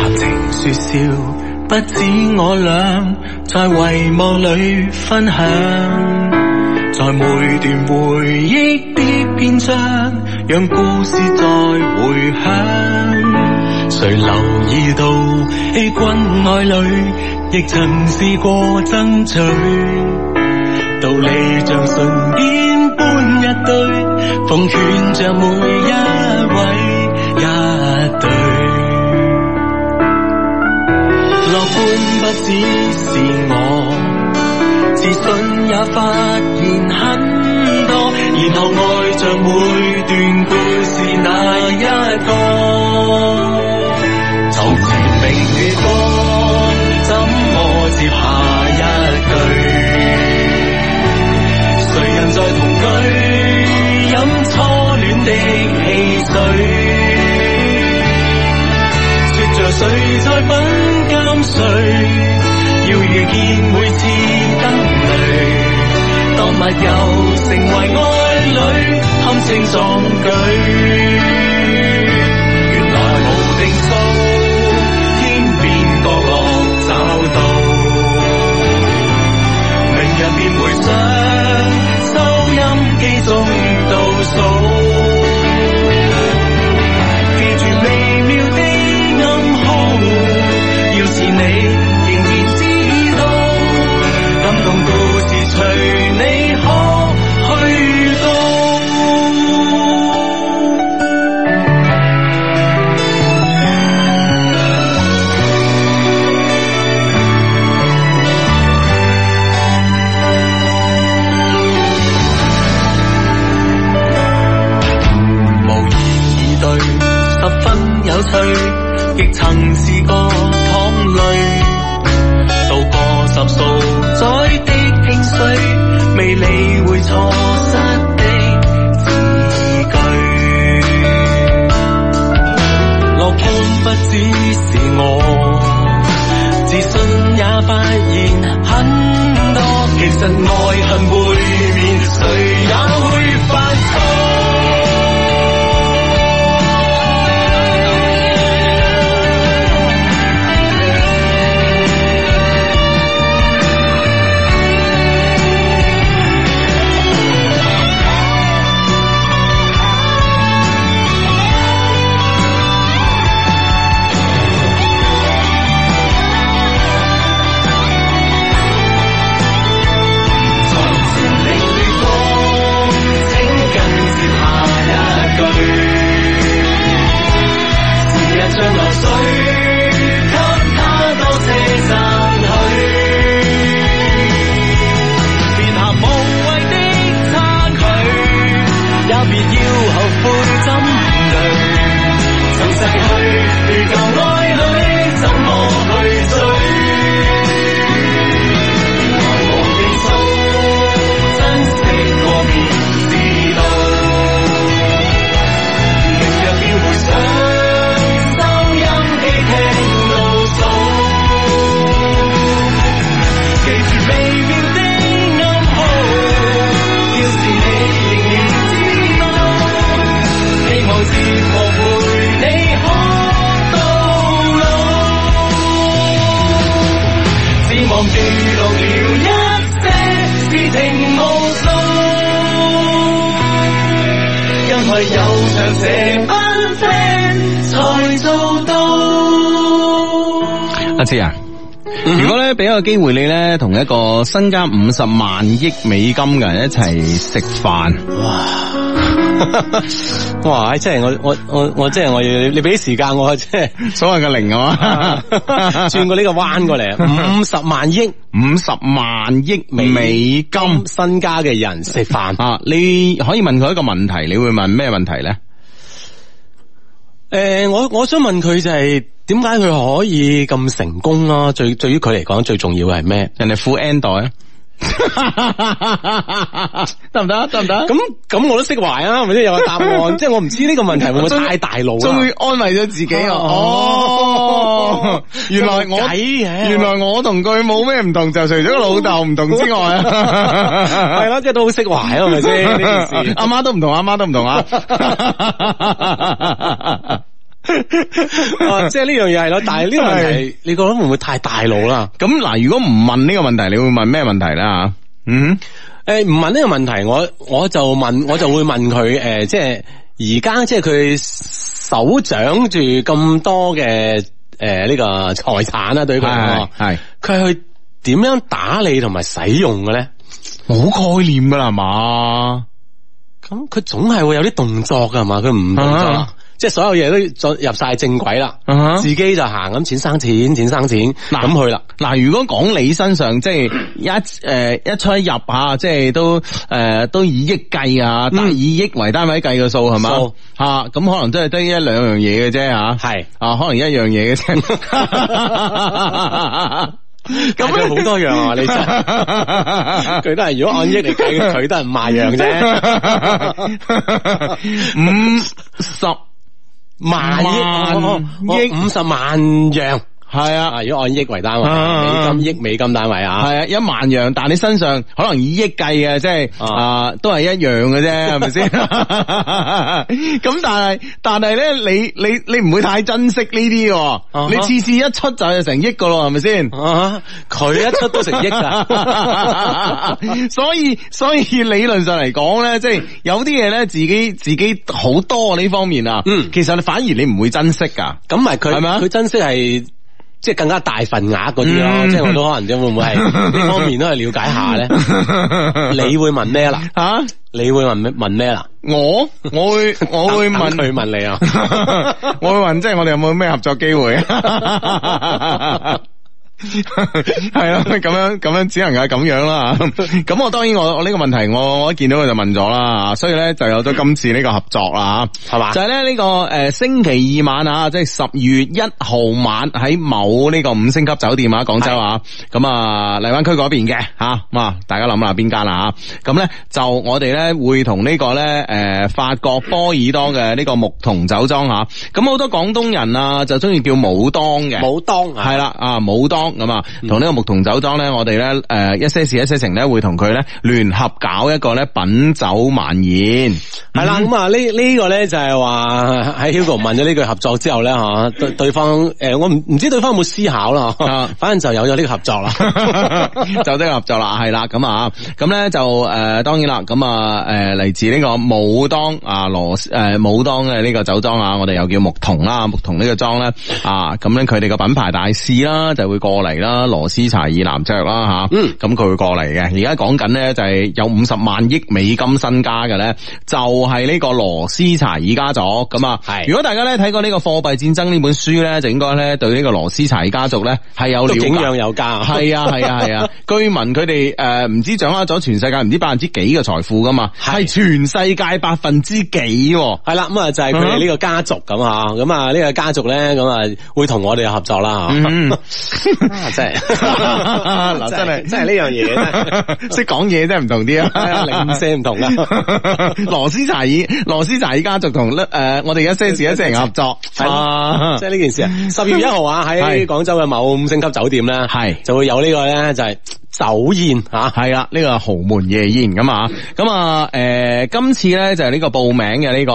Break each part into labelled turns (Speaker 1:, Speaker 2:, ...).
Speaker 1: 說笑，不止我倆在遺忘裏分享，在每段回憶的篇章，讓故事再回響。誰留意到喺軍愛裏，亦曾試過爭取，道理像唇邊般一堆，奉勸着每一位一對。樂觀不只是我，自信也發現很多，然後愛着每段故事那一個，就連明月光，怎麼接下一句？誰人在同居，飲初戀的汽水？說着誰在品鑑誰，要遇見每次燈淚，當密友成為愛侶，堪稱壯舉。原來無定數，天邊角落找到，明日便回想，收音機中倒數。記住微妙的暗號，要是你仍然知道，感動故事隨你可去到。無言以對，十分有趣，亦曾試過淌淚，渡過十數載的興衰，未理會錯失的字句。樂觀不只是我，自信也發現很多。其實愛恨背面，誰也會犯錯。明月光，請跟接下一句。誰人在同居？時日像流水，給他多些讚許。別談無謂的差距，也別要後悔怎對。曾逝去，如舊愛侶，怎麼去追？原來無定數，珍惜過便知道。明日便回想，收音機中倒數。記住微妙的暗號，要是你仍然知道，希望節目陪你可到老。
Speaker 2: 嗯
Speaker 1: 只望記錄了一些事情無數，因為有場這班 friend 才做到。
Speaker 3: 阿志啊。如果咧俾一個機會你咧，同一個身家五十萬億美金嘅人一齊食飯，
Speaker 2: 哇！哎即係我我我我即係我要你俾時間我，即 係
Speaker 3: 所謂嘅零啊嘛，
Speaker 2: 轉過呢個彎過嚟，五十萬億
Speaker 3: 五十萬億美金
Speaker 2: 身家嘅人食飯。
Speaker 3: 啊！你可以問佢一個問題，你會問咩問題咧？
Speaker 2: 诶、我我想問佢就係點解佢可以咁成功咯？最對於佢嚟講最重要嘅 係咩？
Speaker 3: 人哋富 N 代啊，得唔得？得唔得？
Speaker 2: 咁咁我都釋懷啊，係咪先有個答 案？即係我唔知呢個問題會唔會太大路啊
Speaker 3: 終
Speaker 2: 啦
Speaker 3: 於。安慰咗自己啊！
Speaker 2: 哦
Speaker 3: 哦，原來我
Speaker 2: 計嘅
Speaker 3: 原來我同佢冇咩唔同，就除咗老豆唔同之外 啊，
Speaker 2: 係啦，即係都好釋懷啊，係咪 先呢件事？
Speaker 3: 啊阿媽都唔同，阿媽都唔同啊！
Speaker 2: 啊即係呢樣嘢係咯，但係呢個問題，你覺得會唔會太大路啦？
Speaker 3: 咁嗱，如果唔問呢個問題，你會問咩問題啦？嗯，
Speaker 2: 诶，唔問呢個問題，我我就問，我就會問佢诶、誒即係而家即係佢手掌住咁多嘅诶呢個財產啦，對於佢嚟講
Speaker 3: 係
Speaker 2: 佢係去點樣打理同埋使用嘅咧？
Speaker 3: 冇概念噶啦係嘛，
Speaker 2: 咁佢總係會有啲動作噶嘛，佢唔動作啦
Speaker 3: 啊，
Speaker 2: 即係所有嘢都進入晒正軌啦，
Speaker 3: 啊哈
Speaker 2: 自己就行咁錢生錢，錢生錢，
Speaker 3: 嗱
Speaker 2: 咁去啦。
Speaker 3: 嗱，如果講你身上即係一诶、一出一入吓，即係都诶、誒都以億計啊，單以億為單位計嘅數係嘛
Speaker 2: 嗯數
Speaker 3: 吓，嚇咁、可能真係得一兩樣嘢嘅啫吓，
Speaker 2: 係
Speaker 3: 啊，可能一樣嘢嘅啫。
Speaker 2: 咁佢好 多 樣啊！你真係 佢都係如果按億嚟計，佢都係五萬樣 啫，
Speaker 3: 五十萬
Speaker 2: 萬億
Speaker 3: 億
Speaker 2: 五十萬樣
Speaker 3: 係啊。
Speaker 2: 啊！如果按億為單位，
Speaker 3: 啊
Speaker 2: 美金億美金單位啊，
Speaker 3: 系啊，一萬樣，但你身上可能以億計嘅，即係
Speaker 2: 啊
Speaker 3: 啊，都係一樣嘅 啫，係咪先？ 咁但係但係咧，你你你唔會太珍惜呢啲喎，
Speaker 2: 啊哈
Speaker 3: 你次次一出就係成億噶咯，係咪 先？
Speaker 2: 啊佢一出都成億噶，
Speaker 3: 所以所以理論上嚟講咧，即係有啲嘢咧，自己自己好多呢方面啊，
Speaker 2: 嗯
Speaker 3: 其實你反而你唔會珍惜噶。
Speaker 2: 咁咪佢
Speaker 3: 係咪啊
Speaker 2: 佢珍惜係。即係更加大份額嗰啲咯，
Speaker 3: 嗯
Speaker 2: 即係我都可能即係會唔 會係呢方面都係了解下 咧？你會問咩啦？
Speaker 3: 吓、
Speaker 2: 你會問咩問咩啦？
Speaker 3: 啊我我會我會
Speaker 2: 等
Speaker 3: 問，
Speaker 2: 佢問你啊
Speaker 3: 我會問，即係我哋有冇咩合作機會 啊？系咯，咁樣咁樣只能夠咁樣啦。咁我當然我我呢個問題我我一見到佢就問咗啦，所以咧就有咗今次呢個合作啦。
Speaker 2: 係嘛
Speaker 3: 就？係咧呢個诶星期二晚啊，即係十月一號晚喺某呢個五星級酒店啊，廣州啊，咁啊荔灣區嗰邊嘅吓，咁啊大家諗下邊間啦吓，咁咧就我哋咧會同呢個咧诶法國波爾多嘅呢個牧童酒莊吓，咁好多廣東人啊就中意叫武當嘅。
Speaker 2: 冇當啊，
Speaker 3: 系啦，啊武當咁啊，同呢個牧童酒莊咧，我哋咧诶一些事一些情咧，會同佢咧聯合搞一個咧品酒晚宴，
Speaker 2: 系啦，咁啊呢呢個咧就係話 喺 Hugo 問咗呢句合作之後 咧，吓對對方诶，我唔唔知對方有冇思考啦，
Speaker 3: 啊
Speaker 2: 反正就有咗呢個合作啦。
Speaker 3: 就得合作啦，係啦，咁啊，咁咧就誒、呃、當然啦，咁啊誒嚟自呢個武當啊羅誒、呃、武當嘅呢個酒莊啊，我哋又叫牧童啦，牧童呢個莊咧啊，咁咧佢哋嘅品牌大使啦，就會過嚟啦，羅斯柴爾男爵啦吓，
Speaker 2: 嗯
Speaker 3: 咁佢會過嚟嘅。而家講緊咧就係有五十萬億美金身家嘅咧，就係、呢個羅斯柴爾家族咁啊。
Speaker 2: 係
Speaker 3: 如果大家咧睇過呢個貨幣戰爭呢本書咧，就應該咧對呢個羅斯柴爾家族咧係有
Speaker 2: 都
Speaker 3: 了
Speaker 2: 景
Speaker 3: 解。
Speaker 2: 仰有加，
Speaker 3: 系啊 系啊系啊！據聞佢哋诶唔知掌握咗全世界唔知百分之幾嘅財富噶嘛，係全世界百分之幾喎。
Speaker 2: 係啦，咁啊就係佢
Speaker 3: 嗯
Speaker 2: 哋呢個家族咁啊，咁啊呢個家族咧咁啊會同我哋有合作啦，
Speaker 3: 嗯
Speaker 2: 吓啊 真係
Speaker 3: 嗱真係
Speaker 2: 係 真係呢樣嘢 真係，
Speaker 3: 識講嘢真係唔同啲
Speaker 2: 係啊
Speaker 3: 啊，
Speaker 2: 零舍唔 同啊。
Speaker 3: 羅斯柴爾羅斯柴爾家族同咧诶我哋一些事一些情合作，
Speaker 2: 係
Speaker 3: 啊
Speaker 2: 即係呢件事啊， 十月一號啊喺
Speaker 3: 係
Speaker 2: 廣州嘅某五星級酒店咧，
Speaker 3: 係
Speaker 2: 就會有呢個咧就係酒宴吓，
Speaker 3: 啊系啦，呢、個个豪門夜宴咁啊，咁啊，诶、今次咧就係呢個報名嘅呢個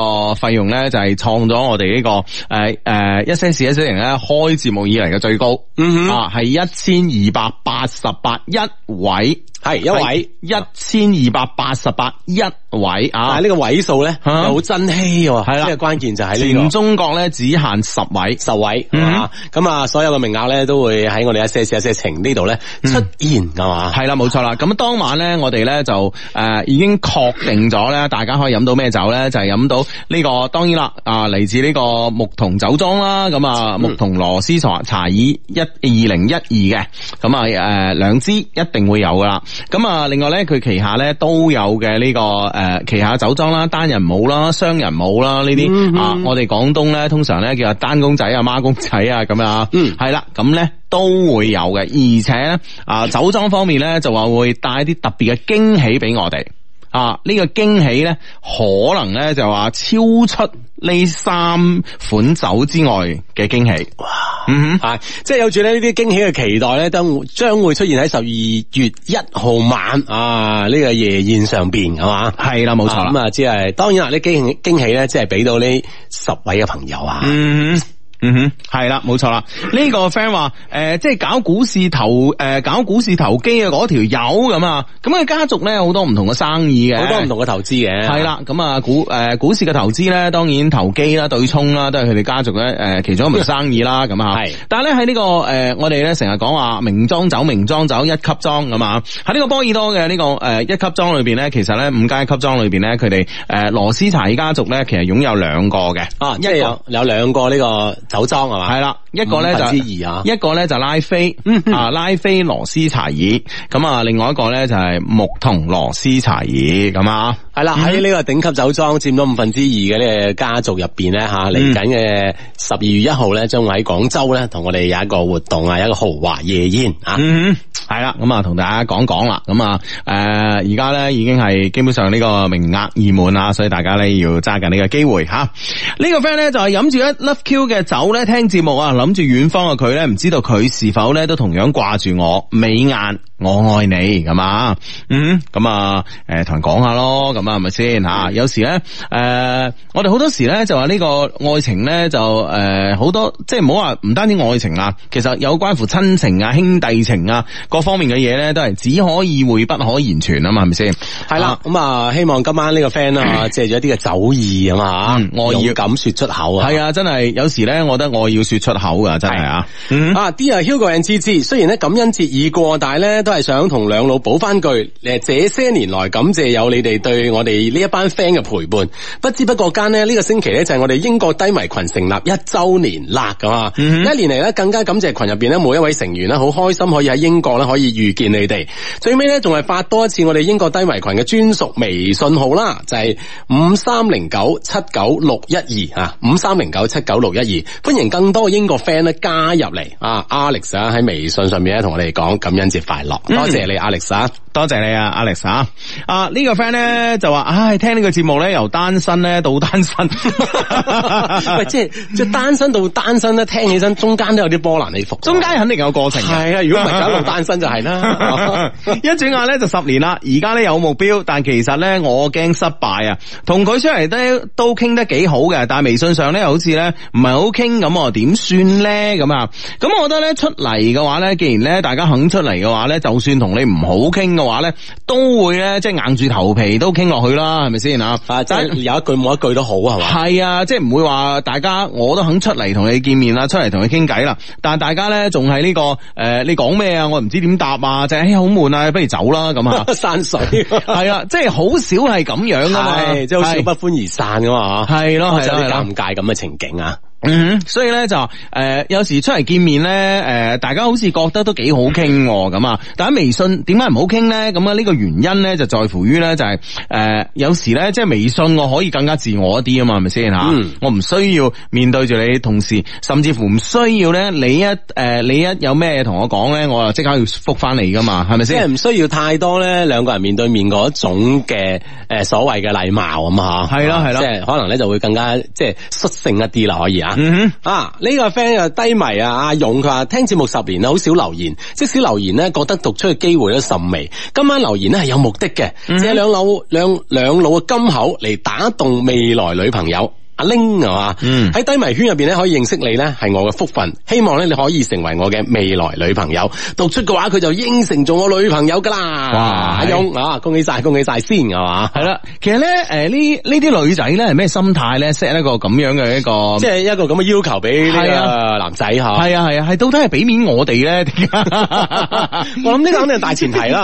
Speaker 3: 費用咧，就係創咗我哋呢、個个诶诶、誒一些事一些情咧開節目以嚟嘅最高，
Speaker 2: 嗯哼，
Speaker 3: 啊係一千二百八十八一位，
Speaker 2: 係一位。
Speaker 3: 一千二百八十八一位啊
Speaker 2: 但系，呢個位數咧又
Speaker 3: 啊
Speaker 2: 好珍稀喎，
Speaker 3: 係啦
Speaker 2: 即係關鍵就喺呢
Speaker 3: 全
Speaker 2: 個
Speaker 3: 中國咧只限十位，
Speaker 2: 十位，係
Speaker 3: 嗯
Speaker 2: 嘛咁啊，所有嘅名額咧都會喺我哋一些事一些情呢度咧出
Speaker 3: 嗯
Speaker 2: 現㗎嘛，
Speaker 3: 系啦，冇錯啦。咁當晚咧，我哋咧就诶、呃已經確定咗咧，大家可以飲到咩酒咧？就係飲到呢、個當然啦，啊嚟自呢個牧童酒莊啦，咁啊牧童羅斯茶茶爾一二零一二嘅，咁啊诶两支一定會有噶啦。咁啊另外咧，佢旗下咧都有嘅呢、個个呃旗下酒莊啦、單人舞啦、雙人舞啦呢啲啊，我哋廣東咧通常咧叫做單公仔啊、孖公仔啊咁樣啊，
Speaker 2: 嗯
Speaker 3: 係啦，咁咧都會有嘅，而且咧啊酒莊方面咧就話會帶啲特別嘅驚喜俾我哋。啊！呢、個驚喜咧，可能咧就話超出呢三款酒之外嘅驚喜。
Speaker 2: 哇！
Speaker 3: 嗯
Speaker 2: 啊，即係有住咧呢啲驚喜嘅期待咧，都將會出現喺十二月一號晚啊呢、個夜宴上邊，係嘛？
Speaker 3: 哼，系啦，冇错
Speaker 2: 啊
Speaker 3: 啦
Speaker 2: 咁。啊，即係當然啦，呢驚喜驚喜咧，即係俾到呢十位嘅朋友啊。
Speaker 3: 嗯哼。嗯哼，系啦，冇错啦。呢、個个 friend 话，诶、即系搞股市投，诶、搞股市投机嘅嗰条友咁啊。咁佢家族咧有好多唔同嘅生意嘅，
Speaker 2: 好多唔同嘅投資嘅，
Speaker 3: 系啦，咁啊股诶、股市嘅投資咧，當然投機啦、對沖啦，都係佢哋家族咧诶、誒其中一門生意 啦，咁啊。
Speaker 2: 係
Speaker 3: 但係咧喺呢個诶、誒我哋咧成日講話名莊酒、名莊酒、一級莊咁啊。喺呢個波爾多嘅呢、個诶、誒一級莊裏边咧，其實咧五階級莊裏边咧，佢哋诶羅斯柴家族咧，其實擁有兩個嘅。
Speaker 2: 啊，即係有有兩個呢個酒莊係嘛？
Speaker 3: 係啦，一個咧
Speaker 2: 啊五
Speaker 3: 就
Speaker 2: 分之二啊嗯
Speaker 3: 一個咧就拉菲啊，拉菲羅斯柴爾，咁啊，另外一個咧就係木桐羅斯柴爾咁啊。
Speaker 2: 係啦，喺呢個頂級酒莊佔咗五分之二嘅呢個家族入邊咧
Speaker 3: 嗯
Speaker 2: 吓，嚟緊嘅十二月一號咧，將會喺廣州咧同我哋有一個活動啊，有一個豪華夜宴啊。
Speaker 3: 嗯，系啦，咁啊，同大家講講啦，咁啊，诶，而家咧已經係基本上呢個名額已滿啦，所以大家咧要揸緊呢個機會吓。呢、個 friend 咧就係飲住一 Love Q 嘅酒咧聽節目啊，諗住遠方嘅佢咧，唔知道佢是否咧都同樣掛住我，美顏我愛你咁啊，嗯，咁啊，诶，同人講下咯，咁啊，係咪先吓？有時咧，诶、我哋好多時咧就話呢個愛情咧就诶好、多，即係唔好話唔單止愛情啊，其實有關乎親情啊、兄弟情啊各方面嘅嘢咧，都係只可以會不可言傳啊嘛，係咪先？
Speaker 2: 係啦，咁啊，希望今晚呢個 friend 啊，借咗一啲嘅酒意啊嘛
Speaker 3: 嗯
Speaker 2: 吓，
Speaker 3: 我要
Speaker 2: 勇敢說出口啊。
Speaker 3: 係啊，真係有時咧，我覺得我要說出口噶，真係啊，嗯
Speaker 2: 啊，Dear Hugo and G G，雖然咧感恩節已過，但係咧都係想同兩老補翻句，誒這些年來感謝有你哋對我哋呢一班 friend 嘅陪伴，不知不覺間呢，呢、個星期咧就係我哋英國低迷群成立一週年啦，咁啊，一年嚟咧更加感謝群入邊咧每一位成員咧，好開心可以喺英國咧可以遇見你哋，最尾咧仲係發多一次我哋英國低迷群嘅專屬微信號啦，就係五三零九七九六一二啊，五三零九七九六一二，歡迎更多嘅英國 friend 咧加入嚟啊，Alex 啊喺微信上面咧同我哋講感恩節快樂，
Speaker 3: 嗯
Speaker 2: 多謝你 Alex 啊，
Speaker 3: 多謝你啊，Alex 啊！啊呢、個 friend 咧就話，唉，聽呢個節目咧由單身咧到單身，
Speaker 2: 喂，即係即係單身到單身咧，聽起身中間都有啲波瀾起伏，
Speaker 3: 中間肯定有過程嘅。
Speaker 2: 係啊，如果唔 係就一路單身就係啦。
Speaker 3: 一轉眼咧就十年啦，而家咧有目標，但其實咧我驚失敗啊。同佢出嚟咧都傾得幾好嘅，但係微信上咧好似咧唔係好傾咁喎，點算咧咁啊？咁我覺得咧出嚟嘅話咧，既然咧大家肯出嚟嘅話咧，就算同你唔好傾嘅話咧，都會咧即係硬住頭皮都傾落去啦，係咪先啊？
Speaker 2: 啊，即係有一句冇一句都好係嘛？。
Speaker 3: 系啊，即系唔会话大家我都肯出嚟同你见面啊啦，出嚟同你倾偈啦。但系大家咧仲系呢个诶、呃你讲咩啊？我唔知点答啊，就系哎好闷啊，不如走啦咁啊
Speaker 2: 山水。
Speaker 3: 系啊，即系好少系咁样噶嘛，
Speaker 2: 系，即係好少不歡而散啊噶嘛，
Speaker 3: 係 咯係
Speaker 2: 就
Speaker 3: 咯
Speaker 2: 有啲
Speaker 3: 係咯
Speaker 2: 尷尬咁嘅情景啊。
Speaker 3: 嗯，所以咧就诶、呃有時出嚟見面咧，诶、大家好似覺得都幾好傾喎咁啊。但喺微信點解唔好傾咧？咁啊，呢個原因咧就在乎於咧就係呃有時咧即係微信我可以更加自我一啲啊嘛，係咪先吓？
Speaker 2: 嗯
Speaker 3: 我唔需要面對住你同事，甚至乎唔需要咧你一诶、呃你一有咩同我講咧，我就即刻要復翻你噶嘛，係咪
Speaker 2: 即係
Speaker 3: 先？
Speaker 2: 唔需要太多咧，兩個人面對面嗰種嘅诶所謂嘅禮貌咁吓，
Speaker 3: 係咯係咯
Speaker 2: 即係可能咧就會更加即係率性一啲啦，可以啊。
Speaker 3: 嗯
Speaker 2: 啊！呢、個 friend 又低迷啊，阿勇佢話聽節目十年啦，好少留言，即使留言咧，覺得讀出嘅機會都甚微。今晚留言咧係有目的嘅，
Speaker 3: 嗯
Speaker 2: 借兩老兩兩老嘅金口嚟打動未來女朋友。阿玲係嘛？
Speaker 3: 嗯
Speaker 2: 喺低迷圈入邊咧，可以認識你咧，係我嘅福分。希望咧，你可以成為我嘅未來女朋友。讀出嘅話，佢就應承做我女朋友噶啦。
Speaker 3: 哇
Speaker 2: 阿勇啊，恭喜晒，恭喜晒先係嘛？
Speaker 3: 係啦，其實咧，诶呢呢啲女仔咧係咩心態咧？set 一個咁樣嘅一個
Speaker 2: 即係一個咁嘅要求俾呢
Speaker 3: 係
Speaker 2: 個男仔嚇。
Speaker 3: 系啊系啊，系到底系俾面我哋咧？ 定
Speaker 2: 我諗呢個肯定係大前提啦，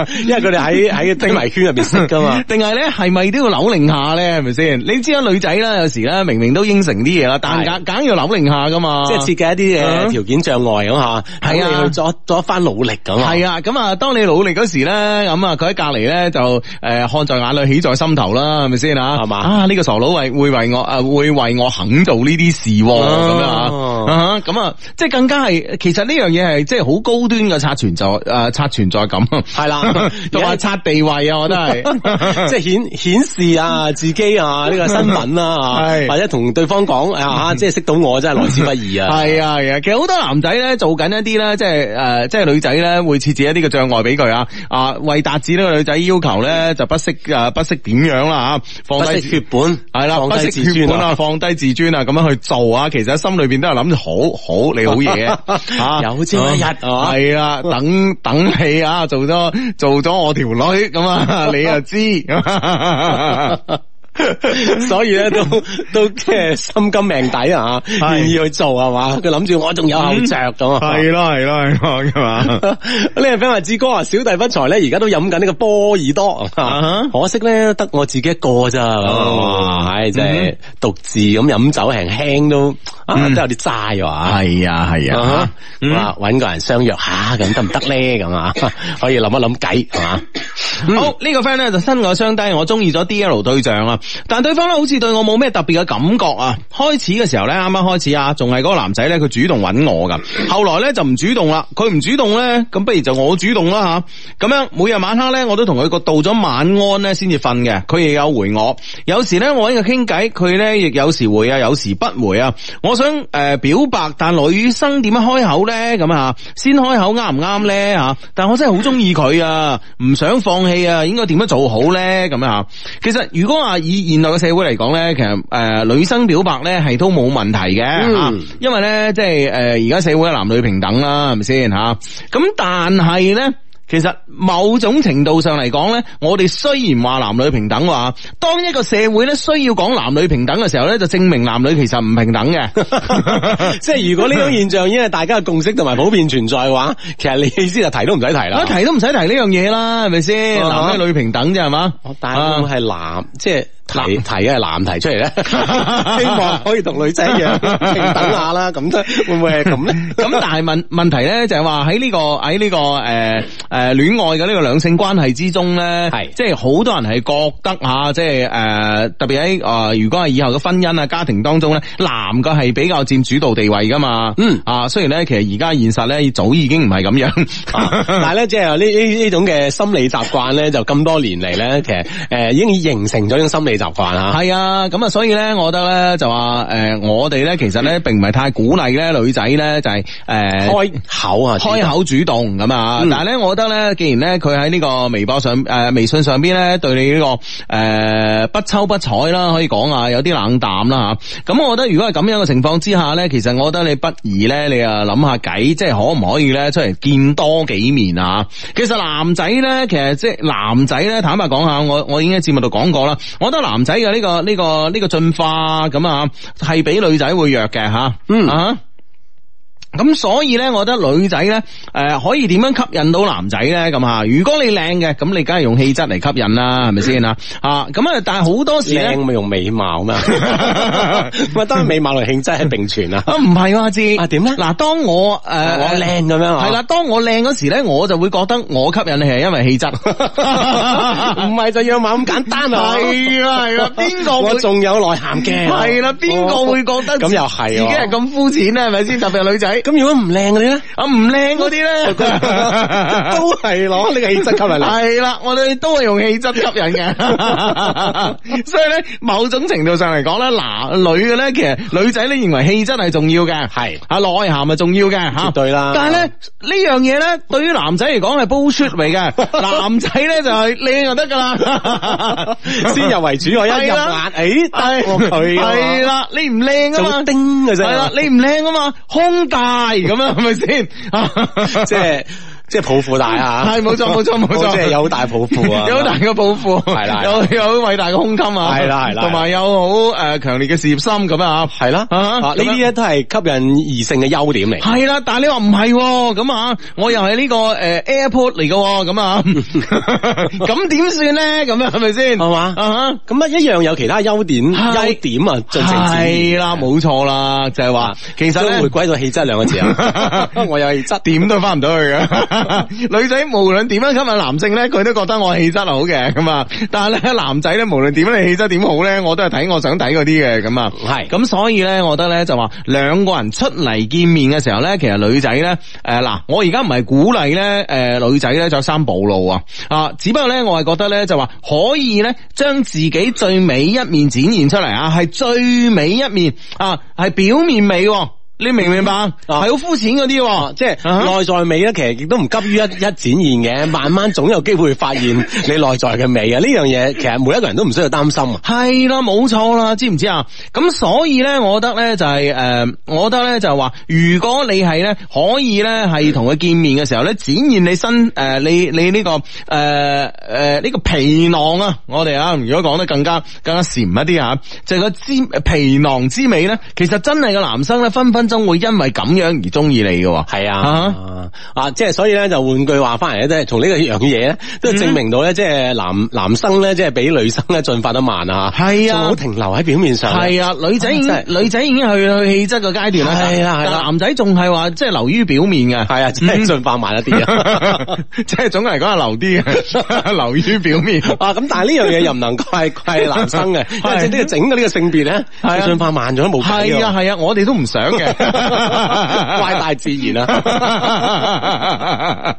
Speaker 2: 嘛？因為佢哋喺喺低迷圈入边識噶嘛。
Speaker 3: 定系咧系咪都要扭拧下咧？系咪先？你知啊啦，女仔啦，有时咧明明都應承啲嘢啦，但
Speaker 2: 係
Speaker 3: 梗梗要扭拧下噶嘛。
Speaker 2: 即係設計一啲
Speaker 3: 嗯
Speaker 2: 嘅條件障礙咁吓，
Speaker 3: 係啊
Speaker 2: 等你去作作一番努力咁啊。
Speaker 3: 系
Speaker 2: 啊，
Speaker 3: 啊，咁啊，當你努力嗰時咧，咁啊，佢喺隔離咧就诶、呃看在眼裏，喜在心頭啦，係咪先啊？
Speaker 2: 係嘛
Speaker 3: 啊，呢、個傻佬為會為我诶、呃、會為我肯做呢啲事喎咁、樣啊
Speaker 2: 哦
Speaker 3: 啊，啦，咁啊，即係更加係，其實呢樣嘢係即係好高端嘅刷存在诶刷存在感，啊
Speaker 2: 係啦
Speaker 3: 同埋刷地位啊，我覺得係。
Speaker 2: 即系显显示啊自 己啊呢个身份啦啊
Speaker 3: 係，嗯
Speaker 2: 或者同对方讲啊，即系识到我真系來之不易啊。
Speaker 3: 系啊系啊，其實好多男仔咧做緊一啲咧，即係诶、呃即係女仔咧會設置一啲嘅障礙俾佢啊，啊為達至呢個女仔要求咧，就不惜诶、呃不惜點樣啦吓，放
Speaker 2: 不
Speaker 3: 低
Speaker 2: 惜
Speaker 3: 自
Speaker 2: 血本，
Speaker 3: 系啦，
Speaker 2: 放
Speaker 3: 不
Speaker 2: 低
Speaker 3: 惜
Speaker 2: 自
Speaker 3: 血
Speaker 2: 尊
Speaker 3: 本啊，
Speaker 2: 啊，
Speaker 3: 放低自尊啊，咁樣去做啊，其實心裏边都係諗住好好你好嘢 啊，
Speaker 2: 有朝一日啊
Speaker 3: 系啦，等等你啊，做咗做咗我條女咁 啊，你又知，
Speaker 2: 所以咧都都即系心甘命抵啊，
Speaker 3: 係
Speaker 2: 愿意去做系嘛？佢谂住我仲有後着咁啊。
Speaker 3: 係咯係咯係咯咁 啊。
Speaker 2: 呢個 friend 話志哥啊，小弟不才咧，而家都飲緊呢個波爾多，啊
Speaker 3: 啊哈哦
Speaker 2: 可惜咧得我自己一個咋，哇！唉，真係獨自咁飲酒，輕輕都啊，
Speaker 3: 嗯
Speaker 2: 都有啲齋喎。
Speaker 3: 系啊系
Speaker 2: 啊
Speaker 3: 啊
Speaker 2: 哈，哇！揾個人相約下咁得唔得咧？咁啊， 可以諗一諗計係嘛？
Speaker 3: 好呢個 friend 咧就身我相低，我中意咗 D L 對象啦，但對方咧好似對我冇咩特別嘅感覺啊。開始嘅時候咧，啱啱開始啊，仲係嗰個男仔咧，佢主動揾我噶，後來咧就唔主動啦。佢唔主動咧，咁不如就我主動啦吓。咁樣每日晚黑咧，我都同佢個道咗晚安咧先至瞓嘅，佢亦有回我。有時咧我喺度傾偈，佢咧亦有時回啊，有時不回啊。我想誒、呃表白，但女生點樣開口咧？咁啊，先開口啱唔啱咧？嚇！但我真係好中意佢啊，唔想放棄啊，應該點樣做好咧？咁啊，其實如果話以現代嘅社會嚟講咧，其實誒、呃女生表白咧係都冇問題嘅
Speaker 2: 嗯
Speaker 3: 嚇因為咧即係誒而家社會男女平等啦，係咪先嚇？咁但係咧。其實某種程度上嚟講呢，我哋雖然話男女平等話，當一個社會咧需要講男女平等嘅時候呢，就證明男女其實唔平等嘅。嗯
Speaker 2: 即係如果呢種現象已經係大家嘅共識同埋普遍存在嘅話，其實你意思就提都唔使提啦
Speaker 3: 我。啊提都唔使提呢樣嘢啦，係咪先？
Speaker 2: 啊
Speaker 3: 男女女平等啫，係嘛？
Speaker 2: 哦但係會係男，即係提提嘅係男提出嚟咧，希望可以同女仔一樣平等下啦。咁都會唔會係咁咧？
Speaker 3: 咁但係問問題咧就係話喺呢個喺呢、個誒誒戀愛嘅呢個兩性關係之中咧，
Speaker 2: 係
Speaker 3: 即係好多人係覺得嚇，即係誒、呃特別喺誒、呃如果係以後嘅婚姻啊家庭當中咧，男嘅係比較佔主導地位噶嘛，
Speaker 2: 嗯
Speaker 3: 啊，雖然咧其實而家現實咧早已經唔係咁樣，
Speaker 2: 啊但係咧，即係呢呢呢種嘅心理習慣咧，就咁多年嚟咧，其實誒已經形成咗一種心理習慣啊。
Speaker 3: 係啊，咁啊，所以咧，我覺得咧就話誒、呃我哋咧其實咧並唔係太鼓勵咧女仔咧就係、呃誒。
Speaker 2: 開口啊，
Speaker 3: 開口主動咁啊！
Speaker 2: 嗯
Speaker 3: 但係咧，我覺得咧，既然咧佢喺呢個微博上、诶、微信上邊咧，對你呢、個个呃不瞅不睬啦，可以講啊，有啲冷淡啦吓。咁我覺得如果係咁樣嘅情況之下咧，其實我覺得你不宜咧，你啊諗下計，即係可唔可以咧出嚟見多幾面啊？其實男仔咧，其實即係男仔咧，坦白講下，我我已經喺節目度講過啦。我覺得男仔嘅呢個呢、個呢、個進化咁啊，係比女仔會弱嘅吓。
Speaker 2: 嗯
Speaker 3: 啊。咁所以咧，我覺得女仔咧，誒、可以點樣吸引到男仔咧？咁啊，如果你靚嘅，咁你梗係用氣質嚟吸引啦，係咪先啊？啊，咁啊，但係好多時咧
Speaker 2: 靚，咪用美貌嘛。 咁啊，當然美貌同性質係並存啊。
Speaker 3: 啊唔係喎，阿志
Speaker 2: 啊點咧
Speaker 3: 嗱，當我誒、呃
Speaker 2: 我靚咁樣啊
Speaker 3: 係啦，當我靚嗰時咧，我就會覺得我吸引你係因為氣質，
Speaker 2: 唔係就樣貌咁簡單啊！
Speaker 3: 係啊係 啊邊個會
Speaker 2: 我仲有內涵嘅？
Speaker 3: 係啦，邊個會覺得
Speaker 2: 咁又係喎
Speaker 3: 自己係咁膚淺咧？係咪先？特別係女仔，
Speaker 2: 咁如果唔靚嗰啲咧？
Speaker 3: 啊唔靚嗰啲咧。
Speaker 2: 都係攞呢個氣質吸 引力。
Speaker 3: 系啦，我哋都系用氣質吸引 嘅，所以咧，某種程度上嚟講咧，男女嘅咧，其實女仔咧認為氣質係重要嘅，
Speaker 2: 係
Speaker 3: 啊內涵係重要嘅，吓
Speaker 2: 絕對啦
Speaker 3: 但係咧呢樣嘢咧，對於男仔嚟講係 bullshit 嚟嘅，男仔咧就係靚就得噶啦，
Speaker 2: 先入為主，我一入
Speaker 3: 係
Speaker 2: 眼，
Speaker 3: 啦
Speaker 2: 誒得過佢啊
Speaker 3: 係
Speaker 2: 嘛，
Speaker 3: 啦，你唔靚啊
Speaker 2: 就
Speaker 3: 嘛
Speaker 2: 會。叮嘅啫。
Speaker 3: 係啦，你唔靚啊嘛，胸大咁樣係咪先？
Speaker 2: 即係即係抱負大啊！
Speaker 3: 係冇錯冇錯冇錯
Speaker 2: 即係有好大抱負啊！
Speaker 3: 有好大嘅抱負，
Speaker 2: 係啦
Speaker 3: 有有好偉大嘅胸襟啊，
Speaker 2: 係啦係啦
Speaker 3: 同埋有好诶強烈嘅事業心咁啊，
Speaker 2: 係啦，
Speaker 3: 啊
Speaker 2: 啊呢啲咧都係吸引異性嘅優點嚟。
Speaker 3: 係啦，但系你話唔係喎，咁啊，我又係呢個诶 AirPod 嚟嘅喎，咁 啊，咁點算咧？咁樣係咪先？
Speaker 2: 係嘛
Speaker 3: 啊哈
Speaker 2: 咁啊，一樣有其他優點，
Speaker 3: 係
Speaker 2: 優點啊，盡情展現
Speaker 3: 係啦，冇錯啦，就係話其實
Speaker 2: 都
Speaker 3: 咧
Speaker 2: 回。歸到氣質兩個字啊！我有氣質，
Speaker 3: 點都翻唔到去嘅， 女仔無論點樣吸引男性咧，佢都覺得我氣質好嘅咁啊。但係咧男仔咧，無論點樣你氣質點好咧，我都係睇我想睇嗰啲嘅咁啊。
Speaker 2: 係
Speaker 3: 咁所以咧，我覺得咧就話兩個人出嚟見面嘅時候咧，其實女仔咧，誒、嗱，我而家唔係鼓勵咧，誒、女仔咧着衫暴露啊，啊，只不過咧我係覺得咧就話可以咧將自己最美一面展現出嚟啊，係最美一面啊，係表面美喎、你明唔明白？係好膚淺嗰啲喎，
Speaker 2: 即
Speaker 3: 啊
Speaker 2: 係內在美咧，其實亦都唔急於一一 展現嘅，慢慢總有機會發現你 內在嘅美啊！呢樣嘢其實每一個人都唔需要擔心啊。
Speaker 3: 係啦，冇錯啦，知唔知啊？咁所以咧，我覺得咧就係、誒、我覺得咧就係話，如果你係咧可以咧係同佢見面嘅時候咧，展現你身誒、呃你你呢、個誒誒呢個皮囊啊，我哋啊，如果講得更加更加禪一啲啊，就係個之皮囊之美咧，其實真係個男生咧分分鐘會因為咁樣而中意你嘅喎。
Speaker 2: 係啊，啊，即係所以咧，就換句話翻嚟咧，即係從呢個樣嘢咧，都證明到咧，即係男男生咧，即係比女生咧進化得慢啊，
Speaker 3: 嗯係啊
Speaker 2: 仲好停留喺表面上，
Speaker 3: 係啊，女仔已經
Speaker 2: 啊真
Speaker 3: 女仔已經去去氣質個階段啦，
Speaker 2: 係啦係啦
Speaker 3: 但男仔仲係話即係流於表面嘅，
Speaker 2: 係啊，即係進化慢 一啲啊。
Speaker 3: 即系总嚟讲系流 啲嘅，流于表面。
Speaker 2: 啊，咁但係呢樣嘢又唔能怪怪男生嘅，因為
Speaker 3: 係
Speaker 2: 即係呢個整個呢個性別咧，
Speaker 3: 係啊
Speaker 2: 佢進化慢咗都冇計㗎
Speaker 3: 系啊系啊，我哋都唔想嘅，
Speaker 2: 哎 怪大自然
Speaker 3: 啊。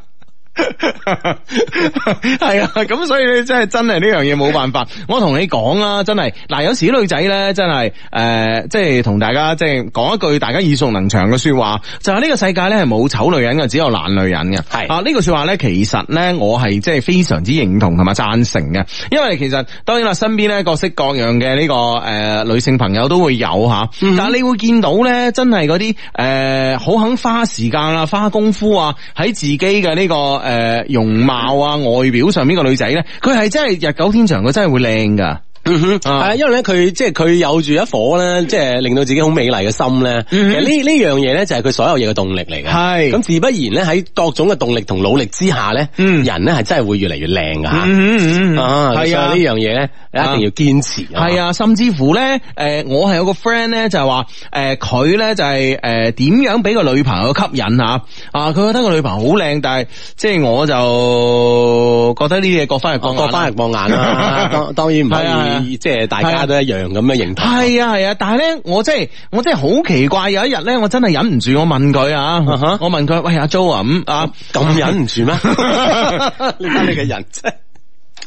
Speaker 3: 系啊，咁所以你真係真係呢樣嘢冇辦法。我同你講啦，真係嗱，有時啲女仔咧真係诶、呃即係同大家即係講一句大家耳熟能詳嘅说話，就係呢個世界咧係冇醜女人嘅，只有懶女人嘅。
Speaker 2: 係
Speaker 3: 啊，呢句说話咧，其實咧我係即係非常之認同同埋贊成嘅，因為其實當然啦，身邊咧各式各樣嘅呢、個个呃女性朋友都會有吓，
Speaker 2: 嗯
Speaker 3: 但系你會見到咧，真係嗰啲诶好肯花時間啊、花功夫啊，喺自己嘅呢、個个呃容貌啊、外表上面嘅女仔咧，佢係真係日久天長，佢真係會靚噶。
Speaker 2: 嗯 哼，係
Speaker 3: 啊
Speaker 2: 啊，因嗯為咧佢即係佢有住一顆咧，即係令到自己好美麗嘅心咧。其
Speaker 3: 嗯哼
Speaker 2: 實呢呢樣嘢咧就係佢所有嘢嘅動力嚟嘅。
Speaker 3: 係
Speaker 2: 咁自不然咧喺各種嘅動力同努力之下咧，
Speaker 3: 嗯
Speaker 2: 人咧係真係會越嚟越靚噶吓。
Speaker 3: 嗯
Speaker 2: 啊，
Speaker 3: 係
Speaker 2: 係
Speaker 3: 啊
Speaker 2: 啊，呢樣嘢咧一定要堅持。
Speaker 3: 係，啊，甚至乎咧，诶、我係有個 friend 咧，就係話，诶、佢咧就係诶点样俾個女朋友吸引吓，啊，佢覺得個女朋友好靚，但係即係我就覺得呢啲嘢各花入各
Speaker 2: 各各花入各眼啦。 當當然唔可以，即係大家都一樣咁嘅形態。
Speaker 3: 系啊係啊，但係咧，我真係我真係好奇怪，有一日咧，我真係忍唔住，我問佢啊
Speaker 2: 啊哈
Speaker 3: 我問佢，喂阿 Jo 啊，咁啊，
Speaker 2: 咁忍唔住 咩？你睇你嘅人真係。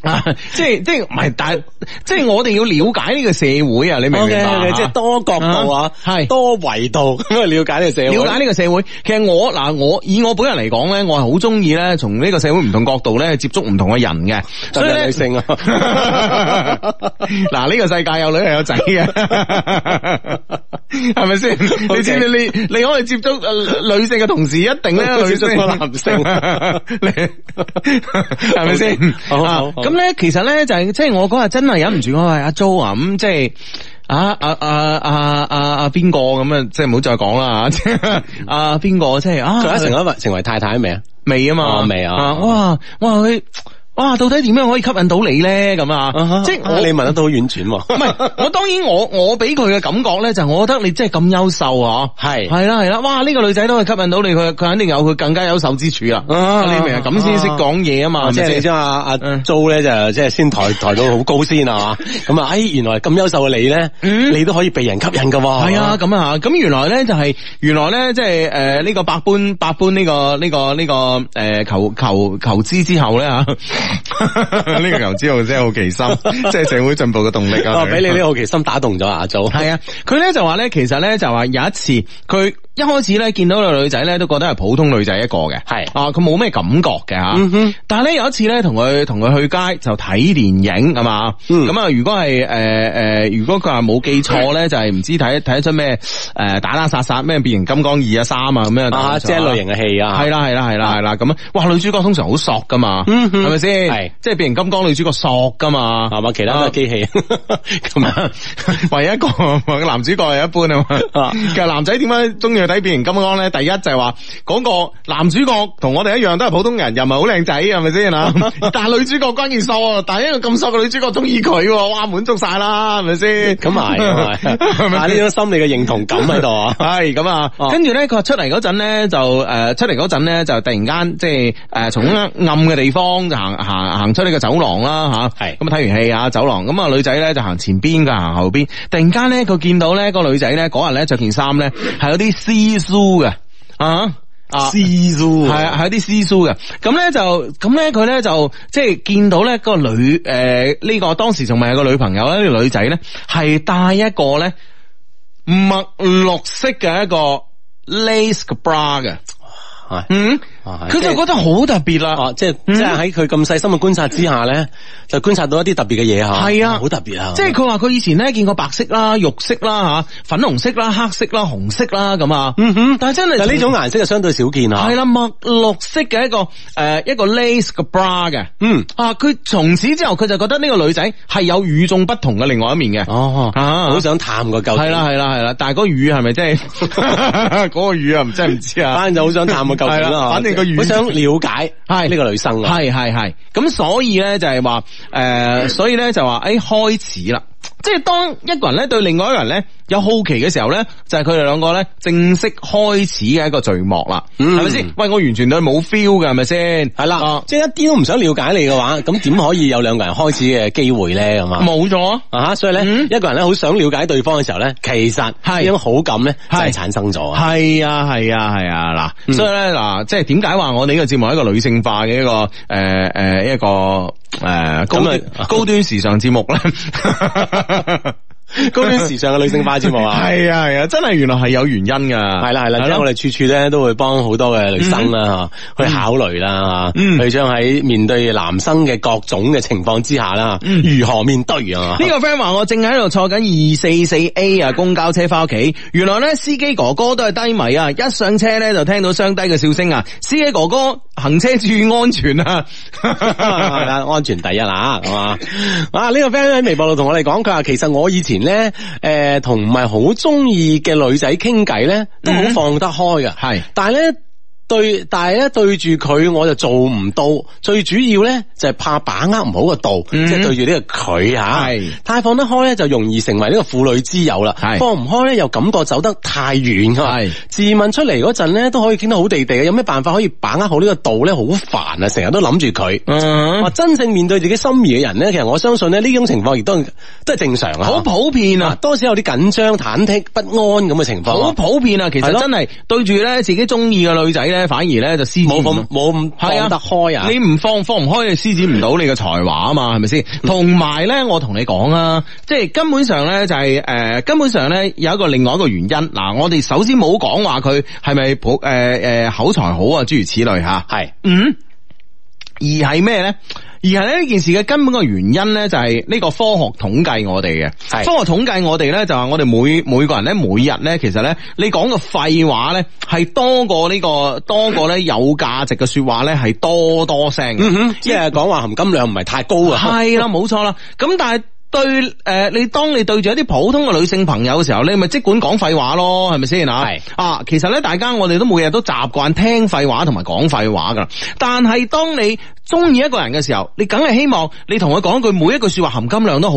Speaker 3: 啊 即係即係唔係，但係即係我哋要了解呢個社會啊，你明唔
Speaker 2: O
Speaker 3: 明
Speaker 2: K
Speaker 3: 白
Speaker 2: O
Speaker 3: 啊
Speaker 2: K，即係多角度啊，
Speaker 3: 啊係
Speaker 2: 多維度咁去了解呢個社會。
Speaker 3: 了解呢個社會，其實我嗱我以我本人嚟講咧，我係好中意咧，從呢個社會唔同角度咧接觸唔同嘅人嘅，所
Speaker 2: 所
Speaker 3: 以
Speaker 2: 以女
Speaker 3: 咧。
Speaker 2: 性啊，
Speaker 3: 嗱，呢個世界有女係有仔嘅， 係咪先？你知唔知你你可以接觸呃女性嘅同時，一定咧女性
Speaker 2: 接觸到男性
Speaker 3: 你係咪先？
Speaker 2: 好好
Speaker 3: 啊
Speaker 2: 好
Speaker 3: 咁咧，其實咧就係即係我嗰日真係忍唔住，我話阿 Jo 啊，咁即係。啊啊啊啊啊啊邊個咁啊，即係唔好再講啦即係啊邊個即係啊
Speaker 2: 佢一成咗成為太太未啊？
Speaker 3: 未啊嘛，
Speaker 2: 哦未啊
Speaker 3: 哇哇佢哇到底點樣可以吸引到你咧咁啊？即係我
Speaker 2: 你問得都好婉轉
Speaker 3: 唔
Speaker 2: 喎。
Speaker 3: 係， 我當然我我俾佢嘅感覺咧，就係我覺得你真係咁優秀啊！
Speaker 2: 係
Speaker 3: 係啦係啦，哇！呢、個女仔都係吸引到你，佢佢肯定有佢更加優秀之處啦。
Speaker 2: 啊
Speaker 3: 你明啊？咁先識講嘢啊嘛，
Speaker 2: 即
Speaker 3: 係
Speaker 2: 係
Speaker 3: 咪
Speaker 2: 你
Speaker 3: 先
Speaker 2: 知嘛？阿
Speaker 3: 嗯
Speaker 2: Jo 咧就即係先抬抬到好高先啊嘛。咁啊，哎，原來咁優秀嘅你咧，
Speaker 3: 嗯
Speaker 2: 你都可以被人吸引噶喎。
Speaker 3: 係啊，咁啊，咁原來咧就係原來咧即係诶呢個百般百般呢、個呢、個呢、個诶、呃求求求知之後咧 吓，呢個求知後真係好奇心，即係社會進步嘅動力啊
Speaker 2: 哦，俾你呢個好奇心打動咗阿 Jo。
Speaker 3: 系啊，佢咧就話咧，其實咧就話有一次，佢一開始咧見到個女仔咧，都覺得係普通女仔一個嘅，
Speaker 2: 係
Speaker 3: 啊，佢冇咩感覺嘅吓。
Speaker 2: 嗯哼
Speaker 3: 但係咧有一次咧，同佢同佢去街就睇電影咁啊，
Speaker 2: 嗯
Speaker 3: 咁啊、如果係诶诶，如果佢話冇記錯咧，就係唔知睇睇得出咩诶、呃打打殺殺咩變形金剛二啊三啊咁樣
Speaker 2: 啊，即係類型嘅戲啊。
Speaker 3: 系啦系啦系啦系啦咁啊！哇，女主角通常好索噶嘛，
Speaker 2: 嗯哼
Speaker 3: 係咪先？
Speaker 2: 係
Speaker 3: 即係變形金剛女主角索噶嘛，
Speaker 2: 係嘛，其他都係機器。 咁啊， 啊
Speaker 3: 唯一一個男主角係一般啊嘛，其實男仔點解中意要睇變形金剛咧，第一就係話嗰個男主角同我哋一樣都係普通人，又唔係好靚仔，係咪先 啊？但係女主角關鍵瘦啊，但係一個咁瘦嘅女主角中意佢喎，哇滿足晒啦，係咪先？
Speaker 2: 咁啊係， 咁啊係啊呢種心理嘅認同感喺度啊。
Speaker 3: 系咁啊，
Speaker 2: 哦
Speaker 3: 跟住咧，佢話出嚟嗰陣咧就誒、呃出嚟嗰陣咧就突然間即係誒從暗嘅地方就行行行出呢個走廊啦吓，
Speaker 2: 係
Speaker 3: 咁啊睇完戲啊走廊，咁啊女仔咧就行前邊㗎，行後邊，突然間咧佢見到咧個女仔咧嗰日咧着件衫咧係有啲絲蘇嘅啊。啊
Speaker 2: 蘇
Speaker 3: 系啊，係一啲私蘇嘅。咁咧就咁咧，佢咧就即係見到咧個女诶呢、個當時仲未係個女朋友咧，呢、個女仔咧係戴一個咧墨綠色嘅一個 lace 嘅 bra 嘅，
Speaker 2: 係
Speaker 3: 嗯，
Speaker 2: 啊係
Speaker 3: 佢就覺得好特別啦。
Speaker 2: 哦，即係
Speaker 3: 嗯
Speaker 2: 即係喺佢咁細心嘅觀察之下咧，就觀察到一啲特別嘅嘢吓，
Speaker 3: 係啊
Speaker 2: 好特別啊，
Speaker 3: 即係佢話佢以前咧見過白色啦、肉色啦、吓粉紅色啦、黑色啦、紅色啦咁啊，
Speaker 2: 嗯哼，
Speaker 3: 但係真係
Speaker 2: 但呢種顏色就相對少見啊，
Speaker 3: 係，啦，墨綠色嘅一個诶、呃一個 lace 嘅 bra 嘅。
Speaker 2: 嗯，
Speaker 3: 啊！佢從此之後，佢就覺得呢個女仔係有與眾不同嘅另外一面嘅。
Speaker 2: 哦，
Speaker 3: 啊
Speaker 2: 好想探個究竟，
Speaker 3: 係啦，係啦係啦，但係嗰個魚係咪真係 嗰個魚啊？唔真係唔知啊。
Speaker 2: 反正就好想探個究竟
Speaker 3: 係啦
Speaker 2: 啦，
Speaker 3: 反正個語
Speaker 2: 好想了解
Speaker 3: 係
Speaker 2: 呢個女生啊，
Speaker 3: 係係係，咁所以咧就係話誒，所以咧就話誒、哎、開始啦。即係當一個人咧對另外一個人咧有好奇嘅時候咧，就係佢哋兩個咧正式開始嘅一個序幕啦，
Speaker 2: 嗯
Speaker 3: 係咪先？喂，我完全對佢冇 feel 嘅係咪先？
Speaker 2: 係啦
Speaker 3: 啊，
Speaker 2: 即係一啲都唔想了解你嘅話，咁點可以有兩個人開始嘅機會咧？咁啊？
Speaker 3: 冇咗啊。
Speaker 2: 啊哈，所以咧，
Speaker 3: 嗯
Speaker 2: 一個人咧好想了解對方嘅時候咧，其實
Speaker 3: 係
Speaker 2: 呢種好感咧就
Speaker 3: 係
Speaker 2: 係產生咗 啊。
Speaker 3: 係啊，係啊，係啊，嗱，
Speaker 2: 嗯
Speaker 3: 所以咧，嗱，即係點解話我哋呢個節目係一個女性化嘅一個誒誒一個誒高端
Speaker 2: 咁啊
Speaker 3: 高端時尚節目 咧？
Speaker 2: 高端時尚嘅女性化節目啊，
Speaker 3: 係啊係啊，真係原來係有原因噶。啊係
Speaker 2: 係啦係啦，即係我哋處處咧都會幫好多嘅女生啦吓，去考慮啦
Speaker 3: 嗯
Speaker 2: 吓，去將喺面對男生嘅各種嘅情況之下啦，如何面對啊？
Speaker 3: 嗯呢個 friend 話我正喺度坐緊二四四 A 啊公交車翻屋企，原來咧司機哥哥都係低迷啊！一上車咧就聽到雙低嘅笑聲啊！司機哥哥行車注意安全 啊！
Speaker 2: 啊係 啦，安全第一啦，係嘛？啊，呢、個 friend 喺微博度同我哋講，佢話其實我以前咧，诶、同唔係好中意嘅女仔傾偈咧，都
Speaker 3: 嗯
Speaker 2: 好放得開噶，
Speaker 3: 係
Speaker 2: 但係咧。對，但係咧對住佢我就做唔到，最主要咧就係怕把握唔好個度，
Speaker 3: 嗯
Speaker 2: 即係對住呢個佢吓
Speaker 3: 係，
Speaker 2: 太放得開咧就容易成為呢個婦女之友啦，
Speaker 3: 係
Speaker 2: 放唔開咧又感覺走得太遠㗎嘛
Speaker 3: 係
Speaker 2: 自問出嚟嗰陣咧都可以傾得好地地嘅，有咩辦法可以把握好呢個度咧？好煩啊，成日都諗住佢，
Speaker 3: 嗯
Speaker 2: 話真正面對自己心儀嘅人咧，其實我相信咧呢種情況亦都都係正常啊。
Speaker 3: 好普遍啊
Speaker 2: 啊，！多少有啲緊張、忐忑、不安咁嘅情況
Speaker 3: 好
Speaker 2: 啊。
Speaker 3: 普遍啊！其
Speaker 2: 係
Speaker 3: 實
Speaker 2: 咯
Speaker 3: 真係對住咧自己中意嘅女仔咧，反而咧就施展
Speaker 2: 冇
Speaker 3: 唔
Speaker 2: 咁
Speaker 3: 到
Speaker 2: 冇咁
Speaker 3: 係
Speaker 2: 放得開啊！嗯
Speaker 3: 你唔放放唔開，你施展唔到你嘅才華啊嘛，係咪先？同埋咧，我同你講啊，即係根本上咧就係、呃根本上咧有一個另外一個原因。嗱，我哋首先冇講話佢係咪普誒誒口才好啊，諸如此類嚇。
Speaker 2: 係
Speaker 3: 嗯，而係咩咧？而係咧呢件事嘅根本嘅原因咧，就係呢個科學統計我哋嘅。
Speaker 2: 係
Speaker 3: 科學統計我哋咧，就話我哋每每個人咧，每日咧，其實咧，你講嘅廢話咧，係多過呢、個多過咧有價值嘅说話咧，係多多聲嘅。
Speaker 2: 嗯哼，即係講話含金量唔係太高啊。
Speaker 3: 系啦，冇錯啦。咁但係對诶、呃你當你對住一啲普通嘅女性朋友嘅時候，你咪即管講廢話咯，係咪先啊
Speaker 2: 係？
Speaker 3: 啊，其實咧，大家我哋都每日都習慣聽廢話同埋講廢話噶啦。但係當你中意一個人嘅時候，你梗係希望你同佢講句每一句说話含金量都好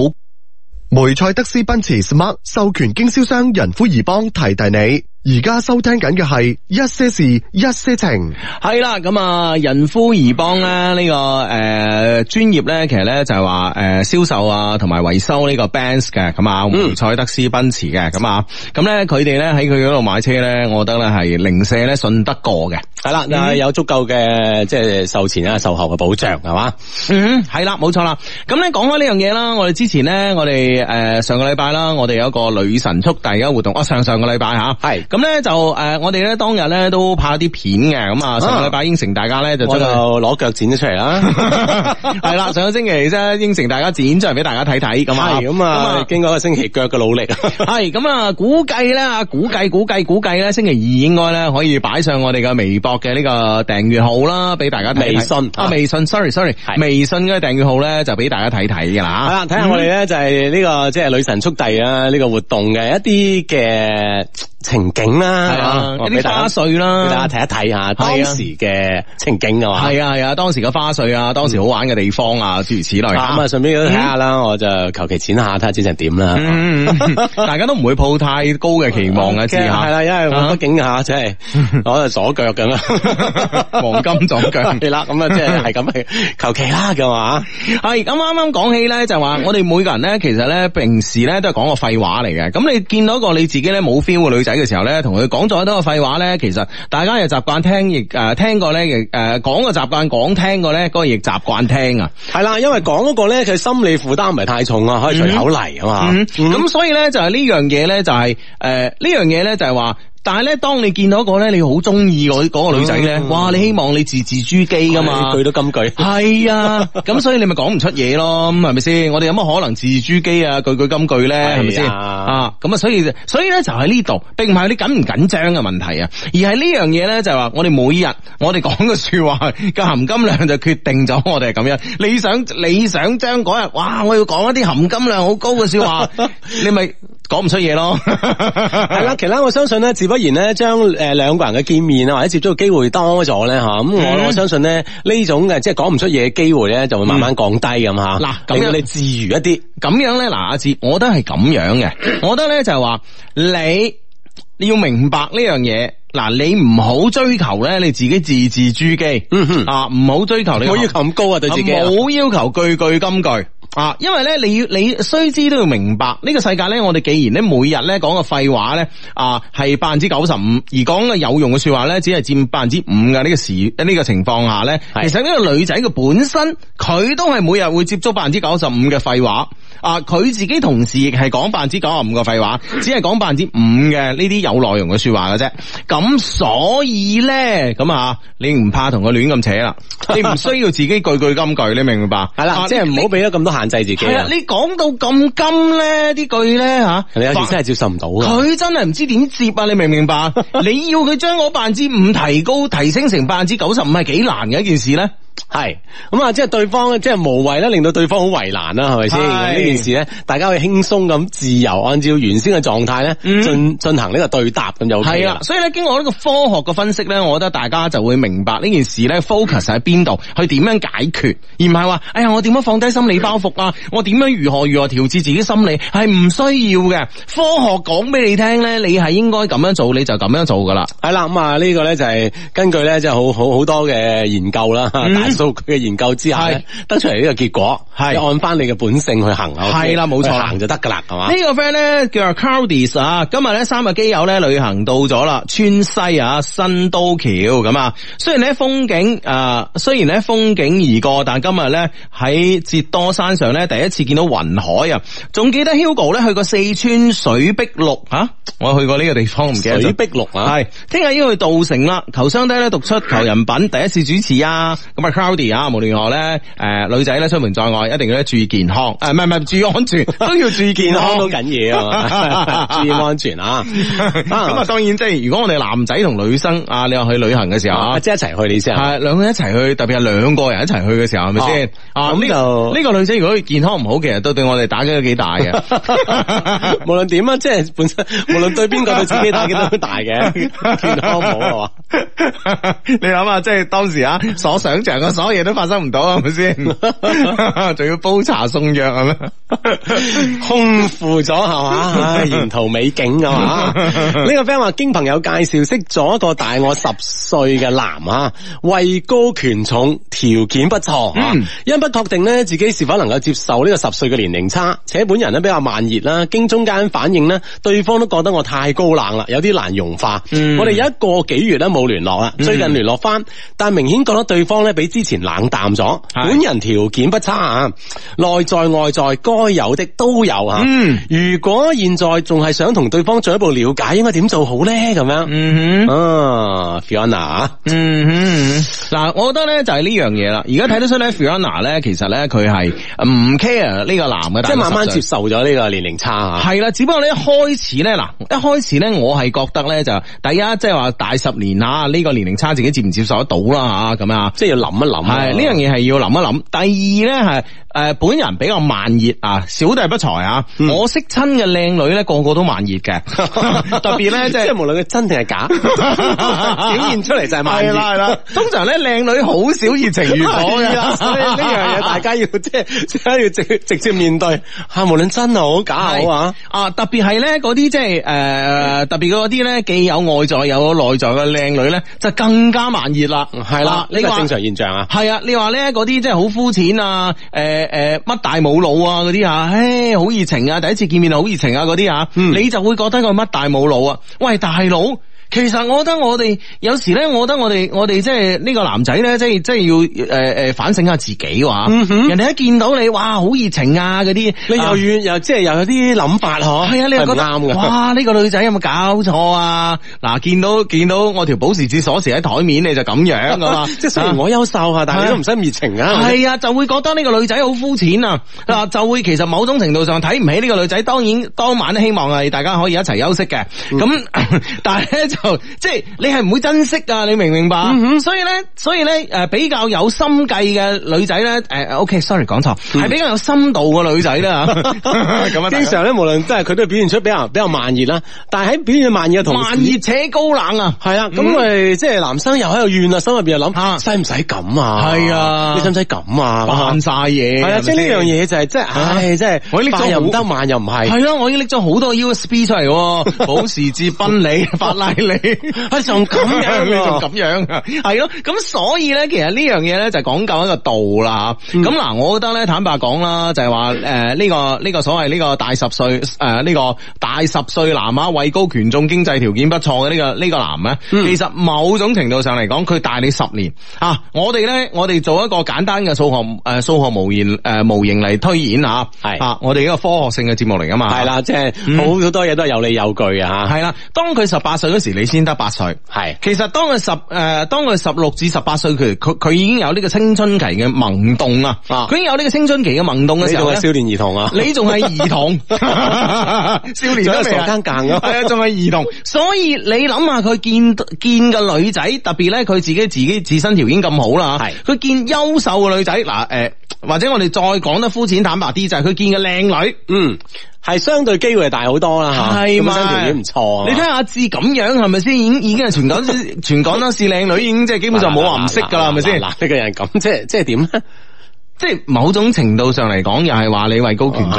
Speaker 4: 梅赛德斯奔驰 Smart 授权经销商仁孚怡邦提提你，而家收听紧嘅系一些事一些情。
Speaker 3: 系啦，咁啊，人夫怡邦咧呢、個个诶专、業业咧，其實咧就係話诶销售啊，同埋維修呢個 Benz 嘅，咁啊梅賽德斯奔馳嘅，咁啊，咁咧佢哋咧喺佢嗰度買車咧，我覺得咧係零舍咧信得過嘅。
Speaker 2: 係啦，但係有足夠嘅即係售前啊、售後嘅保障係嘛？
Speaker 3: 嗯，系啦，冇錯啦。咁咧講開呢樣嘢啦，我哋之前咧，我哋诶、呃上個禮拜啦，我哋有一個女神速遞嘅活動，啊上上個禮拜吓，
Speaker 2: 係
Speaker 3: 咁咧就诶、呃我哋咧當日咧都拍咗啲片嘅，咁啊上個禮拜應承大家咧就
Speaker 2: 我
Speaker 3: 將
Speaker 2: 就
Speaker 3: 佢
Speaker 2: 攞腳剪咗出嚟 啦。
Speaker 3: 系啦，上個星期啫，應承大家剪出嚟俾大家睇睇咁啊，
Speaker 2: 係咁啊，經過一個星期腳嘅努力，
Speaker 3: 系咁啊，估計咧，估計估計估計咧，星期二應該咧可以擺上我哋嘅微博嘅呢個訂閱號啦，俾大家睇睇
Speaker 2: 微信
Speaker 3: 啊，微信，sorry sorry，
Speaker 2: 係
Speaker 3: 微信嘅訂閱號咧就俾大家睇睇噶
Speaker 2: 係
Speaker 3: 啦，啊
Speaker 2: 啦，睇下我哋咧就係呢個即係女神速遞啊呢個活動嘅一啲嘅情景啦，
Speaker 3: 係啊
Speaker 2: 係嘛
Speaker 3: 一啲花絮啦
Speaker 2: 俾大家睇一睇下當時嘅情景啊嘛。
Speaker 3: 系啊系啊，當時嘅花絮啊，當時好玩嘅地方啊，諸如此類
Speaker 2: 咁嗯啊，
Speaker 3: 啊。
Speaker 2: 順便都睇下啦，我就求其剪下，睇下剪成點啦。
Speaker 3: 嗯， 大家都唔會抱太高嘅期望啊，知
Speaker 2: 係
Speaker 3: 下
Speaker 2: 啦，因為我畢竟 吓，即係我就左腳咁啦，
Speaker 3: 黃金左腳
Speaker 2: 係啦，咁啊，即係係咁係求其啦咁啊，
Speaker 3: 係咁啱啱講起咧，就話我哋每個人咧，其實咧平時咧都係講個廢話嚟嘅。咁你見到一個你自己咧冇 feel 嘅女仔嘅時候咧，同佢講咗多個廢話咧，其實大家又習慣聽，亦誒聽過咧，亦誒講個習慣講聽過咧，嗰個亦習慣聽啊。
Speaker 2: 係啦，因為講嗰個咧，佢心理負擔唔係太重啊，可以隨口嚟啊嘛
Speaker 3: 嗯，。咁所以咧就係呢樣嘢咧就係誒呢樣嘢咧就係話。但係咧，當你見到一個咧，你好中意嗰嗰個女仔咧，哇！你希望你字字珠璣噶嘛，
Speaker 2: 句都金句。
Speaker 3: 係 啊，咁所以你咪講唔出嘢咯，咁係咪先？我哋有乜可能字珠機啊，句句金句咧，係咪先？
Speaker 2: 係
Speaker 3: 啊
Speaker 2: 啊，
Speaker 3: 咁啊，所以所以咧就喺呢度，並唔係你緊唔緊張嘅問題啊，而係呢樣嘢咧就係話我哋每日我哋講嘅说話嘅含金量就決定咗我哋係咁樣。你想你想將嗰日，哇！我要講一啲含金量好高嘅说 話，你咪講唔出嘢咯。
Speaker 2: 系啦，其啦，我相信咧，自不然咧，將诶两个人嘅見面啊，或者接觸嘅機會多咗咧吓，咁我我相信咧呢種嘅即係講唔出嘢嘅機會咧，就會慢慢降低咁吓。
Speaker 3: 嗱咁樣
Speaker 2: 令到你自如一啲，
Speaker 3: 咁樣咧，嗱，阿志，我覺得係咁樣嘅，我覺得咧就係話你你要明白呢樣嘢，嗱，你唔好追求咧你自己字字珠璣，
Speaker 2: 嗯哼
Speaker 3: 啊，唔好追求你
Speaker 2: 唔好要求咁高啊，對自己啊。
Speaker 3: 冇要求句句金句。啊，因為咧，你要你須知都要明白呢、個世界咧，我哋既然咧每日咧講嘅廢話咧，啊係百分之九十五，而講嘅有用嘅说話咧，只係佔百分之五嘅呢個時呢、個情況下咧，
Speaker 2: 係
Speaker 3: 其實呢個女仔嘅本身佢都係每日會接觸百分之九十五嘅廢話，啊佢自己同時亦係講百分之九十五嘅廢 話，只係講百分之五嘅呢啲有內容嘅说話嘅啫。咁所以咧，咁啊，你唔怕同佢亂咁扯 啦，你唔需要自己句句金句，你明唔明白？
Speaker 2: 系啦，
Speaker 3: 啊
Speaker 2: 即係唔好。俾咗咁多限制自己
Speaker 3: 系啊
Speaker 2: 啊，。
Speaker 3: 你講到咁金咧，啲句咧吓，
Speaker 2: 你有時真係接受唔到啊噶。
Speaker 3: 佢真係唔知點接啊！你明唔明 白？你要佢將嗰百分之五提高提升成百分之九十五，係幾難嘅一件事咧？
Speaker 2: 係咁啊，即係對方即係無謂啦，令到對方好為難啦，係咪先？
Speaker 3: 係
Speaker 2: 咁呢件事咧，大家可以輕鬆咁自由，按照原先嘅狀態咧，
Speaker 3: 嗯
Speaker 2: 進進行呢個對答咁就 OK
Speaker 3: 係
Speaker 2: 啦
Speaker 3: 啦，。所以咧，經過呢個科學嘅分析咧，我覺得大家就會明白呢件事咧 focus 喺邊度，去點樣解決，而唔係話，哎呀，我點樣放低心理包袱啊？我點樣如何如何調節自己心理，係唔需要嘅。科學講俾你聽咧，你係應該咁樣做，你就咁樣做噶啦。
Speaker 2: 系啦，咁啊呢個咧就係根據咧即係好好好多嘅研究啦，
Speaker 3: 嗯
Speaker 2: 大數據嘅研究之下呢得出嚟呢個結果，
Speaker 3: 係
Speaker 2: 你按翻你嘅本性去行啊，
Speaker 3: 係啦冇錯
Speaker 2: 去行就得噶啦，係嘛？
Speaker 3: 呢個 friend 咧叫做 Cardis 啊，今日咧三日基友咧旅行到咗啦，川西啊新都橋咁啊。雖然咧風景啊、雖然咧風景而過，但今日咧喺折多山上咧第一次見到雲海啊。仲記得 Hugo 咧去過四川水碧綠啊，我去過呢個地方唔記得咗
Speaker 2: 水碧綠啊，
Speaker 3: 系，聽日要去稻城啦，求相低咧讀 出求人品，第一次主持啊，咁啊 Cloudy 啊，無論如何咧，诶、女仔咧出門在外一定要咧注意健康，诶唔係唔係注意安 全，都要注意健
Speaker 2: 健
Speaker 3: 康
Speaker 2: 康都緊要 啊，注意安全啊！
Speaker 3: 咁啊，當然即係如果我哋男仔同女生啊，你話去旅行嘅時候啊
Speaker 2: 啊，。即係一齊去你先啊，
Speaker 3: 系兩個人一齊去，特別係兩個人一齊去嘅時候，係咪先？
Speaker 2: 哦
Speaker 3: 啊，
Speaker 2: 咁
Speaker 3: 呢
Speaker 2: 就
Speaker 3: 呢個女仔如果佢健康唔好，其實都對我哋打擊都幾大嘅。
Speaker 2: 無論點啊，即係本身無論對邊個對自己打擊都大嘅，健康冇係嘛？
Speaker 3: 你諗下，即係當時啊，所想象嘅所有嘢都發生唔到，啊係咪 先？仲要煲茶送藥啊係咪？
Speaker 2: 空負咗係嘛，唉沿途美景啊嘛。呢個 friend 話經朋友介紹識咗一個大我十歲嘅男啊，位高權重，條件不錯啊。因不確定呢，自己是否能夠接受呢個十歲嘅年齡差，且本人呢比較啊慢熱啦，經中間反應呢，對方都覺得我太高冷啦，有啲難融化。我哋有一個幾月咧冇聯絡啦，最近聯絡翻，但明顯覺得對方咧比之前冷淡咗。
Speaker 3: 係
Speaker 2: 本人條件不差啊，內在外在該有的都有啊。
Speaker 3: 嗯
Speaker 2: 如果現在仲係想同對方進一步了解，應該點做好咧？咁樣、
Speaker 3: 嗯哼，
Speaker 2: 啊，Fiona 啊，
Speaker 3: 嗯哼，嗱，我覺得咧就係呢樣嘢啦。而家睇得出咧，Fiona 咧其實咧佢係唔 care 呢個男嘅，
Speaker 2: 即係慢慢接。受咗呢個年齡差啊。
Speaker 3: 係啦，只不過咧一開始咧嗱，一開始咧我係覺得咧就第一即係話大十年啊，呢、個年齡差自己接唔接受得到啦吓咁啊。
Speaker 2: 即係要諗一諗啊，
Speaker 3: 系呢樣嘢係要諗一諗。第二咧係诶本人比較慢熱啊，小弟不才啊，
Speaker 2: 嗯
Speaker 3: 我識親嘅靚女咧個個都慢熱 嘅，特別咧即
Speaker 2: 即
Speaker 3: 係
Speaker 2: 係無論佢真定係假， 表現出嚟就係慢熱
Speaker 3: 係啦係啦，通常咧靚女好少熱情如火嘅
Speaker 2: 係啊，所以呢 樣嘢大家要即係即係要直直接面對啊，無論真好假好啊。
Speaker 3: 啊！特別係咧嗰啲即係诶，特別嗰啲咧既有外在有內在嘅靚女咧，就更加慢熱啦。
Speaker 2: 係啦
Speaker 3: 啊，
Speaker 2: 呢
Speaker 3: 你
Speaker 2: 個
Speaker 3: 話
Speaker 2: 正常現象啊。
Speaker 3: 係啊，你話咧嗰啲即係好膚淺啊，诶、诶，乜、大冇腦啊嗰啲啊，唉，好熱情啊，第一次見面就好熱情啊嗰啲啊，你就會覺得佢乜大冇腦啊？喂，大佬。其實我覺得我哋有時咧，我覺得我哋我哋即係呢個男仔咧，即係即係要诶诶反省下自己話，人哋一見到你，哇，好熱情啊嗰啲，
Speaker 2: 你又
Speaker 3: 啊
Speaker 2: 遠又即係又有啲諗法嗬，
Speaker 3: 系啊，你又
Speaker 2: 係唔
Speaker 3: 覺得
Speaker 2: 啱噶，
Speaker 3: 哇呢、個女仔有冇搞錯啊？嗱，見到見到我條保時捷鎖匙喺台面，你就咁樣噶 嘛？
Speaker 2: 即係雖然我優秀啊，但係你都唔使咁熱情啊。
Speaker 3: 系啊，就會覺得呢個女仔好膚淺啊，嗱，就會其實某種程度上睇唔起呢個女仔。當然 當晚都希望係大家可以一齊休息嘅，
Speaker 2: 嗯
Speaker 3: 咁、 但係咧就即係你係唔會珍惜啊，你明唔明白？
Speaker 2: 嗯
Speaker 3: 所以咧，所以咧，诶、比較有心計嘅女仔咧，诶、o k s o r r y 講錯，
Speaker 2: 嗯
Speaker 3: 係比較有深度嘅女仔 啦，咁啊，
Speaker 2: 經常咧，無論都係佢都表現出比較比較慢熱啦，但係喺表現慢熱嘅同時，
Speaker 3: 慢熱且高冷啊！
Speaker 2: 係啦，咁我哋即係男生又喺度怨啊，心入邊又
Speaker 3: 啊
Speaker 2: 諗，使唔使咁啊？
Speaker 3: 係啊
Speaker 2: 你使唔使咁啊？
Speaker 3: 扮晒嘢，
Speaker 2: 係啊，即係呢樣
Speaker 3: 嘢。
Speaker 2: 嘢就係即係，唉，即係
Speaker 3: 我呢種
Speaker 2: 快又唔得，慢又唔係。
Speaker 3: 系咯，我已經拎咗好多 USB 出嚟喎，保時捷、賓利、法拉 利，
Speaker 2: 啊仲咁樣喎
Speaker 3: 你仲咁樣啊？係咯，咁所以咧，其實呢樣嘢咧就講究一個度啦
Speaker 2: 嗯
Speaker 3: 吓。咁嗱、我覺得咧，坦白講啦，就係話诶呢個呢、個所謂呢個大十歲诶呢個大十歲男啊，位高權重、經濟條件不錯嘅呢個呢、個男咧，
Speaker 2: 嗯
Speaker 3: 其實某種程度上嚟講，佢大你十年啊。我哋咧，我哋做一個簡單嘅數學诶数、學模型诶、呃模型嚟推演吓，
Speaker 2: 係
Speaker 3: 啊，我哋一個科學性嘅節目嚟噶嘛，
Speaker 2: 係啦，即係
Speaker 3: 嗯
Speaker 2: 好好多嘢都係有理有據啊。
Speaker 3: 系啦，當佢十八歲嗰時，你先得八歲。
Speaker 2: 係
Speaker 3: 其實當佢十诶，当佢十六至十八歲，佢佢佢已經有呢個青春期嘅萌動啊！
Speaker 2: 啊
Speaker 3: 佢已經有呢個青春期嘅萌動嘅
Speaker 2: 你
Speaker 3: 時
Speaker 2: 仲
Speaker 3: 候
Speaker 2: 係
Speaker 3: 呢
Speaker 2: 少年兒童啊？
Speaker 3: 你仲係兒 童，少年都
Speaker 2: 仲有傻更更啊
Speaker 3: 系啊，仲係兒童，所以你諗下佢見见嘅女仔，特別咧佢自己自己自身條件咁好啦，
Speaker 2: 係
Speaker 3: 佢見優秀嘅女仔嗱诶，呃或者我哋再講得膚淺坦白啲，就係佢見嘅靚女。
Speaker 2: 嗯，係相對機會係大好多啦嚇，
Speaker 3: 係
Speaker 2: 本
Speaker 3: 嘛
Speaker 2: 身條件唔錯啊。
Speaker 3: 你睇下阿志咁樣係咪先？已經已經係全港全港都是靚女，已經即係基本上冇話唔識㗎啦，係咪先
Speaker 2: 嗱，？呢個人咁，即係即係點啊咧？
Speaker 3: 即係某種程度上嚟講，又係話你位高權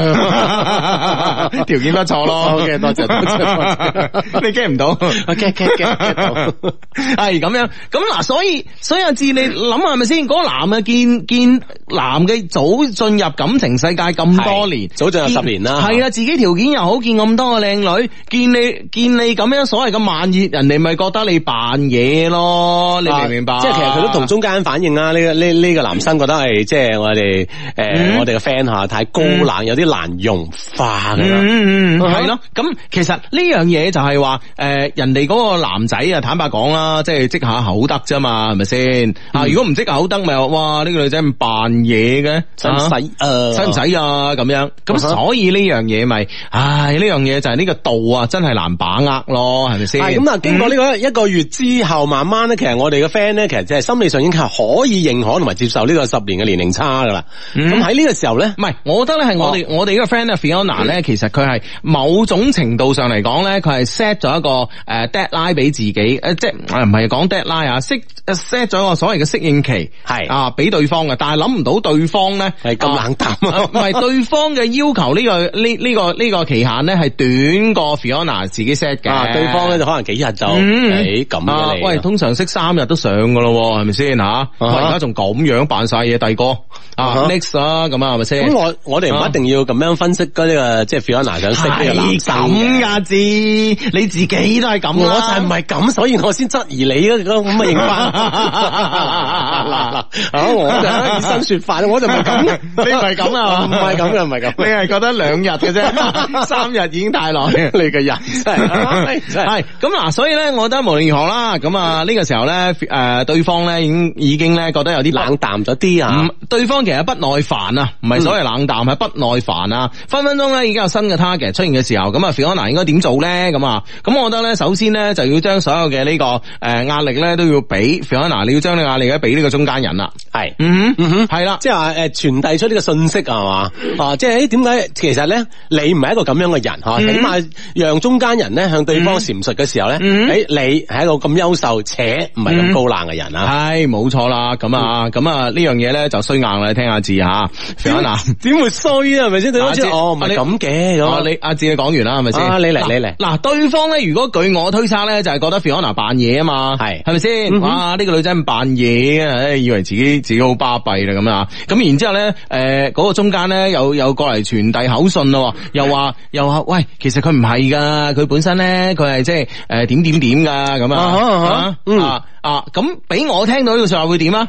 Speaker 3: 重， 條件不錯咯。
Speaker 2: 啊 OK，多謝多謝多謝
Speaker 3: 你 get 唔到？我
Speaker 2: get- get- get- get 到
Speaker 3: 係咁樣。咁嗱，所以所以阿志，你諗下係咪先？嗰個男嘅見見男嘅早進入感情世界咁多年，
Speaker 2: 係早進入十年啦
Speaker 3: 係啊，自己條件又好，見咁多個靚女，見你見你咁樣所謂嘅慢熱，人哋咪覺得你扮嘢咯？你明唔明白？
Speaker 2: 啊即係其實佢都同中間反應啊啦。呢個呢呢個男生覺得係即係我哋誒
Speaker 3: 嗯
Speaker 2: 我哋嘅 friend 嚇太高冷，有啲難融化㗎啦。
Speaker 3: 嗯嗯嗯，
Speaker 2: 啊
Speaker 3: 系咯。咁其實呢樣嘢就係話，诶，人哋嗰個男仔啊，坦白講啦，即係即下口得啫嘛，係咪
Speaker 2: 嗯
Speaker 3: 先？啊，如果唔即下口得，咪話哇呢個女仔咁扮嘢嘅，
Speaker 2: 使唔使
Speaker 3: 啊？
Speaker 2: 誒？
Speaker 3: 使唔使啊？咁樣咁，
Speaker 2: 啊哈
Speaker 3: 所以呢樣嘢咪，唉，呢樣嘢就係呢個度啊，真係難把握咯，係咪先？
Speaker 2: 係咁啊！經過呢個一個月之後，慢慢咧，其實我哋嘅 friend 咧，其實即係心理上已經係可以認可同埋接受呢個十年嘅年齡差噶啦。咁喺呢個時候咧
Speaker 3: 唔，係，我覺得咧係
Speaker 2: 哦
Speaker 3: 我哋、我哋呢個 friend 咧 Fiona
Speaker 2: 嗯
Speaker 3: 咧，其實佢係某種程度上嚟講咧，佢係 set 咗一個誒 deadline 俾自己，誒、即係誒唔係講 deadline 啊，set set 咗一個所謂嘅適應期，
Speaker 2: 係
Speaker 3: 啊俾對方嘅，但係諗唔到對方咧
Speaker 2: 係咁冷淡
Speaker 3: 啊
Speaker 2: 啊
Speaker 3: 唔係對方嘅要求呢、個呢呢、個呢、個期限咧係短過 Fiona 自己 set 嘅，嗯
Speaker 2: 啊，對方咧就可能幾日就誒咁
Speaker 3: 啊
Speaker 2: 嘅你。
Speaker 3: 喂，通常識三日都上噶咯喎，係咪先吓？喂，
Speaker 2: 啊哈
Speaker 3: 而家仲咁樣扮晒嘢，第哥
Speaker 2: 啊
Speaker 3: 啊
Speaker 2: 哈
Speaker 3: ，next 啊，咁啊，係咪先？
Speaker 2: 咁我我哋唔一定要咁樣分析嗰呢個即係 Fiona 想識呢個
Speaker 3: 係
Speaker 2: 男生
Speaker 3: 咁
Speaker 2: 嘅
Speaker 3: 噶知，你自己都係咁
Speaker 2: 我就
Speaker 3: 啦
Speaker 2: 係唔係咁，所以我先質疑你嗰個咁嘅認法。嗱嗱，啊我就以身說法，我就唔係咁嘅，
Speaker 3: 你唔係咁啊
Speaker 2: 我唔係咁嘅，唔係咁
Speaker 3: 你
Speaker 2: 嘅。
Speaker 3: 係覺得兩日嘅 啫，三日已經太耐。
Speaker 2: 你嘅人真係真係
Speaker 3: 係咁嗱，所以咧，我覺得無嗯論如何啦，咁啊呢個時候咧，诶、對方咧已經已經咧覺得有啲不
Speaker 2: 冷淡咗啲啊，
Speaker 3: 唔
Speaker 2: 啊
Speaker 3: 唔嗯對方其實不耐煩啊，唔係所謂冷淡，係不耐煩啊，分分鐘咧已經有新嘅 target 出現嘅時候，咁啊 Fiona 應該點做咧？咁啊，咁我覺得咧，首先咧就要將所有嘅呢個诶壓力咧都要俾 Fiona，你要將呢個壓力咧俾呢個中間人啦。
Speaker 2: 係。
Speaker 3: 嗯
Speaker 2: 嗯哼，
Speaker 3: 係啦。
Speaker 2: 即系话诶，传递出呢个信息系嘛啊，即系诶，點解其實咧，你唔係一個咁樣嘅人吓，啊
Speaker 3: 嗯
Speaker 2: 起碼讓中間人咧向對方闡述嘅時候咧，
Speaker 3: 嗯
Speaker 2: 诶，你係一個咁優秀且唔係咁高冷嘅人啊，嗯
Speaker 3: 系冇錯啦，咁啊，咁啊呢樣嘢咧就衰硬啦，你聽下字吓，Fiona。
Speaker 2: 點會衰啊？係咪先？對方知道
Speaker 3: 啊即
Speaker 2: 哦，唔係咁嘅咁
Speaker 3: 哦
Speaker 2: 啊，
Speaker 3: 你阿志你講完啦，係咪
Speaker 2: 啊
Speaker 3: 先？
Speaker 2: 你嚟
Speaker 3: 嗱
Speaker 2: 你嚟
Speaker 3: 嗱，對方咧，如果據我推測咧，就係覺得 Fiona 扮嘢啊嘛，
Speaker 2: 係
Speaker 3: 係咪先？
Speaker 2: 嗯哼
Speaker 3: 哇，呢個女仔咁扮嘢啊，唉，以為自己自己好巴閉啦咁啊，咁然之後咧，誒嗰個中間咧又又過嚟傳遞口信咯，又話又話，喂，其實佢唔係㗎，佢本身咧佢係即係誒點點點㗎咁
Speaker 2: 啊哈啊哈
Speaker 3: 啊
Speaker 2: 嗯
Speaker 3: 啊啊，咁俾我聽到呢個説話會點啊？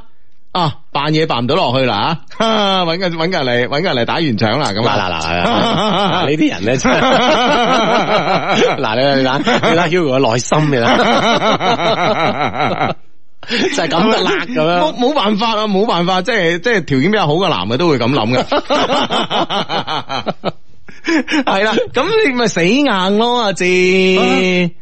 Speaker 3: 啊，扮嘢扮唔到落去啦嚇， 揾個揾個嚟揾個嚟打完場啦咁
Speaker 2: 嗱
Speaker 3: 啊！
Speaker 2: 嗱嗱嗱嗱，呢啲人咧真係， 嗱你你睇你睇 Hugo 嘅內心嘅啦，就係咁噶啦咁
Speaker 3: 冇
Speaker 2: 樣。
Speaker 3: 冇办法啊，冇辦法，即係即系条件比較好嘅男嘅都會咁諗 嘅。係啦，咁你咪死硬咯，阿志。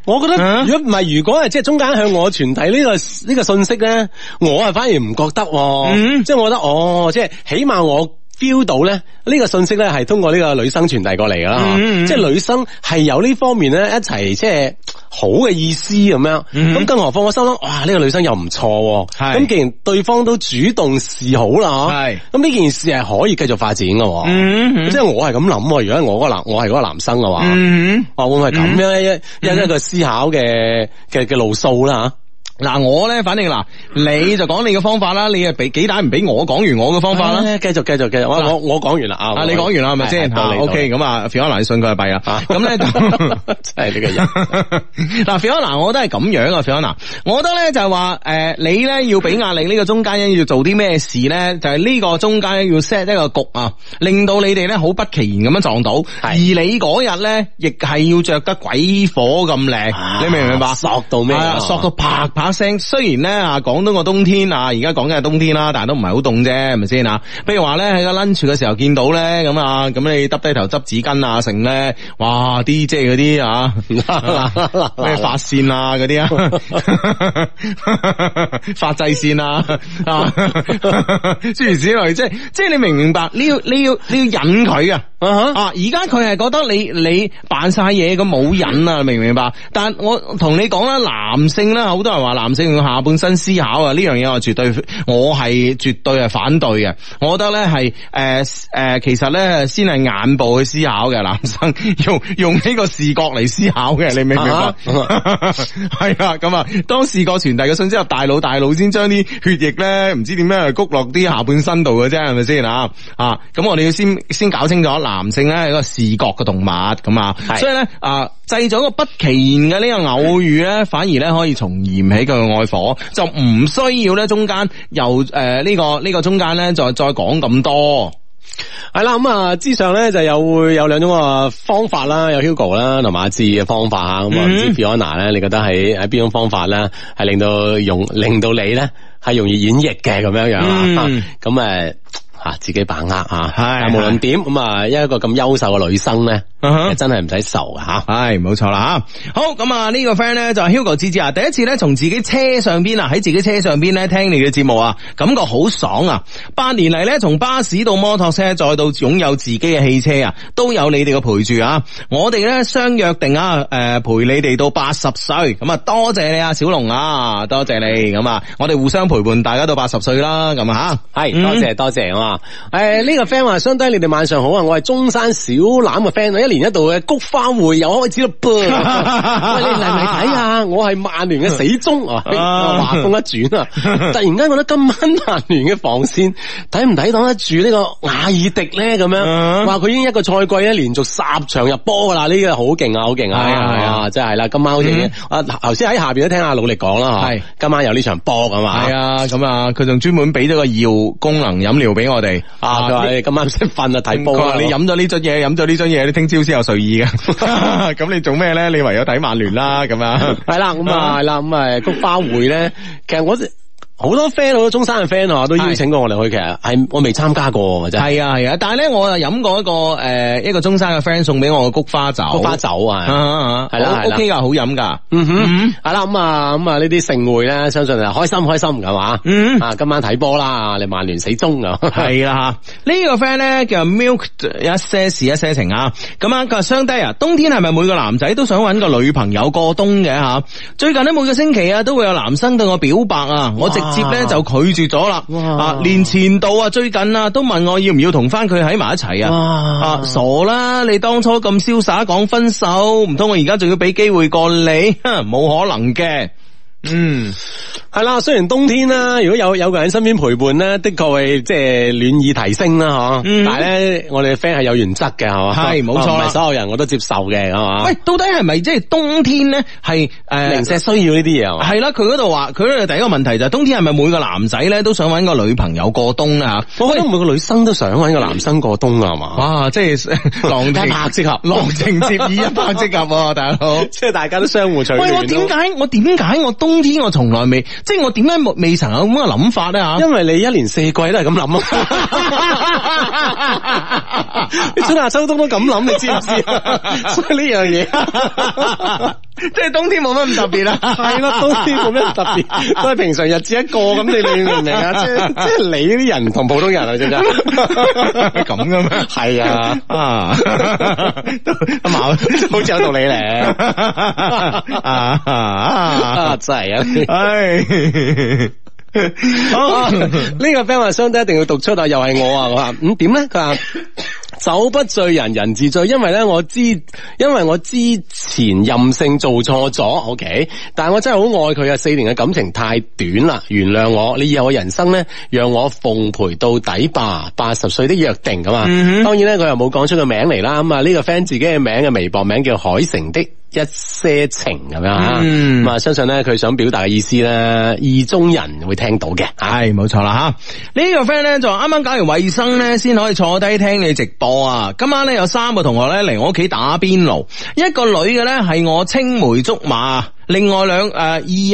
Speaker 2: 我覺
Speaker 3: 啊
Speaker 2: 得如果唔係，如果係即係中間向我傳遞呢個呢個信息咧，我啊係反而唔覺得喎，
Speaker 3: 嗯
Speaker 2: 即係我覺得哦，即係起碼我 feel 到咧呢個信息咧係通過呢個女生傳遞過嚟㗎啦，
Speaker 3: 嗯嗯
Speaker 2: 即係女生係有呢方面咧一齊即係嗯好嘅意思咁樣。咁、
Speaker 3: 嗯
Speaker 2: 更何況我心諗，哇呢、個女生又唔錯喎，
Speaker 3: 係
Speaker 2: 咁既然對方都主動示好啦，
Speaker 3: 係
Speaker 2: 咁呢件事係可以繼續發展㗎喎。
Speaker 3: 嗯
Speaker 2: 即係我係咁諗喎，如果我嗰個男我係嗰個男生嘅話。
Speaker 3: 嗯。
Speaker 2: 哦，會唔會係咁樣咧？一一一個思考嘅嘅嘅路數啦
Speaker 3: 嗱，我咧，反正嗱，你就講你嘅方法啦，你啊俾幾大唔俾我講完我嘅
Speaker 2: 嚇，
Speaker 3: 方法啦。
Speaker 2: 咧，繼續繼續繼續，我
Speaker 3: 嗱
Speaker 2: 我我講完啦啊
Speaker 3: 啊，你講完啦係咪先
Speaker 2: 到你
Speaker 3: ？O K，咁啊，Fiona 你信佢係弊啦
Speaker 2: 啊。
Speaker 3: 咁咧就
Speaker 2: 真係呢個人，
Speaker 3: 嗱，Fiona，我覺得係咁樣啊，Fiona，我覺得咧就係話，诶、你咧要俾壓力呢個中間人要做啲咩事咧，就係呢個中間人要 set 一個局啊，令到你哋咧好不其然咁樣撞到，而你嗰日咧亦係要着得鬼火咁靚，
Speaker 2: 啊
Speaker 3: 你明唔明白？
Speaker 2: 索到咩
Speaker 3: 係
Speaker 2: 啊
Speaker 3: 啊索到啪啪聲。雖然咧啊，廣東個冬天啊，而家講緊係冬天啦，但係都唔係好凍啫，係咪先啊？譬如話咧喺個 lunch 嘅時候見到咧咁啊，咁你耷低頭執紙巾啊，剩咧，哇！啲即係嗰啲啊， 咩髮線啊 嗰啲啊，髮際線啊，啊， 諸如此類，即係即係你明唔明白？你要你要你要引佢啊！
Speaker 2: 啊哈
Speaker 3: 啊！而家佢係覺得你你扮晒嘢咁冇癮啊，明唔明白？但我同你講啦，男性啦，好多人話男性用下半身思考啊，呢樣嘢我絕對我係絕對係反對嘅。我覺得咧係誒誒，其實咧先係眼部去思考嘅，男生用 用呢個視覺嚟思考嘅，你明唔明白
Speaker 2: 啊？
Speaker 3: 係啊，咁啊，當視覺傳遞嘅信息入大腦，大腦先將啲血液咧唔知點樣去谷落啲下半身度嘅啫，係咪先啊？啊，咁我哋要先先搞清楚男性咧係一個視覺嘅動物咁啊，
Speaker 2: 係
Speaker 3: 所以咧啊，製造一個不其然嘅呢個偶遇咧，反而咧可以重燃起佢嘅愛火，就唔需要咧中間由誒呢個呢個中間咧再再講咁多。
Speaker 2: 係啦，咁啊之上咧就有會有兩種啊方法啦，有 Hugo 啦同埋阿志嘅方法啊，咁啊唔知
Speaker 3: 嗯
Speaker 2: Fiona 咧，你覺得喺喺邊種方法咧係令到容令到你咧係容易演繹嘅咁樣樣啊
Speaker 3: 嗯？
Speaker 2: 咁誒嚇自己把握啊，
Speaker 3: 係
Speaker 2: 但無論點咁啊，一個咁優秀嘅女生咧
Speaker 3: 啊哈，
Speaker 2: 真係唔使愁嘅嚇。
Speaker 3: 唉，冇錯啦吓。好咁啊，呢個 friend 咧就係 Hugo 芝芝啊，第一次咧從自己車上邊啊，喺自己車上邊咧聽你嘅節目啊，感覺好爽啊！八年嚟咧，從巴士到摩托車，再到擁有自己嘅汽車啊，都有你哋嘅陪住啊！我哋咧相約定啊，诶、陪你哋到八十歲，咁啊多謝你啊，小龍啊，多謝你咁啊，我哋互相陪伴，大家到八十歲啦，咁啊
Speaker 2: 系
Speaker 3: 嗯
Speaker 2: 哎多謝多謝啊！诶，呢個 friend 話：，相低你哋晚上好啊！我係中山小欖嘅 friend，一年啊一度嘅菊花會又開始啦 噃。喂，你嚟唔嚟睇啊？我係曼聯嘅死 忠啊！
Speaker 3: 啊
Speaker 2: 話風一轉啊，突然間覺得今晚曼聯嘅防線睇唔睇擋得住呢個瓦爾迪咧？咁
Speaker 3: 啊
Speaker 2: 樣話佢已經一個賽季咧連續十場入波噶啦，呢個好勁啊，好勁啊！
Speaker 3: 係啊係啊嗯
Speaker 2: 啊，真係啦！今晚好似已經啊，頭先喺下邊都聽阿努力講啦，
Speaker 3: 係
Speaker 2: 吓，今晚有呢場波咁嘛。
Speaker 3: 係啊，咁啊，佢仲專門俾咗個耀功能飲料俾我哋
Speaker 2: 啊！佢話你今晚唔識瞓啊，睇波
Speaker 3: 佢
Speaker 2: 啊！
Speaker 3: 話你飲咗呢樽嘢，飲咗呢樽嘢，你聽朝先有睡意嘅。 咁你做咩咧？ 你唯有睇曼聯啦，咁啊。
Speaker 2: 系啦，咁啊，系啦，咁啊，菊花會咧，其實我。好多 friend 好多中山嘅 friend 啊，都邀請過我哋去，其實係我未參加過嘅真係。
Speaker 3: 系啊系啊，但系咧我啊飲過一個诶、一個中山嘅 friend 送俾我嘅菊花酒，
Speaker 2: 菊花酒
Speaker 3: 啊
Speaker 2: 啊，
Speaker 3: 啊
Speaker 2: 係啦係啦
Speaker 3: o K 噶，好飲噶，
Speaker 2: 嗯哼，係啦，咁啊，咁啊，呢啲盛會咧，相信係開心開心㗎嘛。
Speaker 3: 嗯
Speaker 2: 啊，今晚睇波啦，你曼聯死忠啊，
Speaker 3: 系啦吓，呢個 friend 咧叫 Milk 一些事一些情啊，咁啊佢話相低啊，冬天係咪每個男仔都想揾個女朋友過冬嘅吓？最近呢，每個星期啊都會有男生對我表白啊，我直接咧就拒絕咗啦，
Speaker 2: 哇
Speaker 3: 啊連前度啊最近啊都問我要唔要同翻佢喺埋一齊啊。啊，
Speaker 2: 哇
Speaker 3: 傻啦！你當初咁瀟灑講分手，唔通我而家仲要俾機會過你？哼冇可能嘅。嗯，
Speaker 2: 係啦，雖然冬天啦，如果有有個人身邊陪伴咧，的確係即係暖意提升啦，嗬、
Speaker 3: 嗯
Speaker 2: 但係咧，我哋 friend 係有原則嘅，係嘛？
Speaker 3: 係冇錯啦
Speaker 2: 唔係所有人我都接受嘅，係嘛？
Speaker 3: 喂，到底係咪即係冬天呃咧？係诶，
Speaker 2: 零舍需要呢啲嘢係嘛？
Speaker 3: 係啦，佢嗰度話，佢嗰度第一個問題就係冬天係咪每個男仔咧都想揾個女朋友過冬啊？
Speaker 2: 我覺得每個女生都想揾個男生過冬啊，係嘛？
Speaker 3: 哇，即係
Speaker 2: 一
Speaker 3: 郎情
Speaker 2: 拍即 合，
Speaker 3: 郎情接意一拍即合 喎，大佬。
Speaker 2: 即係大家都相互取暖
Speaker 3: 喂，
Speaker 2: 咯
Speaker 3: 我點？解我點解我冬天我從來未，即係我點解冇未曾有咁嘅諗法咧吓？
Speaker 2: 因為你一年四季都係咁諗啊， 你春夏秋冬都咁諗，你知唔知 啊？所以呢樣 嘢。
Speaker 3: 即係冬天冇乜咁特啊別啦。
Speaker 2: 係咯，冬天冇咩特 別，都係平常日子一個咁，你你明唔明啊？即係即係你呢啲人同普通人啊，真係
Speaker 3: 咁嘅咩
Speaker 2: 係啊，
Speaker 3: 啊，都矛
Speaker 2: 好似有道理咧。
Speaker 3: 啊
Speaker 2: 啊，
Speaker 3: 啊！
Speaker 2: 真係啊！
Speaker 3: 唉，
Speaker 2: 好， 呢個 friend 話相低一定要讀出啊，又係我啊，我 話嗯點咧？佢話。酒不醉人人自醉，因為咧我之因為我之前任性做錯咗，OK，但系我真係好愛佢啊！四年嘅感情太短啦，原諒我，你以後嘅人生咧，讓我奉陪到底吧。八十歲的約定咁啊，
Speaker 3: 嗯哼
Speaker 2: 當然咧佢又冇講出個名嚟啦，咁啊呢個 friend 自己嘅名嘅微博名叫海城的。一些情咁樣啊，
Speaker 3: 嗯
Speaker 2: 咁啊、相信咧佢想表達嘅意思咧，意中人會聽到嘅啊。
Speaker 3: 系冇錯啦吓，呢、個 friend 咧就話啱啱搞完卫生咧，先可以坐低聽你直播啊！今晚咧有三個同學咧嚟我屋企打邊爐，一個女嘅咧係我青梅竹馬，另外兩诶、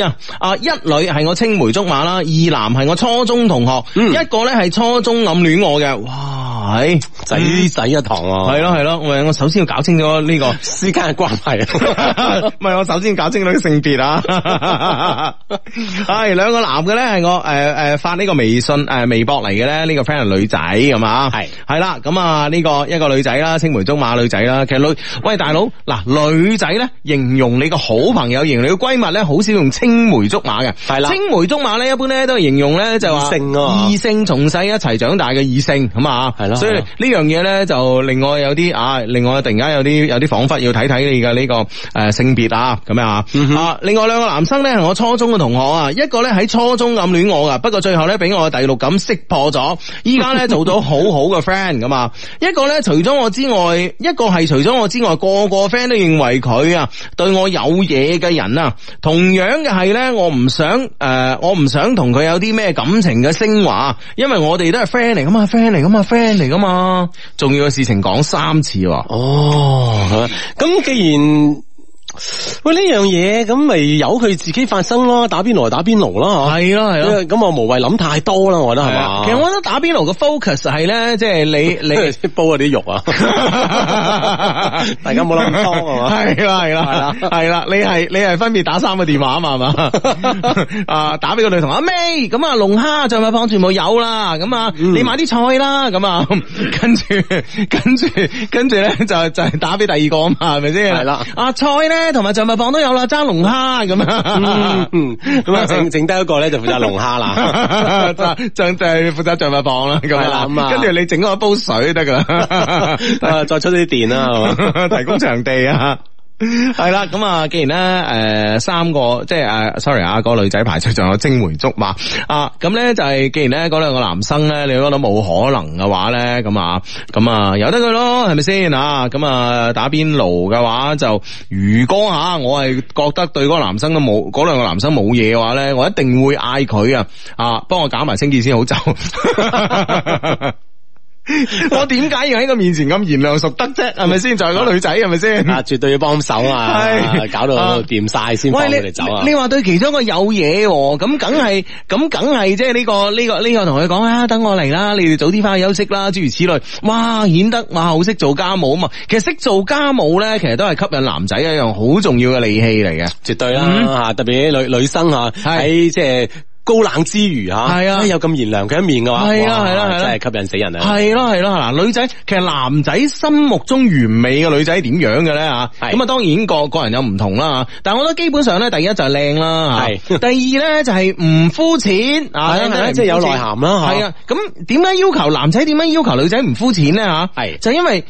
Speaker 3: 二啊啊一女係我青梅竹馬啦，二男係我初中同學，一個咧係初中暗戀我嘅，哇！係
Speaker 2: 仔仔一堂啊喎、
Speaker 3: 系咯系咯，喂，我首先要搞清楚呢、個，唔
Speaker 2: 之間嘅 關係。啊
Speaker 3: 系我首先搞清楚啲性別啊。 係兩個男嘅咧，係我诶诶、誒發呢個微信诶、誒微博嚟嘅咧，呢、個 friend 係女仔咁啊，
Speaker 2: 係
Speaker 3: 系啦，咁啊呢個一個女仔啦，青梅竹馬女仔啦，其實女喂大佬嗱女仔咧形容你個好朋友，形容你個閨蜜咧，好少用青梅竹馬嘅，
Speaker 2: 係啦
Speaker 3: 青梅竹馬咧一般咧都係形容咧就話
Speaker 2: 異性啊嘛
Speaker 3: 異性從細一齊長大嘅異性咁啊，
Speaker 2: 係咯
Speaker 3: 所以
Speaker 2: 係
Speaker 3: 呢
Speaker 2: 咯
Speaker 3: 樣嘢咧就另外有啲啊，另外突然間有啲有啲彷彿要睇睇你嘅呢、個誒、呃性別啊咁樣啊、
Speaker 2: 嗯
Speaker 3: 啊，另外兩個男生咧係我初中嘅同學啊，一個咧喺初中暗戀我噶，啊不過最後咧俾我嘅第六感識破咗，依家咧做到好好嘅 friend 咁啊，一個咧除咗我之外，一個係除咗我之外，個個 friend 都認為佢啊對我有嘢嘅人啊，同樣嘅係咧，我唔想誒、呃我唔想同佢有啲咩感情嘅升華，因為我哋都係 friend 嚟噶嘛，friend 嚟噶嘛，friend 嚟噶嘛，重要嘅事情講三次喎、
Speaker 2: 哦，咁既然喂呢樣嘢，咁咪由佢自己發生咯，打邊爐就打邊爐啦，
Speaker 3: 係咯係
Speaker 2: 嗬。
Speaker 3: 咯。
Speaker 2: 咁我無謂諗太多啦，我覺得係
Speaker 3: 係啊
Speaker 2: 嘛。。
Speaker 3: 其實我覺得打邊爐嘅 focus 係咧，即係你你
Speaker 2: 煲嗰啲肉啊，大家冇諗咁多係嘛。
Speaker 3: 係啦係啦係啦，你係你係分別打三個電話啊嘛係 嘛，啊打俾個女同學阿 May，咁啊龍蝦再咪幫全部有啦，咁啊
Speaker 2: 嗯
Speaker 3: 你買啲菜啦，咁啊 跟住跟住跟住咧就就係打俾第二個啊嘛，係咪先？
Speaker 2: 係啦
Speaker 3: 啊菜咧同埋象拔蚌都有啦，爭龍蝦咁啊。
Speaker 2: 嗯，咁啊，剩剩低一個咧就負責龍蝦啦。
Speaker 3: 就就就係負責象拔蚌啦，咁
Speaker 2: 係啦咁
Speaker 3: 啊，
Speaker 2: 啊
Speaker 3: 跟住你整個煲水得噶啦，
Speaker 2: 啊，再出啲電啦，係嘛。
Speaker 3: 提供場地啊。系啦，咁啊，既然咧，诶、三個即係诶、s o r r y 啊，嗰個女仔排除，仲有青梅竹馬啊，咁咧就係既然咧嗰兩個男生咧，你覺得冇可能嘅話咧，咁啊，咁啊，由得佢咯，係咪先啊？咁啊，打邊爐嘅話就，如果吓、我係覺得對嗰個男生都冇，嗰兩個男生冇嘢嘅話咧，我一 à." 定會嗌佢啊，啊，幫我搞埋清潔先好走。 我點解要喺佢面前咁賢良淑德啫？係咪先？就係嗰女仔係咪先？
Speaker 2: 啊，絕對要幫手啊
Speaker 3: 係，
Speaker 2: 搞到掂晒先放
Speaker 3: 喂，
Speaker 2: 佢
Speaker 3: 你
Speaker 2: 哋走啊
Speaker 3: 你！你話對其中一個有嘢喎，咁梗係，咁梗係即係呢個呢、個呢、個同佢講啊，等我嚟啦，你哋早啲翻去休息啦，諸如此類。哇，顯得哇好識做家務啊嘛。其實識做家務咧，其實都係吸引男仔一樣好重要嘅利器嚟嘅。
Speaker 2: 絕對啦
Speaker 3: 嗯
Speaker 2: 吓，特別啲女女生吓，喺即係高冷之餘吓，
Speaker 3: 係啊
Speaker 2: 哎有咁賢良嘅一面嘅話，
Speaker 3: 係啊
Speaker 2: 哇
Speaker 3: 係啦係啦
Speaker 2: 真係吸引死人啊！
Speaker 3: 係咯係咯，嗱，女仔其實男仔心目中完美嘅女仔點樣嘅咧吓？
Speaker 2: 係
Speaker 3: 咁啊，當然個個人有唔同啦，啊但係我覺得基本上咧，第一就係靚啦，啊
Speaker 2: 係
Speaker 3: 第二咧就係唔膚淺啊，
Speaker 2: 係啊
Speaker 3: 真係唔
Speaker 2: 即係有
Speaker 3: 膚淺
Speaker 2: 內涵啦嚇
Speaker 3: 係啊，咁點解要求男仔點解要求女仔唔膚淺咧吓？
Speaker 2: 係
Speaker 3: 就因為。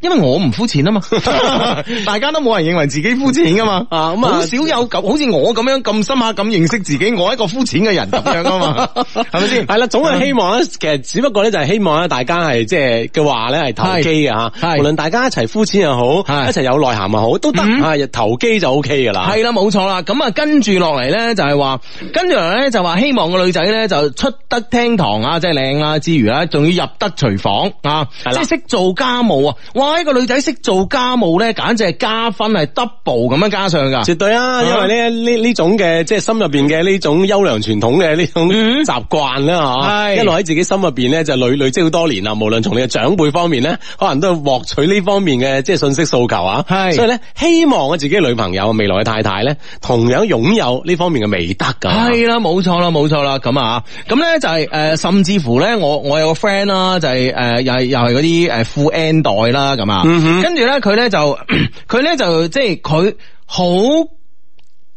Speaker 3: 因為我唔膚淺啊嘛， 大家都冇人認為自己膚淺噶嘛，
Speaker 2: 啊咁啊
Speaker 3: 好少有咁，好似我咁樣咁深刻咁認識自己，我係一個膚淺嘅人咁樣啊嘛， 係咪先？
Speaker 2: 係啦，總係希望咧，其實只不過咧就係希望咧，大家係即係嘅話咧係投機嘅吓，
Speaker 3: 係
Speaker 2: 無論大家一齊膚淺又好，
Speaker 3: 係
Speaker 2: 一齊有內涵又好，都得
Speaker 3: 嗯
Speaker 2: 啊，投機就 O K 噶啦。
Speaker 3: 系啦，冇錯啦。咁啊，跟住落嚟咧就係話，跟住落嚟咧就話希望個女仔咧就出得廳堂啊，即係靚啦之餘啦，仲要入得廚房啊，
Speaker 2: 係
Speaker 3: 即
Speaker 2: 啦
Speaker 3: 係識做家務啊！哇，呢個女仔識做家務咧，簡直係加分係 double 咁樣加上噶。
Speaker 2: 絕對啊，因為呢呢呢種嘅即係心入邊嘅呢種優良傳統嘅呢種習慣啦，
Speaker 3: 嗯係
Speaker 2: 嚇，一路喺自己心入邊咧就累累積好多年啦。無論從你嘅長輩方面咧，可能都係獲取呢方面嘅即係信息訴求啊。
Speaker 3: 係
Speaker 2: 所以咧希望我自己嘅女朋友、未來嘅太太咧，同樣擁有呢方面嘅美德㗎。
Speaker 3: 係啦，冇錯啦，冇錯啦，咁啊，咁咧就係、呃甚至乎咧，我我有個 friend 啦，就係、呃又係又係嗰啲誒富 N 代啦，咁啊，
Speaker 2: 嗯哼
Speaker 3: 跟住咧佢咧就 佢咧就即係佢好。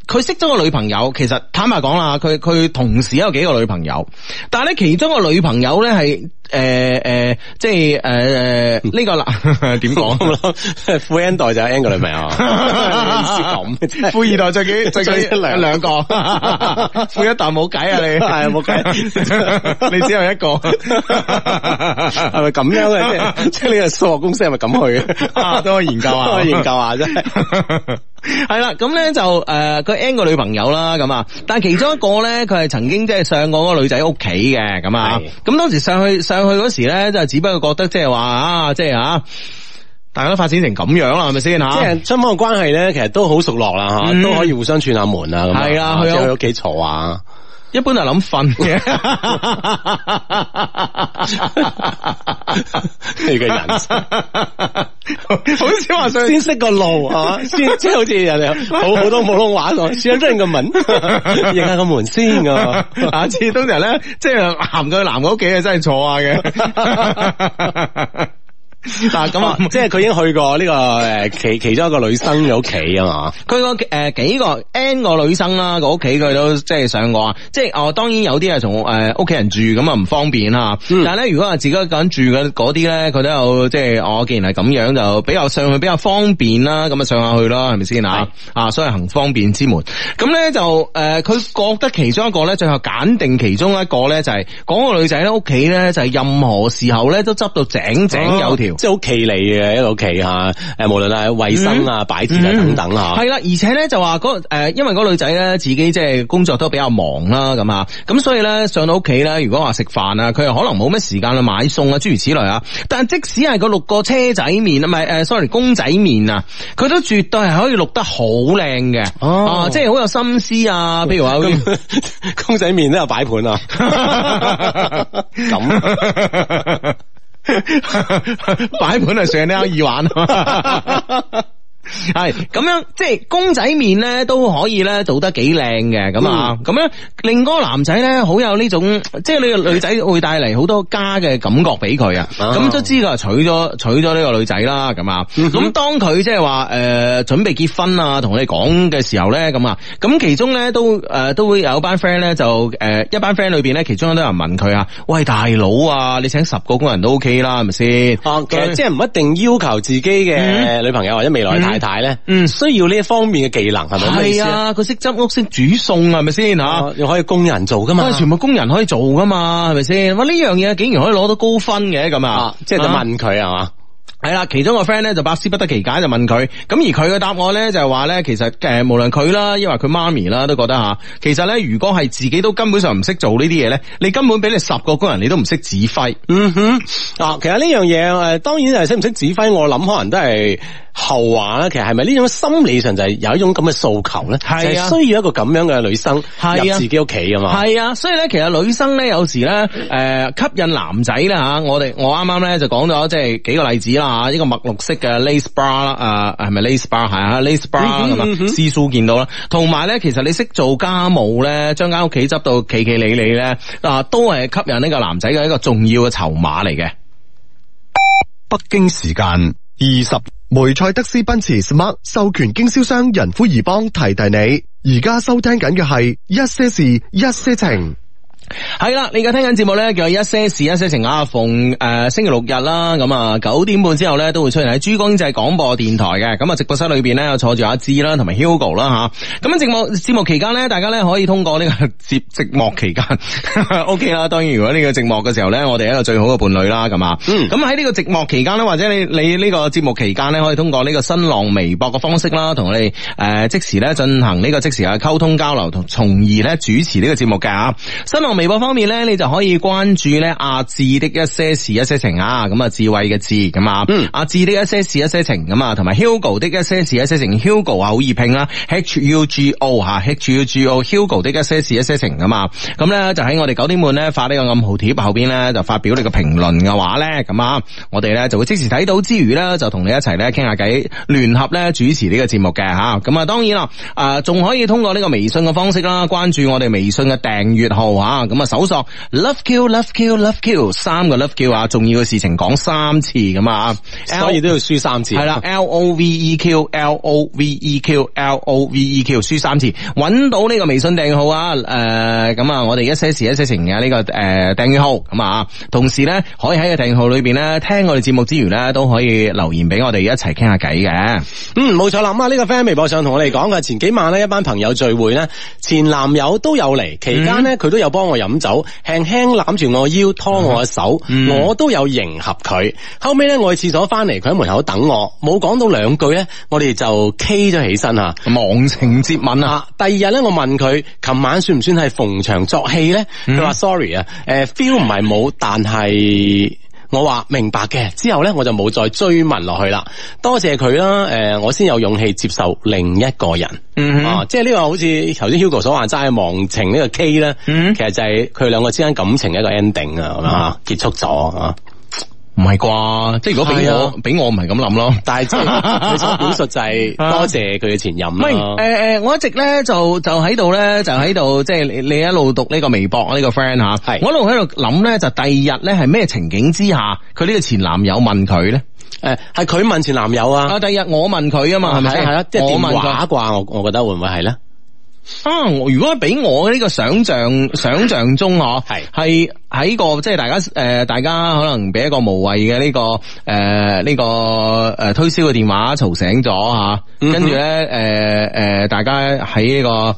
Speaker 3: 佢識咗個女朋友，其實坦白講啦，佢佢同時有幾個女朋友，但係咧其中個女朋友咧係誒誒，呃即係誒誒呢 個男點
Speaker 2: 我
Speaker 3: 講？
Speaker 2: 諗富 N 代就係 N 個女朋友， 唔知咁
Speaker 3: 富二代最幾最
Speaker 2: 最
Speaker 3: 緊
Speaker 2: 緊兩
Speaker 3: 兩個， 富一代冇計啊你，
Speaker 2: 係冇計
Speaker 3: 你只有一個，
Speaker 2: 係咪咁樣嘅？即係即係呢個數學公式係咪咁去
Speaker 3: 啊
Speaker 2: 嘅？
Speaker 3: 等我研究下
Speaker 2: 我研究下 啫。
Speaker 3: 系啦，咁咧就诶，佢 N 個女朋友啦，咁啊，但係其中一個咧，佢係曾經即係上過嗰個女仔屋企嘅，咁啊
Speaker 2: 係，
Speaker 3: 咁當時上去上去嗰時咧，就只不過覺得即係話啊，即係啊，大家都發展成咁樣啦，係咪先
Speaker 2: 即
Speaker 3: 吓？
Speaker 2: 係雙方嘅關係咧，其實都好熟絡啦吓，
Speaker 3: 嗯
Speaker 2: 都可以互相串下門啊咁樣。
Speaker 3: 係啊
Speaker 2: 啊
Speaker 3: 去
Speaker 2: 即
Speaker 3: 屋
Speaker 2: 係去屋企坐啊。
Speaker 3: 一般係諗瞓嘅。
Speaker 2: 你嘅人生
Speaker 3: 好少話上去
Speaker 2: 先識個路 啊，先即係好似人哋好好多普通話講，先認 個門，認下個門先啊噶。
Speaker 3: 下次通常咧，即係男嘅去男嘅屋企啊，真係坐下 嘅。嗱咁啊，
Speaker 2: 即係佢已經去過呢個诶其其中一個女生嘅屋企啊嘛。
Speaker 3: 佢個誒幾個 N 個女生啦，個屋企佢都即係上過啊，即係哦當然有啲係從誒屋企人住咁啊唔方便啦，但係咧如果係自己一個人住嘅嗰啲咧，佢都有即係哦既然係咁樣就比較上去比較方便啦，咁啊上下去啦係咪先啊？啊所以行方便之門，咁咧就呃誒佢、覺得其中一個咧最後揀定其中一個咧就係、嗰個女仔咧屋企咧就係任何時候咧都執到井井有條。
Speaker 2: 哦即係好企理嘅一個屋企吓，诶，無論係衛生
Speaker 3: 嗯
Speaker 2: 啊、擺設啊等等吓。
Speaker 3: 系啦，而且咧就話嗰诶，因為嗰個女仔咧自己即係工作都比較忙啦，咁啊，咁所以咧上到屋企咧，如果話食飯啊，佢又可能冇乜時間去買餸啊，諸如此類啊。但即使係嗰六個車仔面啊，唔係诶，sorry 公仔面啊，佢都絕對係可以錄得好靚嘅，
Speaker 2: 哦
Speaker 3: 啊，即係好有心思啊。譬如 話嗰啲。
Speaker 2: 咁公仔面都有擺盤啊，咁
Speaker 3: 摆盘就上呢啊耳環。 系咁樣，即係公仔面咧都可以咧做得幾靚嘅咁啊，
Speaker 2: 嗯
Speaker 3: 咁、樣令嗰個男仔咧好有呢種，即係呢個女仔會帶嚟好多家嘅感覺俾佢啊。
Speaker 2: 啊嗯
Speaker 3: 咁都知佢係娶咗娶咗呢個女仔啦，咁啊，咁當佢即係呃話诶準備結婚啊，同你講嘅時候咧，咁啊，咁其中咧都诶、呃都會有班 friend 咧就诶、呃一班 friend 裏边咧，其中都有人問佢啊，喂大佬啊，你請十個工人都 OK 啦，係咪先？
Speaker 2: 啊，其實即係唔一定要求自己嘅
Speaker 3: 哦嗯
Speaker 2: 女朋友或者未來嘅太太咧，
Speaker 3: 嗯
Speaker 2: 需要呢一方面嘅技能係咪咁嘅意
Speaker 3: 係
Speaker 2: 思啊？
Speaker 3: 啊，佢識執屋，識煮餸，係咪先吓？
Speaker 2: 啊，又可以工人做噶嘛
Speaker 3: 啊，？全部工人可以做噶嘛，係咪先？哇，呢樣嘢竟然可以攞到高分嘅咁啊
Speaker 2: 啊！，即係就問佢係嘛？
Speaker 3: 系啦，其中個 friend 咧就百思不得其解，就問佢，咁而佢嘅答案咧就係話咧，其實诶、無无論佢啦，因為佢媽咪啦，都覺得吓，其實咧如果係自己都根本上唔識做呢啲嘢咧，你根本俾你十個工人你都唔識指揮，
Speaker 2: 嗯哼，啊，其實呢樣嘢诶，当然係識唔識指揮，我諗可能都係後話啦。其實係咪呢種心理上就係有一種咁嘅訴求咧？
Speaker 3: 係啊
Speaker 2: 就係需要一個咁樣嘅女生
Speaker 3: 係啊
Speaker 2: 入自己屋企啊嘛。
Speaker 3: 係啊，所以咧，其實女生咧有時咧，诶、吸引男仔啦吓，我哋我啱啱咧就講咗即係幾個例子啦吓，一個墨綠色嘅 lace bra 啦、啊係咪 lace bra 係啊 lace bra 咁啊，絲蘇見到啦，同埋咧，其實你識做家務咧，將間屋企執到企企理理咧，啊，都係吸引呢個男仔嘅一個重要嘅籌碼嚟嘅。
Speaker 4: 北京时间二十，梅赛德斯奔驰 Smart 授权经销商仁孚怡邦提提你，而家收听紧嘅系一些事一些情。
Speaker 3: 系啦，你而家聽緊節目咧，叫一些事一些情啊，逢诶、呃星期六日啦，咁啊九點半之後咧都會出現喺珠江經濟廣播電台嘅，咁啊直播室裏边咧有坐住阿芝啦，同埋 Hugo 啦吓，咁啊節目節目期間咧，大家咧可以通過呢個接寂寞期間 OK 啦，當然如果呢個寂寞嘅時候咧，我哋係一個最好嘅伴侶啦，咁啊，
Speaker 2: 嗯
Speaker 3: 咁喺呢個寂寞期間咧，或者你你呢個節目期間咧，可以通過呢個新浪微博嘅方式啦，同我哋诶即時咧進行呢個即時嘅溝通交流，同從而咧主持呢個節目嘅啊。新浪微博方面咧，你就可以關注咧阿志的一些事一些情啊，咁啊智慧嘅智咁啊，
Speaker 2: 嗯
Speaker 3: 阿志的一些事一些情咁啊，同埋 Hugo 的一些事一些情，Hugo 啊好易拼啦，H U G O 吓，H U G O Hugo 的一些事一些情咁啊，咁咧就喺我哋九點半咧發呢個暗號貼後邊咧就發表你嘅評論嘅話咧，咁啊，我哋咧就會即時睇到之餘咧，就同你一齊咧傾下偈，聯合咧主持呢個節目嘅吓，咁啊當然啦，啊仲可以通過呢個微信嘅方式啦，關注我哋微信嘅訂閱號吓，咁啊搜索 Love Q Love Q Love Q 三個 Love Q 啊，重要嘅事情講三次咁啊，
Speaker 2: 所以都要輸三次。啊
Speaker 3: 系啦，L O V E Q L O V E Q L O V E Q 输三次，揾到呢個微信訂閱號啊，诶、咁啊，我哋一些事一些情嘅呢、個个诶订阅号咁啊，同時咧可以喺個訂閱號裏边咧聽我哋節目之餘咧，都可以留言俾我哋一齊傾下偈嘅。
Speaker 2: 嗯，冇錯啦。咁啊，呢個 friend 喺微博上同我哋講嘅，前幾晚呢，一班朋友聚會呢，前男友都有嚟，期間
Speaker 3: 嗯
Speaker 2: 呢，佢都有幫我飲酒，輕輕攬住我腰，拖我嘅手，
Speaker 3: 嗯
Speaker 2: 我都有迎合佢。後尾呢，我去廁所翻嚟，佢喺門口等我，冇講到兩句呢，我哋就 K 咗起身啊。
Speaker 3: 忘情接吻啊！
Speaker 2: 啊！第二日咧，我問佢，琴晚算唔算係逢場作戲咧？
Speaker 3: 嗯
Speaker 2: 佢話 sorry 啊，诶 feel 唔係冇，但係我話明白嘅，之後咧我就冇再追問落去啦。多謝佢啦，诶、我先有勇氣接受另一個人。
Speaker 3: 嗯哼
Speaker 2: 啊，即係呢個好似頭先 Hugo 所話齋忘情呢個 K 咧，
Speaker 3: 嗯
Speaker 2: 其實就係佢兩個之間感情嘅一個 ending 啊，咁樣啊，結束咗啊。
Speaker 3: 唔係啩？即係如果俾
Speaker 2: 係
Speaker 3: 我
Speaker 2: 啊，
Speaker 3: 俾我唔係咁諗咯。
Speaker 2: 但係即係 佢所表述就係多謝佢嘅前任
Speaker 3: 唔係
Speaker 2: 啦。
Speaker 3: 誒誒，我一直咧就就喺度咧就喺度，即係你你一路讀呢個微博啊呢個 friend 吓，
Speaker 2: 係
Speaker 3: 我一路喺度諗咧，就第二日咧係咩情景之下，佢呢個前男友問佢咧？
Speaker 2: 诶，係佢問前男友啊。
Speaker 3: 啊，第二日我問佢啊嘛，係咪先？
Speaker 2: 系啦，即系
Speaker 3: 我
Speaker 2: 电
Speaker 3: 問佢
Speaker 2: 话啩，我我觉得会唔会系 咧？
Speaker 3: 啊！我如果俾我呢個想像想像中嗬，
Speaker 2: 係
Speaker 3: 係喺個即係大家誒、呃大家可能俾一個無謂嘅呢個誒呢、個誒、呃推銷嘅電話嘈醒咗嚇，
Speaker 2: 嗯哼
Speaker 3: 跟住咧誒誒大家喺呢、個。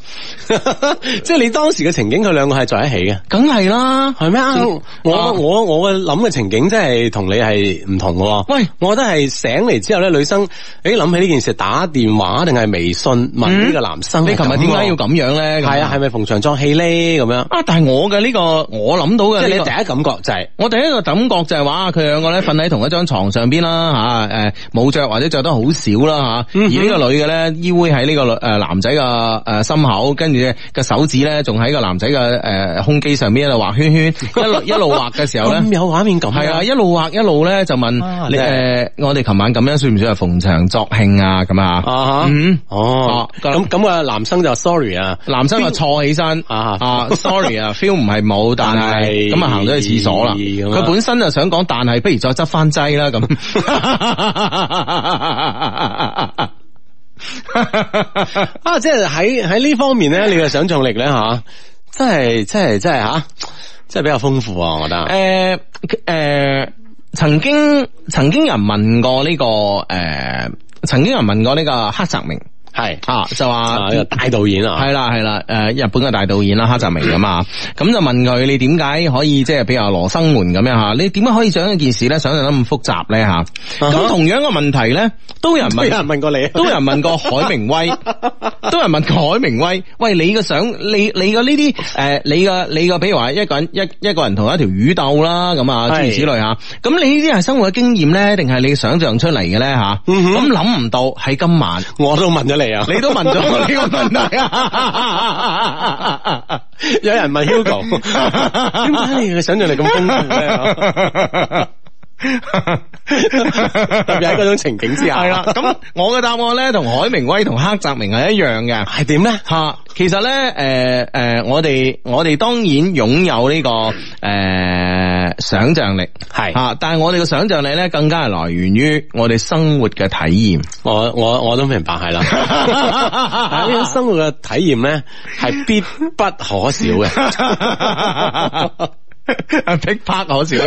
Speaker 2: 即系你当时嘅情景，佢两个系在一起嘅，
Speaker 3: 梗係啦，
Speaker 2: 系咩啊
Speaker 3: 嗯？啊
Speaker 2: 我我我嘅谂嘅情景，真系同你系唔同嘅喎。
Speaker 3: 喂，
Speaker 2: 我觉得系醒嚟之后咧，女生诶谂起呢件事，打电话定系微信问呢个男生，
Speaker 3: 嗯你琴日點解要
Speaker 2: 咁啊
Speaker 3: 咁樣咧？
Speaker 2: 喎？系啊，系
Speaker 3: 係
Speaker 2: 咪逢场作戏咧？咁样，
Speaker 3: 啊，但係我嘅呢、個我諗到嘅
Speaker 2: 即
Speaker 3: 呢
Speaker 2: 系你
Speaker 3: 個
Speaker 2: 第一感觉就系
Speaker 3: 我第一個感覺就係話佢兩個咧瞓喺同一張床上邊啦吓，誒冇着或者着得好少啦
Speaker 2: 嗯
Speaker 3: 吓，而呢個女嘅咧依偎喺呢個誒男仔嘅誒心口，跟住個手指咧仲喺個男仔嘅誒胸肌上邊一路畫圈 圈，一路一路畫嘅時候咧
Speaker 2: 咁。有画面感㗎。
Speaker 3: 係啊，一路畫一路咧就問
Speaker 2: 啊
Speaker 3: 你
Speaker 2: 真
Speaker 3: 誒，我哋琴晚咁樣算唔算係逢場作興啊？咁啊，
Speaker 2: 啊哈
Speaker 3: 嗯，啊
Speaker 2: 哦，咁咁啊，男生就 sorry 啊，
Speaker 3: 男生就坐起身
Speaker 2: 啊
Speaker 3: 啊，sorry 啊，feel 唔係冇，但
Speaker 2: 但
Speaker 3: 係
Speaker 2: 係
Speaker 3: 咁啊行咗去廁所啦。
Speaker 2: 咁啊
Speaker 3: 佢本身就想講，但係不如再執翻劑啦咁。
Speaker 2: 啊，即系喺喺呢方面咧，你嘅想象力咧吓、真系真系真系吓、真系比较丰富啊！我觉得，
Speaker 3: 诶诶，曾經曾經有人問過呢個诶，曾經有人問過呢個黑澤明。
Speaker 2: 係
Speaker 3: 啊，就
Speaker 2: 啊
Speaker 3: 話
Speaker 2: 呢個大導演啊，
Speaker 3: 系啦系啦，诶、日本嘅大導演啦，黑澤明噶嘛，咁就問佢你點解可以即係比如話羅生門咁樣吓，你點解可以將一件事咧想象得咁複雜咧吓？咁、
Speaker 2: 啊哈
Speaker 3: 同樣嘅問題咧，都有人
Speaker 2: 都有人
Speaker 3: 問。
Speaker 2: 問過你啊，
Speaker 3: 都有人問過海明 威，都有人問過海明威，喂，你嘅相，你你嘅呢啲，诶、你嘅你嘅，比如話一個人一一個人同一條魚鬥啦，咁啊，
Speaker 2: 係
Speaker 3: 諸如此類吓，咁你呢啲係生活嘅經驗咧，定係你想象出嚟嘅咧吓？
Speaker 2: 嗯哼
Speaker 3: 咁諗唔到喺今晚。
Speaker 2: 我都問咗你啊，
Speaker 3: 你都問咗我呢 個問題啊！
Speaker 2: 有人問 Hugo，點解你嘅想像力咁豐富 咧？特別啊喺嗰種情景之下，
Speaker 3: 係啦，咁我嘅答案咧同海明威同黑澤明係一樣嘅。
Speaker 2: 係點咧？
Speaker 3: 吓，其實咧，诶、诶、我哋我哋當然擁有呢、個个呃想像力，
Speaker 2: 係
Speaker 3: 吓，但係我哋嘅想像力咧，更加係來源於我哋生活嘅體驗。
Speaker 2: 我我我都明白 係啦，但係呢種生活嘅體驗咧係必不可少嘅。 啊
Speaker 3: 劈拍可笑，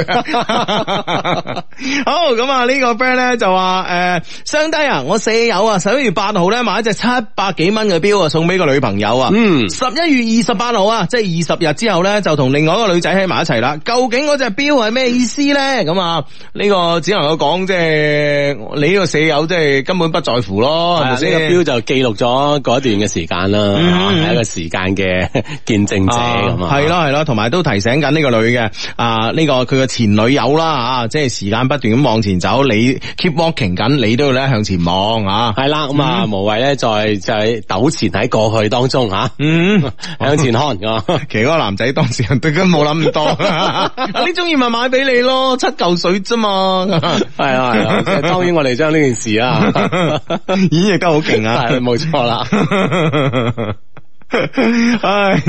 Speaker 3: 好咁啊！呢個 friend 咧就話诶，相低啊，我舍友啊，十一月八號咧買一隻七百幾蚊嘅表啊，送俾個女朋友啊。
Speaker 2: 嗯
Speaker 3: 十一月二十八號啊，即係二十日之後咧，就同另外一個女仔喺埋一齊啦。究竟嗰隻表係咩意思咧？咁啊，呢個只能夠講，即係你呢個舍友，即係根本不在乎咯，係咪
Speaker 2: 啊呢
Speaker 3: 先？
Speaker 2: 個表就記錄咗嗰段嘅時間啦，
Speaker 3: 嗯
Speaker 2: 係一個時間嘅見證者咁啊，
Speaker 3: 系，咯系咯，同埋都提醒緊呢個女嘅啊，呢、個佢嘅前女友啦啊，即係時間不斷咁往前走，你 keep walking 緊，你都要咧向前望啊。
Speaker 2: 係啦，咁啊無謂咧再再糾纏喺過去當中吓，
Speaker 3: 嗯，
Speaker 2: 向前看啊㗎。
Speaker 3: 其實嗰個男仔當時都根本冇諗咁多， 啊你中意咪買俾你咯，七嚿水啫嘛，
Speaker 2: 系啊系啊，即係當然我哋將呢件事啦，
Speaker 3: 演繹得好勁啊！
Speaker 2: 係冇錯啦。
Speaker 3: 唉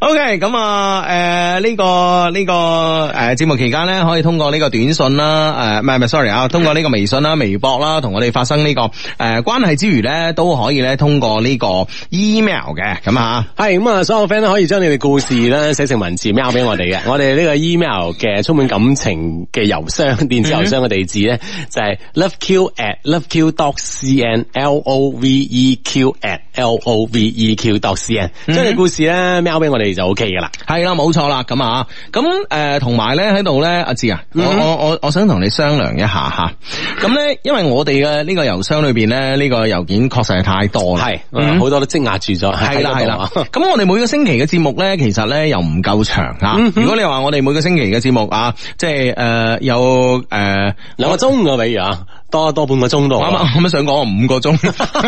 Speaker 3: ，OK，咁啊，诶、呢、個呢、個诶节、節目期間咧，可以通過呢個短信啦，诶、唔係唔係，sorry 啊，通過呢個微信啦、微博啦，同我哋發生呢、個个诶、關係之餘咧，都可以咧通過呢個 email 嘅，咁啊，
Speaker 2: 係咁啊，所有 friend 咧可以將你哋故事咧寫成文字 mail 俾我哋嘅，我哋呢個 email 嘅充滿感情嘅郵箱電子郵箱嘅地址咧就係 loveq at loveq dot cn，l o v e q at l o v e q dot cn，將你故事咧 mail 俾我哋就 OK 噶啦。
Speaker 3: 係啦，冇錯啦，咁啊，咁诶，同埋咧喺度咧，阿志啊，我我我我想同你商量一下吓，咁咧，因為我哋嘅呢個郵箱裏边咧，呢、個郵件確實係太多啦，
Speaker 2: 係
Speaker 3: 嗯
Speaker 2: 好多都積壓住咗。
Speaker 3: 系啦
Speaker 2: 喺
Speaker 3: 系
Speaker 2: 嗰度啊
Speaker 3: 啦，咁我哋每個星期嘅節目咧，其實咧又唔夠長啊。
Speaker 2: 嗯
Speaker 3: 如果你話我哋每個星期嘅節目啊，即係诶有诶，
Speaker 2: 兩個鐘嘅比如啊，多多半個鐘度
Speaker 3: 我啱
Speaker 2: 啊。
Speaker 3: 啱啱啱想講我五個鐘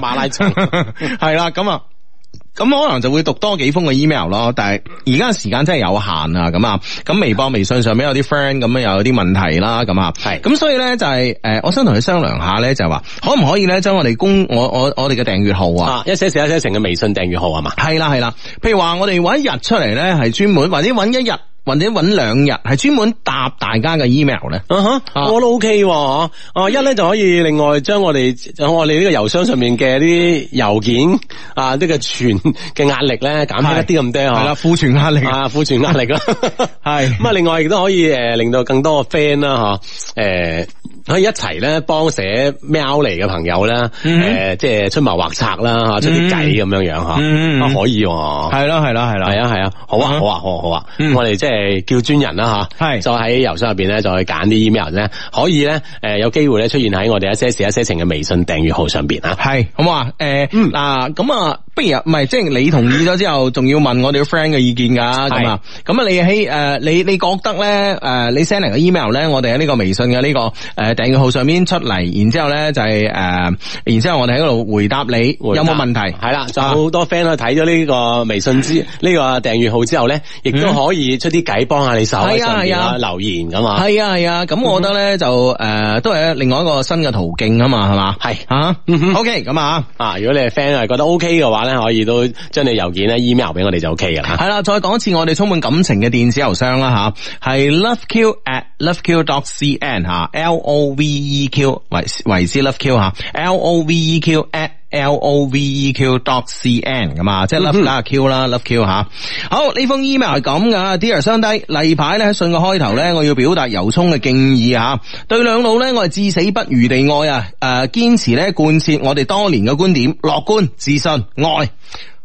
Speaker 2: 馬拉松
Speaker 3: 係啦，咁啊。咁可能就會讀多幾封嘅 email 咯，但係而家時間真係有限啊，咁啊，咁微博、微信上面有啲 friend 咁樣又有啲問題啦，咁啊，
Speaker 2: 係
Speaker 3: 咁所以咧就係、呃我想同你商量下咧，就係話可唔可以咧將我哋公我我我哋嘅訂閱號
Speaker 2: 啊，一些事一些情嘅微信訂閱號係啊嘛？
Speaker 3: 系啦系啦，譬如话我哋揾一日出嚟咧，系专门或者揾一日或者揾两日，系专门答大家嘅 email 咧。
Speaker 2: 啊哈
Speaker 3: 啊
Speaker 2: 我都 OK 喎，啊一咧就可以另外將我哋我哋呢個郵箱上面嘅啲郵件啊，呢個傳嘅壓力咧減輕一啲咁多
Speaker 3: 系啦，
Speaker 2: 嗬，
Speaker 3: 庫存壓力
Speaker 2: 哦啊庫存壓力啦，咁
Speaker 3: 係
Speaker 2: 啊，另外亦都可以诶令到更多嘅 friend 啦吓，诶可以一齊咧幫寫喵嚟嘅朋友啦，
Speaker 3: 嗯
Speaker 2: 诶即係出謀劃策啦吓，出啲計咁樣樣吓，
Speaker 3: 嗯
Speaker 2: 啊可以喎。
Speaker 3: 係啦係啦係啦，
Speaker 2: 系啊系啊，好啊好啊好啊好啊，
Speaker 3: 嗯
Speaker 2: 我哋即系叫專人啦吓，
Speaker 3: 係
Speaker 2: 再喺郵箱入边咧，再揀啲 email 咧，可以咧诶有機會咧出現喺我哋一些事一些情嘅微信訂閱號上边啊。
Speaker 3: 係好嘛？诶
Speaker 2: 嗯
Speaker 3: 嗱咁啊，不如唔係即係你同意咗之後，仲要問我哋嘅 friend 嘅意見㗎咁啊？咁啊，你喺诶你你覺得咧诶你 send 嚟嘅 email 咧，我哋喺呢個微信嘅呢個诶訂閱號上面出嚟，然之後咧就係诶，然之後我哋喺度回答你
Speaker 2: 回答
Speaker 3: 有冇問題？啊
Speaker 2: 係啦，就有好多 friend 去睇咗呢個微信之呢個訂閱號之後咧，亦都可以出啲計幫下你手喺
Speaker 3: 係啊
Speaker 2: 上邊啦，
Speaker 3: 嗯係
Speaker 2: 留言咁嘛。
Speaker 3: 系啊系啊，咁我覺得咧就诶、呃都係另外一個新嘅途徑啊嘛，係嘛？
Speaker 2: 係
Speaker 3: 吓，OK 咁啊。
Speaker 2: 啊，如果你係 friend 係覺得 OK 嘅話咧，可以都將你郵件咧 email 俾我哋就 OK 噶啦。
Speaker 3: 係啦，再講一次我哋充滿感情嘅電子郵箱啦吓，係 loveq at loveq dot cn 吓，L O V E Q 為為之 loveq 吓，L O V E Q at L O V E Q dot C N 咁啊，即係 love 加 Q 啦，love Q 吓。好，呢封 email 係咁噶，Dear 相低，例牌咧喺信嘅開頭咧，我要表達由衷嘅敬意吓，對兩老咧我係至死不渝地愛啊，誒、堅持咧貫徹我哋多年嘅觀點，樂觀、自信、愛。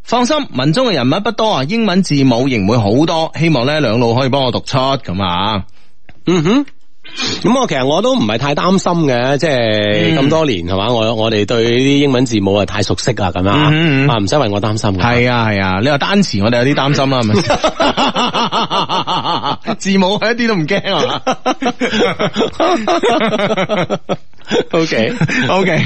Speaker 3: 放心，文中嘅人物不多啊，英文字母仍會好多，希望咧兩老可以幫我讀出咁啊。
Speaker 2: 嗯哼。咁我其實我都唔係太擔心嘅，即
Speaker 3: 嗯
Speaker 2: 係咁多年係嘛，我我哋對啲英文字母啊太熟悉啦，咁啊
Speaker 3: 嗯嗯嗯
Speaker 2: 啊唔使為我擔心嘅。
Speaker 3: 係啊係啊，你話單詞我哋有啲擔心啦，係咪？字母我一啲都唔驚啊！
Speaker 2: O K，
Speaker 3: O K，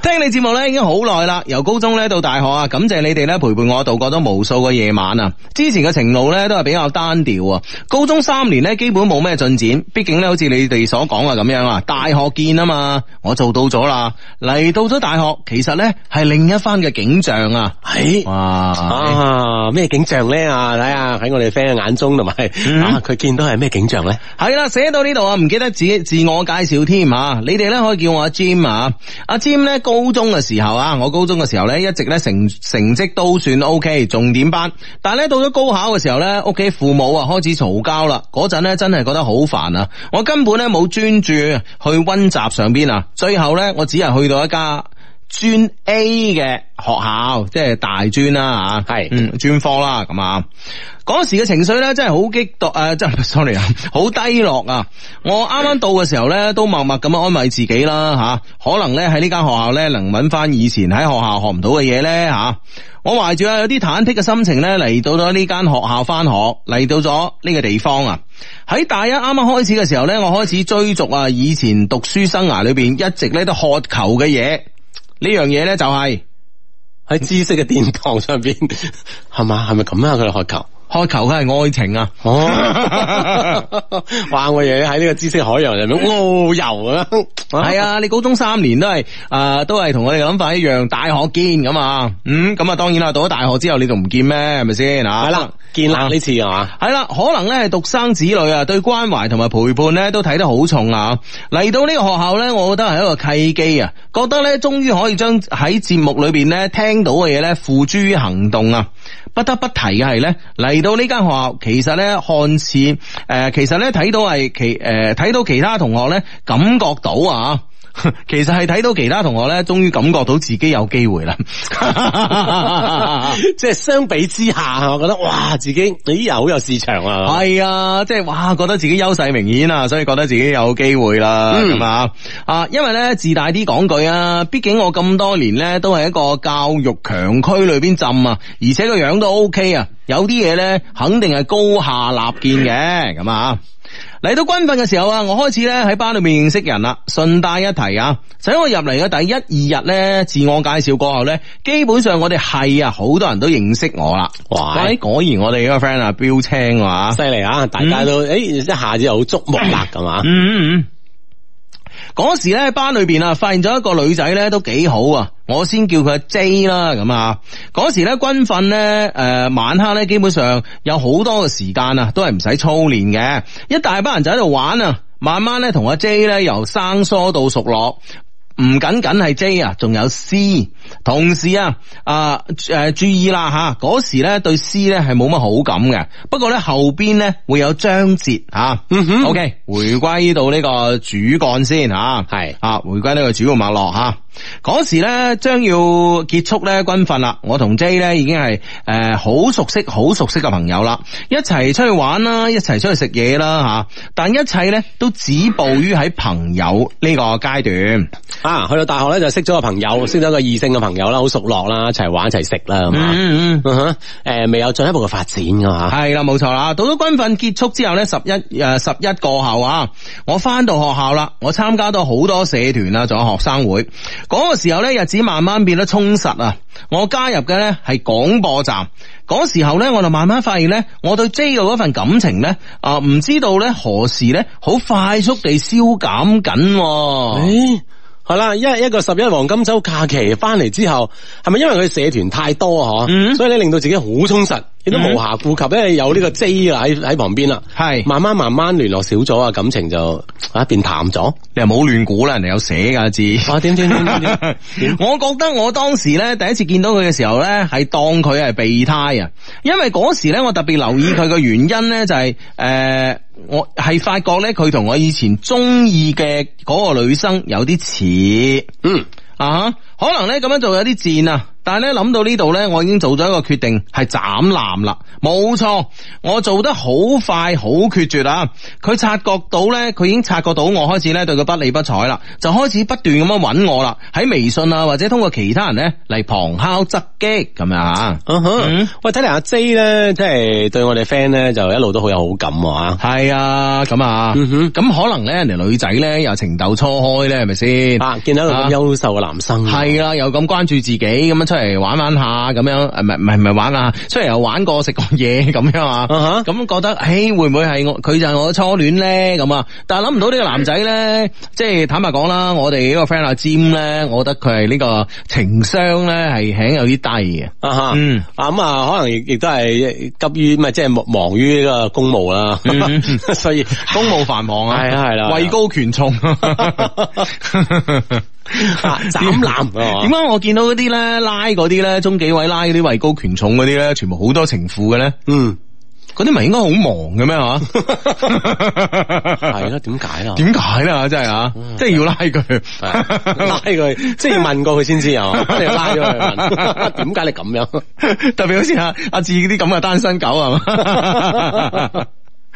Speaker 3: 聽你節目咧已經好耐啦，由高中咧到大學啊，感謝你哋咧陪伴我度過咗無數個夜晚啊。之前嘅情路咧都係比較單調啊，高中三年咧基本冇咩進展，畢竟咧好似你哋所講啊咁樣啊，大學見啊嘛，我做到咗啦，嚟到咗大學，其實咧係另一番嘅景象啊，
Speaker 2: 係
Speaker 3: 哇！
Speaker 2: 哎啊咩景象咧啊？睇下喺我哋 friend 嘅眼中，同埋
Speaker 3: 嗯
Speaker 2: 啊佢見到係咩景象咧？
Speaker 3: 係啦，寫到呢度啊，唔記得自己自我介紹添啊！你哋咧可以叫我阿 Jim 啊，阿 Jim 咧高中嘅時候啊，我高中嘅時候咧一直咧成成績都算 OK，重點班，但係咧到咗高考嘅時候咧，屋企父母啊開始嘈交啦，嗰陣咧真係覺得好煩啊！我根本咧冇專注去温習上邊啊，最後咧我只係去到一家。專 A 嘅學校，即係大專啦吓，
Speaker 2: 係
Speaker 3: 嗯專科啦咁啊。嗰時嘅情緒咧真係好激動，誒、真係 sorry 啊， 好低落啊！我啱啱到嘅時候咧，都默默咁安慰自己啦吓、可能咧喺呢間學校咧能揾翻以前喺學校學唔到嘅嘢咧吓。我懷住啊有啲忐忑嘅心情咧嚟到咗呢間學校翻學，嚟到咗呢個地方啊。喺大一啱啱開始嘅時候咧，我開始追逐啊以前讀書生涯裏邊一直咧都渴求嘅嘢。呢樣嘢咧就係
Speaker 2: 喺知識嘅殿堂上邊，係嘛？係咪咁啊？佢哋渴求。
Speaker 3: 渴求嘅係愛情啊！
Speaker 2: 哦，哇！我哋喺呢個知識海洋入面遨遊啊，
Speaker 3: 係啊，你高中三年都係诶、啊都係同我哋諗法一樣，大學見咁啊，嗯，咁啊，當然啦，到咗大學之後你仲唔見咩？係咪先啊？
Speaker 2: 係啦，建立呢次係嘛？
Speaker 3: 係啦，可能咧係獨生子女啊，對關懷同埋陪伴咧都睇得好重啊。嚟到呢個學校咧，我覺得係一個契機啊，覺得咧終於可以將喺節目裏邊咧聽到嘅嘢咧付諸於行動啊。不得不提嘅係咧，嚟到呢間學校，其實咧看似誒、呃其實咧睇到係其誒睇、到其他同學咧感覺到啊。 其實係睇到其他同學咧，終於感覺到自己有機會啦。
Speaker 2: 即係相比之下，我覺得哇，自己咦又好有市場啊！
Speaker 3: 系啊，即系哇，覺得自己優勢明顯啊，所以覺得自己有機會啦，
Speaker 2: 嗯
Speaker 3: 咁啊、啊，因為咧自大啲講句啊，畢竟我咁多年咧都係一個教育強區裏邊浸啊，而且個樣都 OK 啊，有啲嘢咧肯定係高下立見嘅，咁啊。嚟到軍訓嘅時候啊，我開始咧喺班裏面認識人啦。順帶一提啊，就喺我入嚟嘅第一二日咧，自我介紹過後咧，基本上我哋係啊，好多人都認識我啦。
Speaker 2: 哇
Speaker 3: 喂哎果然我哋嗰個 friend 啊，標青啊。
Speaker 2: 犀利啊！大家都誒一下子又好矚目啦，咁啊！
Speaker 3: 嗯嗯嗯嗯。嗰時咧班裏邊啊，發現咗一個女仔咧都幾好啊，我先叫佢阿 J 啦咁啊。嗰時咧軍訓咧，誒、晚黑咧基本上有好多嘅時間啊，都係唔使操練嘅，一大班人就喺度玩啊。慢慢咧同阿 J 咧由生疏到熟絡。唔僅僅係 J 啊，仲有 C，同時啊，啊誒、注意啦吓，嗰、時咧對 C 咧係冇乜好感嘅，不過咧後邊咧會有章節吓，
Speaker 2: 嗯哼
Speaker 3: OK，回歸到呢個主幹先吓，
Speaker 2: 係
Speaker 3: 啊，回歸呢個主要脈絡吓。嗰時咧將要結束咧軍訓啦，我同 J 咧已經係誒好熟悉、好熟悉嘅朋友啦，一齊出去玩啦，一齊出去食嘢啦吓，但一切咧都止步於喺朋友呢個階段。
Speaker 2: 啊，去到大學咧就識咗個朋友，識咗個異性嘅朋友啦，好熟絡啦，一齊玩一齊食啦，咁啊！
Speaker 3: 嗯嗯。
Speaker 2: 嗯哼，誒未有進一步嘅發展啊㗎嘛？
Speaker 3: 係啦，冇錯啦。到咗軍訓結束之後呢，十一诶十一過後啊，我翻到學校啦，我參加到好多社團啦，仲有學生會。嗰、個時候呢，日子慢慢變得充實啊。我加入嘅呢係廣播站。嗰時候呢，我就慢慢發現呢，我對 J 嘅嗰份感情呢，啊、唔知道呢何時呢，好快速地消減緊喎。
Speaker 2: 誒，係啦，一一個十一黃金周假期翻嚟之後，係咪因為佢社團太多啊？嗬
Speaker 3: 嗯
Speaker 2: 所以咧令到自己好充實，亦都無暇顧及，因為有呢個 J
Speaker 3: 嗯
Speaker 2: 啊喺喺旁邊啦。
Speaker 3: 係
Speaker 2: 慢慢慢慢聯絡少咗啊，感情就啊變淡咗。
Speaker 3: 你又冇亂估啦，人哋有寫噶字。
Speaker 2: 啊點點點點點
Speaker 3: 我覺得我當時咧第一次見到佢嘅時候咧，係當佢係備胎啊，因為嗰時咧我特別留意佢嘅原因咧就係、誒、我係發覺咧佢同我以前中意嘅嗰個女生有啲似。
Speaker 2: 嗯，
Speaker 3: 啊哈，可能咧咁樣做有啲賤啊，但係咧諗到呢度咧，我已經做咗一個決定，係斬纜啦，冇錯，我做得好快，好決絕啊！佢察覺到咧，佢已經察覺到我開始咧對佢不理不睬啦，就開始不斷咁樣揾我啦，喺微信啊或者通過其他人咧嚟旁敲側擊咁樣啊，
Speaker 2: 啊哈
Speaker 3: 嗯
Speaker 2: 喂，睇嚟阿 J 咧，即係對我哋 friend 咧就一路都好有好感啊。
Speaker 3: 係啊，咁啊，咁、
Speaker 2: 嗯哼
Speaker 3: 可能咧人哋女仔咧又情竇初開咧，係咪先？
Speaker 2: 啊，見到一個
Speaker 3: 啊
Speaker 2: 咁優秀嘅男生，
Speaker 3: 係啦，又咁關注自己，咁樣出嚟玩玩下，咁樣誒，唔係唔係唔係玩啊，出嚟又玩過食過嘢咁樣 啊，
Speaker 2: 啊哈
Speaker 3: 咁覺得，誒會唔會係我佢就係我嘅初戀咧？咁啊，但係諗唔到呢個男仔咧，即係坦白講啦，我哋呢個 friend 阿占咧，我覺得佢係呢個情商咧係輕有啲低嘅。
Speaker 2: 啊哈，
Speaker 3: 嗯
Speaker 2: 啊咁啊，可能亦亦都係急於咪即係忙忙於呢個公務啦，
Speaker 3: 嗯
Speaker 2: 所以
Speaker 3: 公務繁忙啊，
Speaker 2: 係啊係啦
Speaker 3: 位高權重，
Speaker 2: 啊斬纜啊嘛
Speaker 3: 點解我見到嗰啲咧拉嗰啲咧中紀委拉嗰啲位高權重嗰啲咧，全部好多情婦嘅咧？
Speaker 2: 嗯
Speaker 3: 嗰啲咪應該好忙嘅咩 吓？
Speaker 2: 係
Speaker 3: 係
Speaker 2: 咯，點解啊？
Speaker 3: 點解咧？真係啊，即係要拉佢，
Speaker 2: 嗯 係拉佢，即係問過佢先知啊！即係拉咗佢問， 點解你咁樣？
Speaker 3: 特別好似阿阿志啲咁嘅單身狗係 嘛？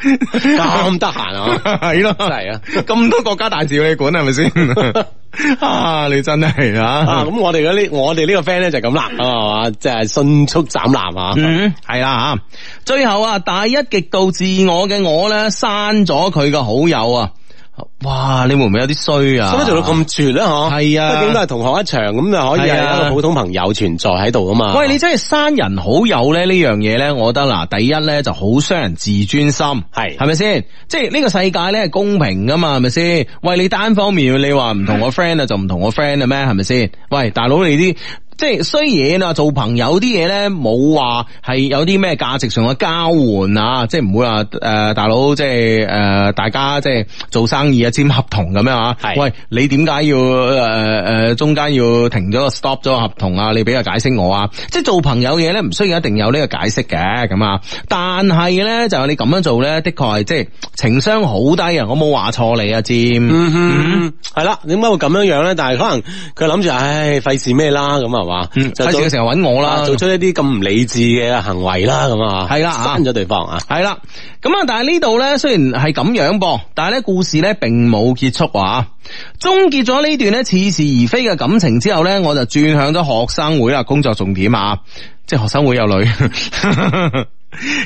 Speaker 2: 咁得閒啊！
Speaker 3: 係咯，
Speaker 2: 真係啊！
Speaker 3: 咁多國家大事你管係咪先？ 啊，你真係
Speaker 2: 啊，
Speaker 3: 啊！
Speaker 2: 咁我哋嗰啲，我哋呢個 friend 咧就咁啦，啊嘛，即係迅速斬纜啊！
Speaker 3: 嗯，係啦吓，最後啊，大一極度自我嘅我咧，刪咗佢嘅好友啊！哇，你會唔會有啲衰啊？
Speaker 2: 使乜做到咁絕咧？嗬，
Speaker 3: 係啊
Speaker 2: 畢竟都係同學一場，咁就可以
Speaker 3: 係啊
Speaker 2: 係一個普通朋友存在喺度啊嘛。
Speaker 3: 喂，你真係刪人好友咧呢樣嘢咧，我覺得嗱，第一咧就好傷人自尊心，
Speaker 2: 係
Speaker 3: 係咪先？即係呢個世界咧係公平噶嘛，係咪先？喂，你單方面你話唔同我 friend 啊，就唔同我 friend 啊咩？係咪先？喂，大佬你啲。即係衰嘢啊，做朋友啲嘢咧，冇話係有啲咩價值上嘅交換啊，即係唔會話誒、呃大佬即係誒、呃大家即係做生意啊，簽合同咁樣啊。
Speaker 2: 係
Speaker 3: 喂，你點解要誒誒、呃中間要停咗個 stop 咗個合同啊？你俾個解釋我啊！即係做朋友嘢咧，唔需要一定有呢個解釋嘅咁啊。但係咧，就係你咁樣做咧，的確係即係情商好低啊！我冇話錯你啊，占。
Speaker 2: 嗯哼，係啦，點解會咁樣樣咧？但係可能佢諗住，唉，費事咩啦，咁係嘛，嗯就
Speaker 3: 嗯
Speaker 2: 啊
Speaker 3: 費事佢成日揾我啦
Speaker 2: 做，出一啲咁唔理智嘅行為啦，咁啊，
Speaker 3: 係啦啊
Speaker 2: 刪咗對 方啊，
Speaker 3: 係啦，咁啊，但係呢度咧，雖然係咁樣噃，但係咧故事咧並冇結束啊。終結咗呢段咧似是而非嘅感情之後咧，我就轉向咗學生會啦，工作重點啊，即係學生會有女。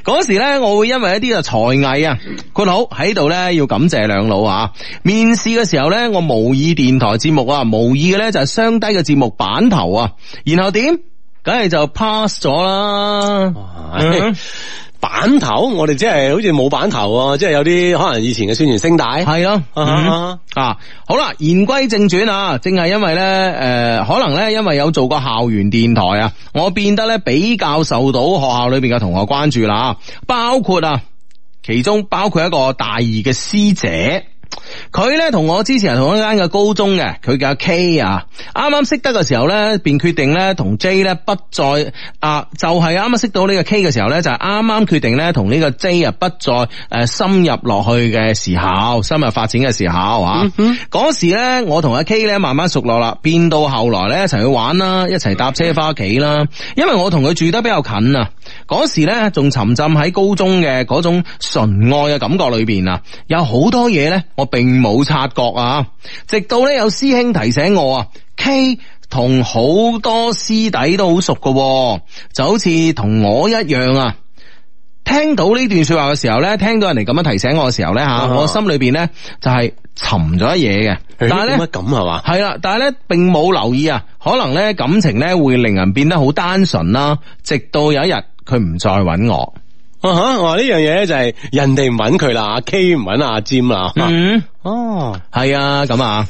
Speaker 3: 嗰時咧，我會因為一啲嘅才藝啊，括好喺度咧要感謝兩老啊。面試嘅時候咧，我模擬電台節目啊，模擬嘅咧就係雙低嘅節目版頭啊，然後點，梗係就 pass 咗啦。 嗯
Speaker 2: 哎板頭，我哋即係好似冇板頭啊，即係有啲可能以前嘅宣傳聲帶，
Speaker 3: 係咯，
Speaker 2: 啊
Speaker 3: 嗯啊，好啦，言歸正傳啊，正係因為咧，诶、可能咧，因為有做過校園電台啊，我變得咧比較受到學校裏邊嘅同學關注啦，包括啊，其中包括一個大二嘅師姐。佢咧同我之前係同一間嘅高中嘅，佢叫阿 K 啊，啱啱識得嘅時候咧，便決定咧同 J 咧不再啊，就係啱啱識到呢個 K 嘅時候咧，就係啱啱決定咧同呢個 J 啊不再誒、呃深入落去嘅時候，深入發展嘅時候啊，嗰、時咧我同阿 K 咧慢慢熟落啦，變到後來咧一齊去玩啦，一齊搭車翻屋企啦，因為我同佢住得比較近啊，嗰時咧仲沉浸喺高中嘅嗰種純愛嘅感覺裏邊啊，有好多嘢咧我並冇察覺啊，直到咧有師兄提醒我啊，K 同好多師弟都好熟噶、就好似同我一樣啊。聽到呢段說話嘅時候咧，聽到人哋咁樣提醒我嘅時候咧吓，
Speaker 2: 啊
Speaker 3: 我心裏邊咧就係沉咗一嘢嘅，但係咧
Speaker 2: 點解。咁係嘛？
Speaker 3: 系啦，但系咧并冇留意啊，可能咧感情咧會令人變得好單純啦，直到有一日佢唔再揾我，
Speaker 2: 啊哈，我話呢樣嘢咧就係人哋唔揾佢啦，阿 K 唔揾阿啊占啦，
Speaker 3: 嗯，
Speaker 2: 哦，
Speaker 3: 係啊，咁啊，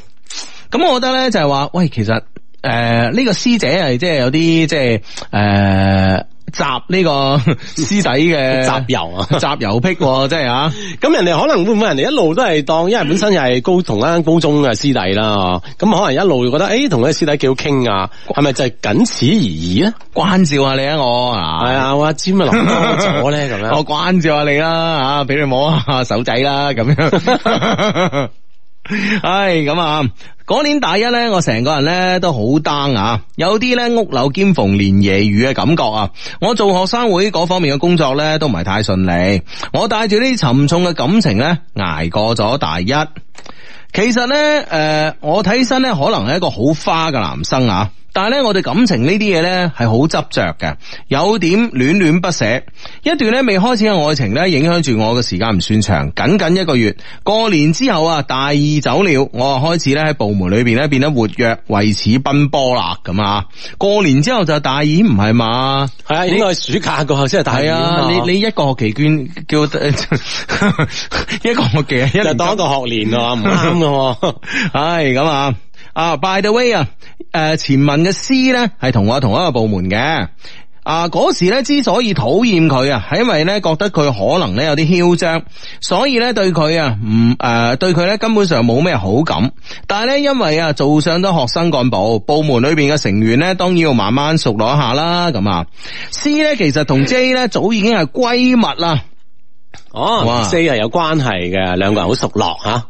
Speaker 3: 咁我覺得咧啊就係話，喂，其實诶呢、個師姐係即係有啲即係诶。呃 集呢 個師弟嘅
Speaker 2: 集郵啊
Speaker 3: 集郵癖喎，真係啊！
Speaker 2: 咁人哋可能會唔會人哋一路都係當，因為本身又係高同一間高中啊嘅師弟啦，咁可能一路覺得，誒同佢師弟幾好傾啊，係咪就係僅此而已咧？
Speaker 3: 關照下你啊，我嗱，
Speaker 2: 係啊，哇，尖啊淋多咗咧 咁樣
Speaker 3: 我。哦關照下你啦，啊吓俾你摸下手仔啦，咁樣。唉，咁啊，嗰年大一咧，我成個人咧都好 down 啊，有啲咧屋漏兼逢連夜雨嘅感覺啊。我做學生會嗰方面嘅工作咧都唔係太順利，我帶住呢啲沉重嘅感情咧捱過咗大一。其實咧，誒、我睇起身咧，可能係一個好花嘅男生啊。但係咧，我哋感情呢啲嘢咧係好執着嘅，有點戀戀不捨。一段咧未開始嘅愛情咧，影響住我嘅時間唔算長，僅僅一個月。過年之後啊，大二走了，我啊開始咧喺部門裏邊咧變得活躍，為此奔波啦咁啊。過年之後就大二唔係嘛？
Speaker 2: 係啊，應該係暑假過後先係大二
Speaker 3: 係啊，
Speaker 2: 嘛
Speaker 3: 你你一個學期捐叫 一個學期一
Speaker 2: 就
Speaker 3: 年
Speaker 2: 當一個學年啊，唔啱噶。
Speaker 3: 唉，咁啊。啊，by the way 啊，誒前文嘅 C 咧係同我同一個部門嘅。啊！嗰時咧之所以討厭佢啊，係因為咧覺得佢可能咧有啲囂張，所以咧對佢啊唔誒對佢咧根本上冇咩好感。但係咧因為啊做上咗學生幹部，部門裏邊嘅成員咧當然要慢慢熟絡一下啦。咁啊，C 咧其實同 J 咧早已經係閨蜜啦。哇
Speaker 2: 哦，C 係有關係嘅，兩個人好熟絡吓。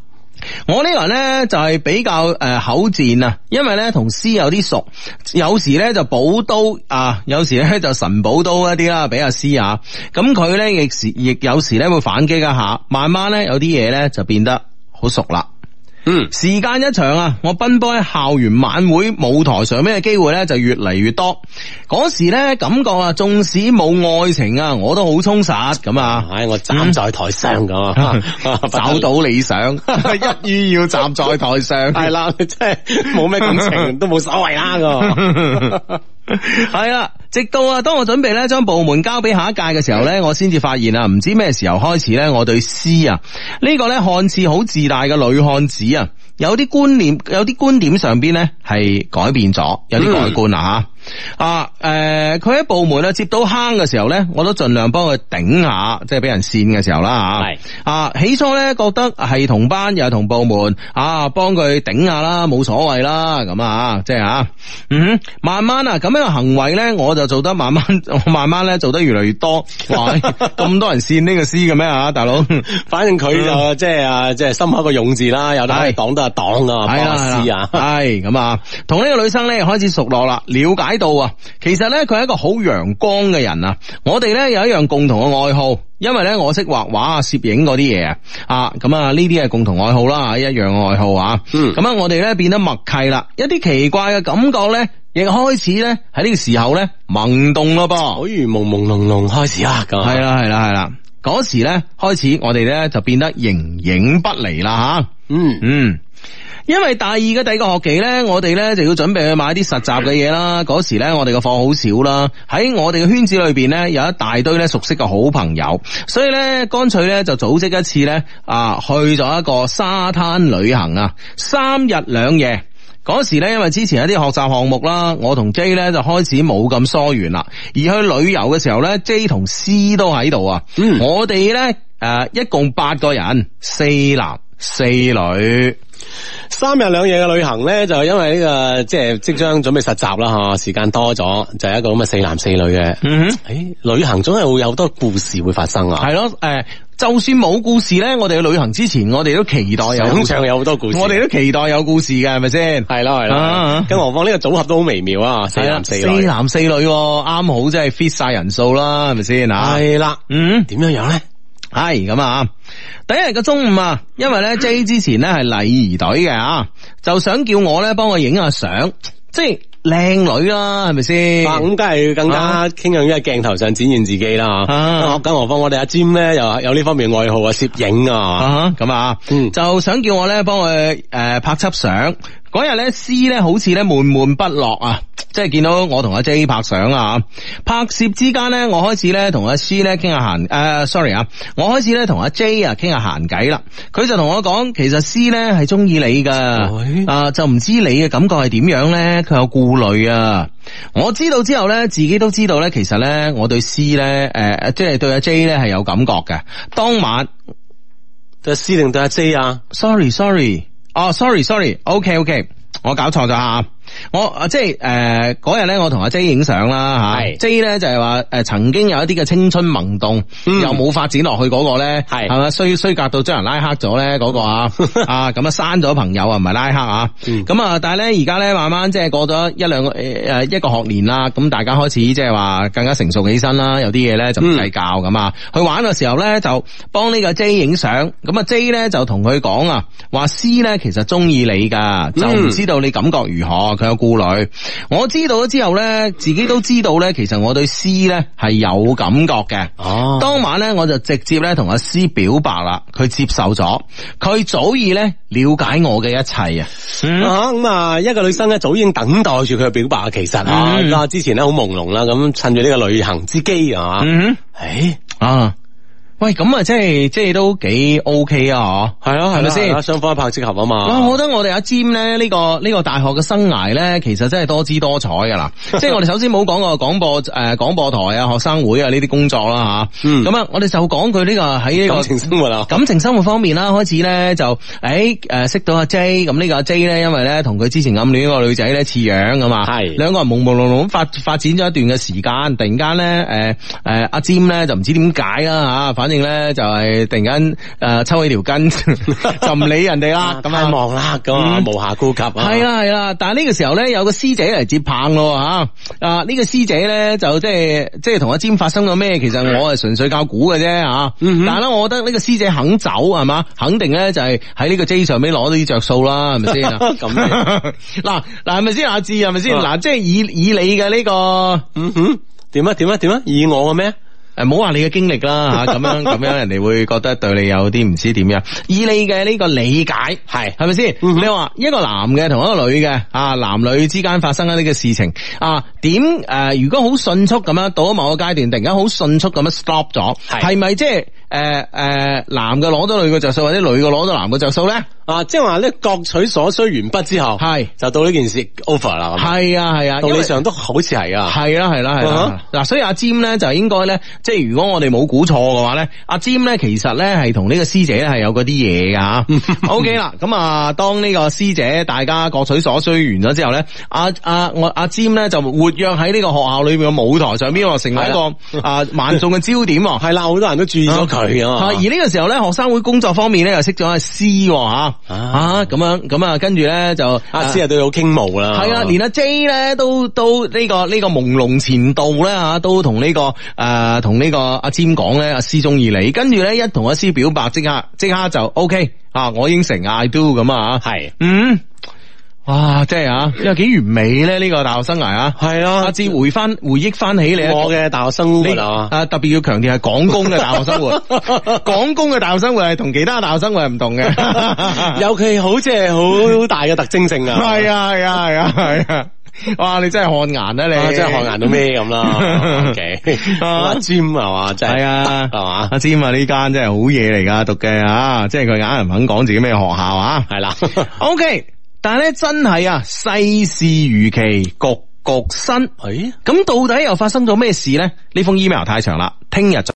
Speaker 3: 我呢個人呢，就係、比較誒、呃口賤啊，因為呢同詩有啲熟，有時呢就補刀啊，有時呢就神補刀一啲啦，俾阿詩啊，咁佢呢亦時亦有時呢會反擊一下，慢慢呢有啲嘢呢就變得好熟啦。
Speaker 2: 嗯，
Speaker 3: 時間一長啊，我奔波喺校園晚會舞台上面嘅機會咧就越嚟越多。嗰時咧感覺啊，縱使冇愛情啊，我都好充實咁啊。
Speaker 2: 唉，我站在台上咁 啊，
Speaker 3: 嗯找到理想，一於要站在台上。
Speaker 2: 係啊啦，真係冇咩感情都冇所謂啦咁。啊
Speaker 3: 系啦，直到啊，當我準備咧將部門交俾下一屆嘅時候咧，我先至發現啊，唔知咩時候開始咧，我對詩啊呢個咧看似好自大嘅女漢子啊，有啲觀念，有啲觀點上邊咧係改變咗，有啲改觀啦吓。啊，誒、佢喺部門啊接到坑嘅時候咧，我都盡量幫佢頂下，即係俾人跣嘅時候啦吓。
Speaker 2: 係
Speaker 3: 啊，起初咧覺得係同班又係同部門啊，幫佢頂下啦，冇所謂啦，咁啊，即係啊，嗯哼，慢慢啊，咁樣嘅行為咧，我就做得慢 慢，我慢慢咧做得越嚟越多。哇，咁多人扇呢個詩嘅咩啊，大佬？
Speaker 2: 反正佢
Speaker 3: 嗯
Speaker 2: 就即係啊，即係心口個勇字啦，有得可以擋得啊擋啊，幫下
Speaker 3: 係
Speaker 2: 師
Speaker 3: 啦
Speaker 2: 啊。
Speaker 3: 係咁啊，同呢個女生咧開始熟絡啦，了解到啊，其實咧佢係一個好陽光嘅人啊，我哋咧有一樣共同嘅愛好。因為咧，我識畫畫啊、攝影嗰啲嘢啊，啊咁啊，呢啲係共同愛好啦，一樣嘅愛好啊。
Speaker 2: 嗯
Speaker 3: 咁啊，我哋咧變得默契啦，一啲奇怪嘅感覺咧，亦開始咧喺呢個時候咧萌動咯噃。
Speaker 2: 好如朦朦朧朧開始啦，咁啊
Speaker 3: 係，啦係啦係啦，嗰時咧開始我哋咧就變得形影不離啦吓。
Speaker 2: 嗯，
Speaker 3: 嗯。因為大二嘅第一個學期呢，我哋呢就要準備去買啲實習嘅嘢啦。嗰時呢，我哋嘅課好少啦，喺我哋嘅圈子裏邊呢，有一大堆呢熟悉嘅好朋友，所以呢，乾脆呢就組織一次呢，啊，去咗一個沙灘旅行啊，三日兩夜。嗰時呢，因為之前一啲學習項目啦，我同 J 呢就開始冇咁疏遠啦。而去旅遊嘅時候呢 j 同 C 都喺度啊。
Speaker 2: 嗯
Speaker 3: 我哋呢，誒、一共八個人，四男四女。
Speaker 2: 三日兩夜嘅旅行咧，就因為呢、個即係即將準備實習啦吓，時間多咗，就係一個咁嘅四男四女嘅。
Speaker 3: 嗯哼，
Speaker 2: 誒，旅行總係會有好多故事會發生啊，
Speaker 3: 係咯，誒、就算冇故事咧，我哋去旅行之前，我哋都期待有
Speaker 2: 想象有好多故事。
Speaker 3: 我哋都期待有故事嘅，係咪先？
Speaker 2: 係啦係
Speaker 3: 啊啊
Speaker 2: 啦，更何況呢個組合都好微妙啊，四
Speaker 3: 係啦
Speaker 2: 男四
Speaker 3: 四
Speaker 2: 女。
Speaker 3: 男四女喎，啱好真係 fit 晒人數啦，係咪先啊？
Speaker 2: 係啦，
Speaker 3: 嗯，
Speaker 2: 點樣樣咧？
Speaker 3: 係咁啊。第一日嘅中午啊，因為咧 J 之前咧係禮儀隊嘅啊，就想叫我咧幫我影下相，即係靚女啦，係咪先？
Speaker 2: 啊，咁梗係更
Speaker 3: 嗯啊
Speaker 2: 加傾向於喺鏡頭上展現自己啦。
Speaker 3: 啊
Speaker 2: 啊，更何況我哋阿詹咧又有呢方面愛好啊，攝影啊。
Speaker 3: 啊哈咁啊，
Speaker 2: 嗯
Speaker 3: 呃就想叫我咧幫佢誒拍輯相。嗰日咧 C 咧好似咧悶悶不樂啊，即係見到我同阿 J 拍相啊，拍攝之間咧，我開始咧同阿 C 咧傾下閒誒，sorry 啊，我開始咧同阿 J 啊傾下閒偈啦。佢就同我講，其實 C 咧係中意你噶
Speaker 2: 哎，
Speaker 3: 啊就唔知你嘅感覺係點樣咧，佢有顧慮啊。我知道之後咧，自己都知道咧，其實咧我對 C 咧誒、呃即係對阿 J 咧係有感覺嘅。當晚。
Speaker 2: 對阿 C 定對阿 J 啊？
Speaker 3: sorry sorry，哦 sorry sorry，OK OK，我搞錯咗吓。我啊即係誒嗰日咧，我同阿 J 影相啦吓
Speaker 2: 係
Speaker 3: ，J 咧就係話誒曾經有一啲嘅青春萌動，
Speaker 2: 嗯
Speaker 3: 又冇發展落去嗰個咧，
Speaker 2: 係
Speaker 3: 係咪衰衰格到將人拉黑咗咧嗰個 啊啊咁啊刪咗朋友啊，唔係拉黑啊，
Speaker 2: 嗯
Speaker 3: 咁啊但係咧而家咧慢慢即係過咗一兩個誒誒一個學年啦，咁大家開始即係話更加成熟起身啦，有啲嘢咧就唔
Speaker 2: 嗯
Speaker 3: 計較咁啊，去玩嘅時候咧就幫呢個 J 影相，咁啊 J 咧就同佢講啊，話 C 咧其實中意你噶，就唔
Speaker 2: 嗯
Speaker 3: 知道你感覺如何，佢有顧慮。我知道咗之後咧，自己都知道咧，其實我對 C 咧係有感覺嘅。
Speaker 2: 哦
Speaker 3: 當晚咧，我就直接咧同阿 C 表白啦，佢接受咗，佢早已咧了解我嘅一切啊。
Speaker 2: 啊咁啊，一個女生咧早已經等待住佢嘅表白啊，其實啊，
Speaker 3: 嗯
Speaker 2: 啊之前咧好朦朧啦，咁趁住呢個旅行之機啊，
Speaker 3: 嗯
Speaker 2: 誒
Speaker 3: 哼啊，喂，咁啊，即係即係都幾 OK 啊，嗬。
Speaker 2: 係咯
Speaker 3: 係咪先哦
Speaker 2: 係咯雙方一拍即合啊
Speaker 3: 哇！我
Speaker 2: 嘛，
Speaker 3: 覺得我哋阿詹咧呢個呢、個大學嘅生涯咧，其實真係多姿多彩噶 啦。即係我哋首先冇講過廣播誒、呃、廣播台啊、學生會啊呢啲工作啦吓。
Speaker 2: 嗯
Speaker 3: 咁啊、我哋就講佢呢個喺呢、個
Speaker 2: 感情生活啊，
Speaker 3: 感情生活方面啦，開始咧就誒誒、識到阿 J，咁呢個阿 J 咧，因為咧同佢之前暗戀嗰個女仔咧似樣噶嘛，
Speaker 2: 係
Speaker 3: 兩個人朦朦朧朧咁發發展咗一段嘅時間，突然間咧誒誒阿詹咧就唔知點解啦嚇，反正咧就係、突然間誒、呃抽起 條筋 就唔理人哋啦，咁
Speaker 2: 太
Speaker 3: 啊。
Speaker 2: 忙啦，咁啊
Speaker 3: 嗯
Speaker 2: 無下顧及啊，
Speaker 3: 係啦係啦，但係呢個時候咧，有個師姐嚟接棒咯吓，啊呢、個師姐咧就即係即係同阿詹發生咗咩？其實我係純粹教估嘅啫吓，
Speaker 2: 嗯哼
Speaker 3: 但係咧，我覺得呢個師姐肯走係嘛，肯定咧就係喺呢個 J 上面攞到啲着數啦，係咪先？啊
Speaker 2: 咁
Speaker 3: 嗱嗱係咪先阿志係咪先？
Speaker 2: 啊
Speaker 3: 嗱即係以以你嘅呢、個。
Speaker 2: 嗯哼，點啊點啊點啊，以我嘅咩？
Speaker 3: 誒，唔好話你嘅經歷啦吓，咁樣咁樣人哋會覺得對你有啲唔知點樣。以你嘅呢個理解係係咪先？
Speaker 2: 嗯哼
Speaker 3: 你話一個男嘅同一個女嘅啊，男女之間發生緊呢個事情啊，點誒、呃如果好迅速咁樣到咗某個階段，突然間好迅速咁樣 stop 咗，
Speaker 2: 係
Speaker 3: 係咪即係誒誒男嘅攞咗女嘅着數，或者女嘅攞咗男嘅着數咧？
Speaker 2: 啊，即係話咧各取所需完畢之後，
Speaker 3: 係
Speaker 2: 就到呢件事 over 啦，咁
Speaker 3: 係啊係啊，
Speaker 2: 道
Speaker 3: 因為
Speaker 2: 理上都好似係啊，
Speaker 3: 係啦，係啦，係啦。嗱，所以阿詹咧就應該咧，即係如果我哋冇估錯嘅話咧，阿詹咧其實咧係同呢個師姐咧係有嗰啲嘢 噶吓。O K 啦，咁啊，當呢個師姐大家各取所需完咗之後咧，阿阿我阿詹咧就活躍喺呢個學校裏邊嘅舞台上邊喎，成為一個啊萬眾嘅焦 點喎。
Speaker 2: 係啦，好多人都注意咗佢啊
Speaker 3: 啊而
Speaker 2: 嘛，
Speaker 3: 呢個時候咧，學生會工作方面咧又識咗阿 C 喎啊
Speaker 2: 啊
Speaker 3: 啊咁樣咁啊，跟住咧就
Speaker 2: 阿師係對佢好傾慕啦，
Speaker 3: 係啊，連阿 J 咧都都呢、個呢、個朦朧前度咧吓，都同呢、個誒同呢個阿詹講咧，阿師中意你，跟住咧一同阿師表白，即刻即刻就 OK 啊，我應承 I do 咁啊，
Speaker 2: 係
Speaker 3: 嗯，哇，真係啊，你話幾完美咧呢、個大學生涯啊，
Speaker 2: 係啦
Speaker 3: 阿，志回翻回憶翻起你啊
Speaker 2: 我嘅大學生活
Speaker 3: 你
Speaker 2: 啊。
Speaker 3: 啊，特別要強調係廣工嘅大學生 活，廣工嘅大學生活係同其他大學生活係唔同 嘅，
Speaker 2: 有佢好即係好大嘅特徵性
Speaker 3: 啊
Speaker 2: 啊！
Speaker 3: 係啊係啊係啊係啊！哇，你真係汗顏啊
Speaker 2: 啊，
Speaker 3: 你，
Speaker 2: 真係汗顏到咩 咁啦？OK，阿 Jim 係嘛，真係
Speaker 3: 啊係啊，
Speaker 2: 係嘛
Speaker 3: 阿詹啊呢間真係好嘢嚟噶，讀嘅啊，即係佢硬係唔肯講自己咩學校啊。
Speaker 2: 係啦，
Speaker 3: O K，但係咧真係啊，世事如棋，局局新。
Speaker 2: 誒。
Speaker 3: 咁到底又發生咗咩事咧？呢封 email 太長啦，聽日再。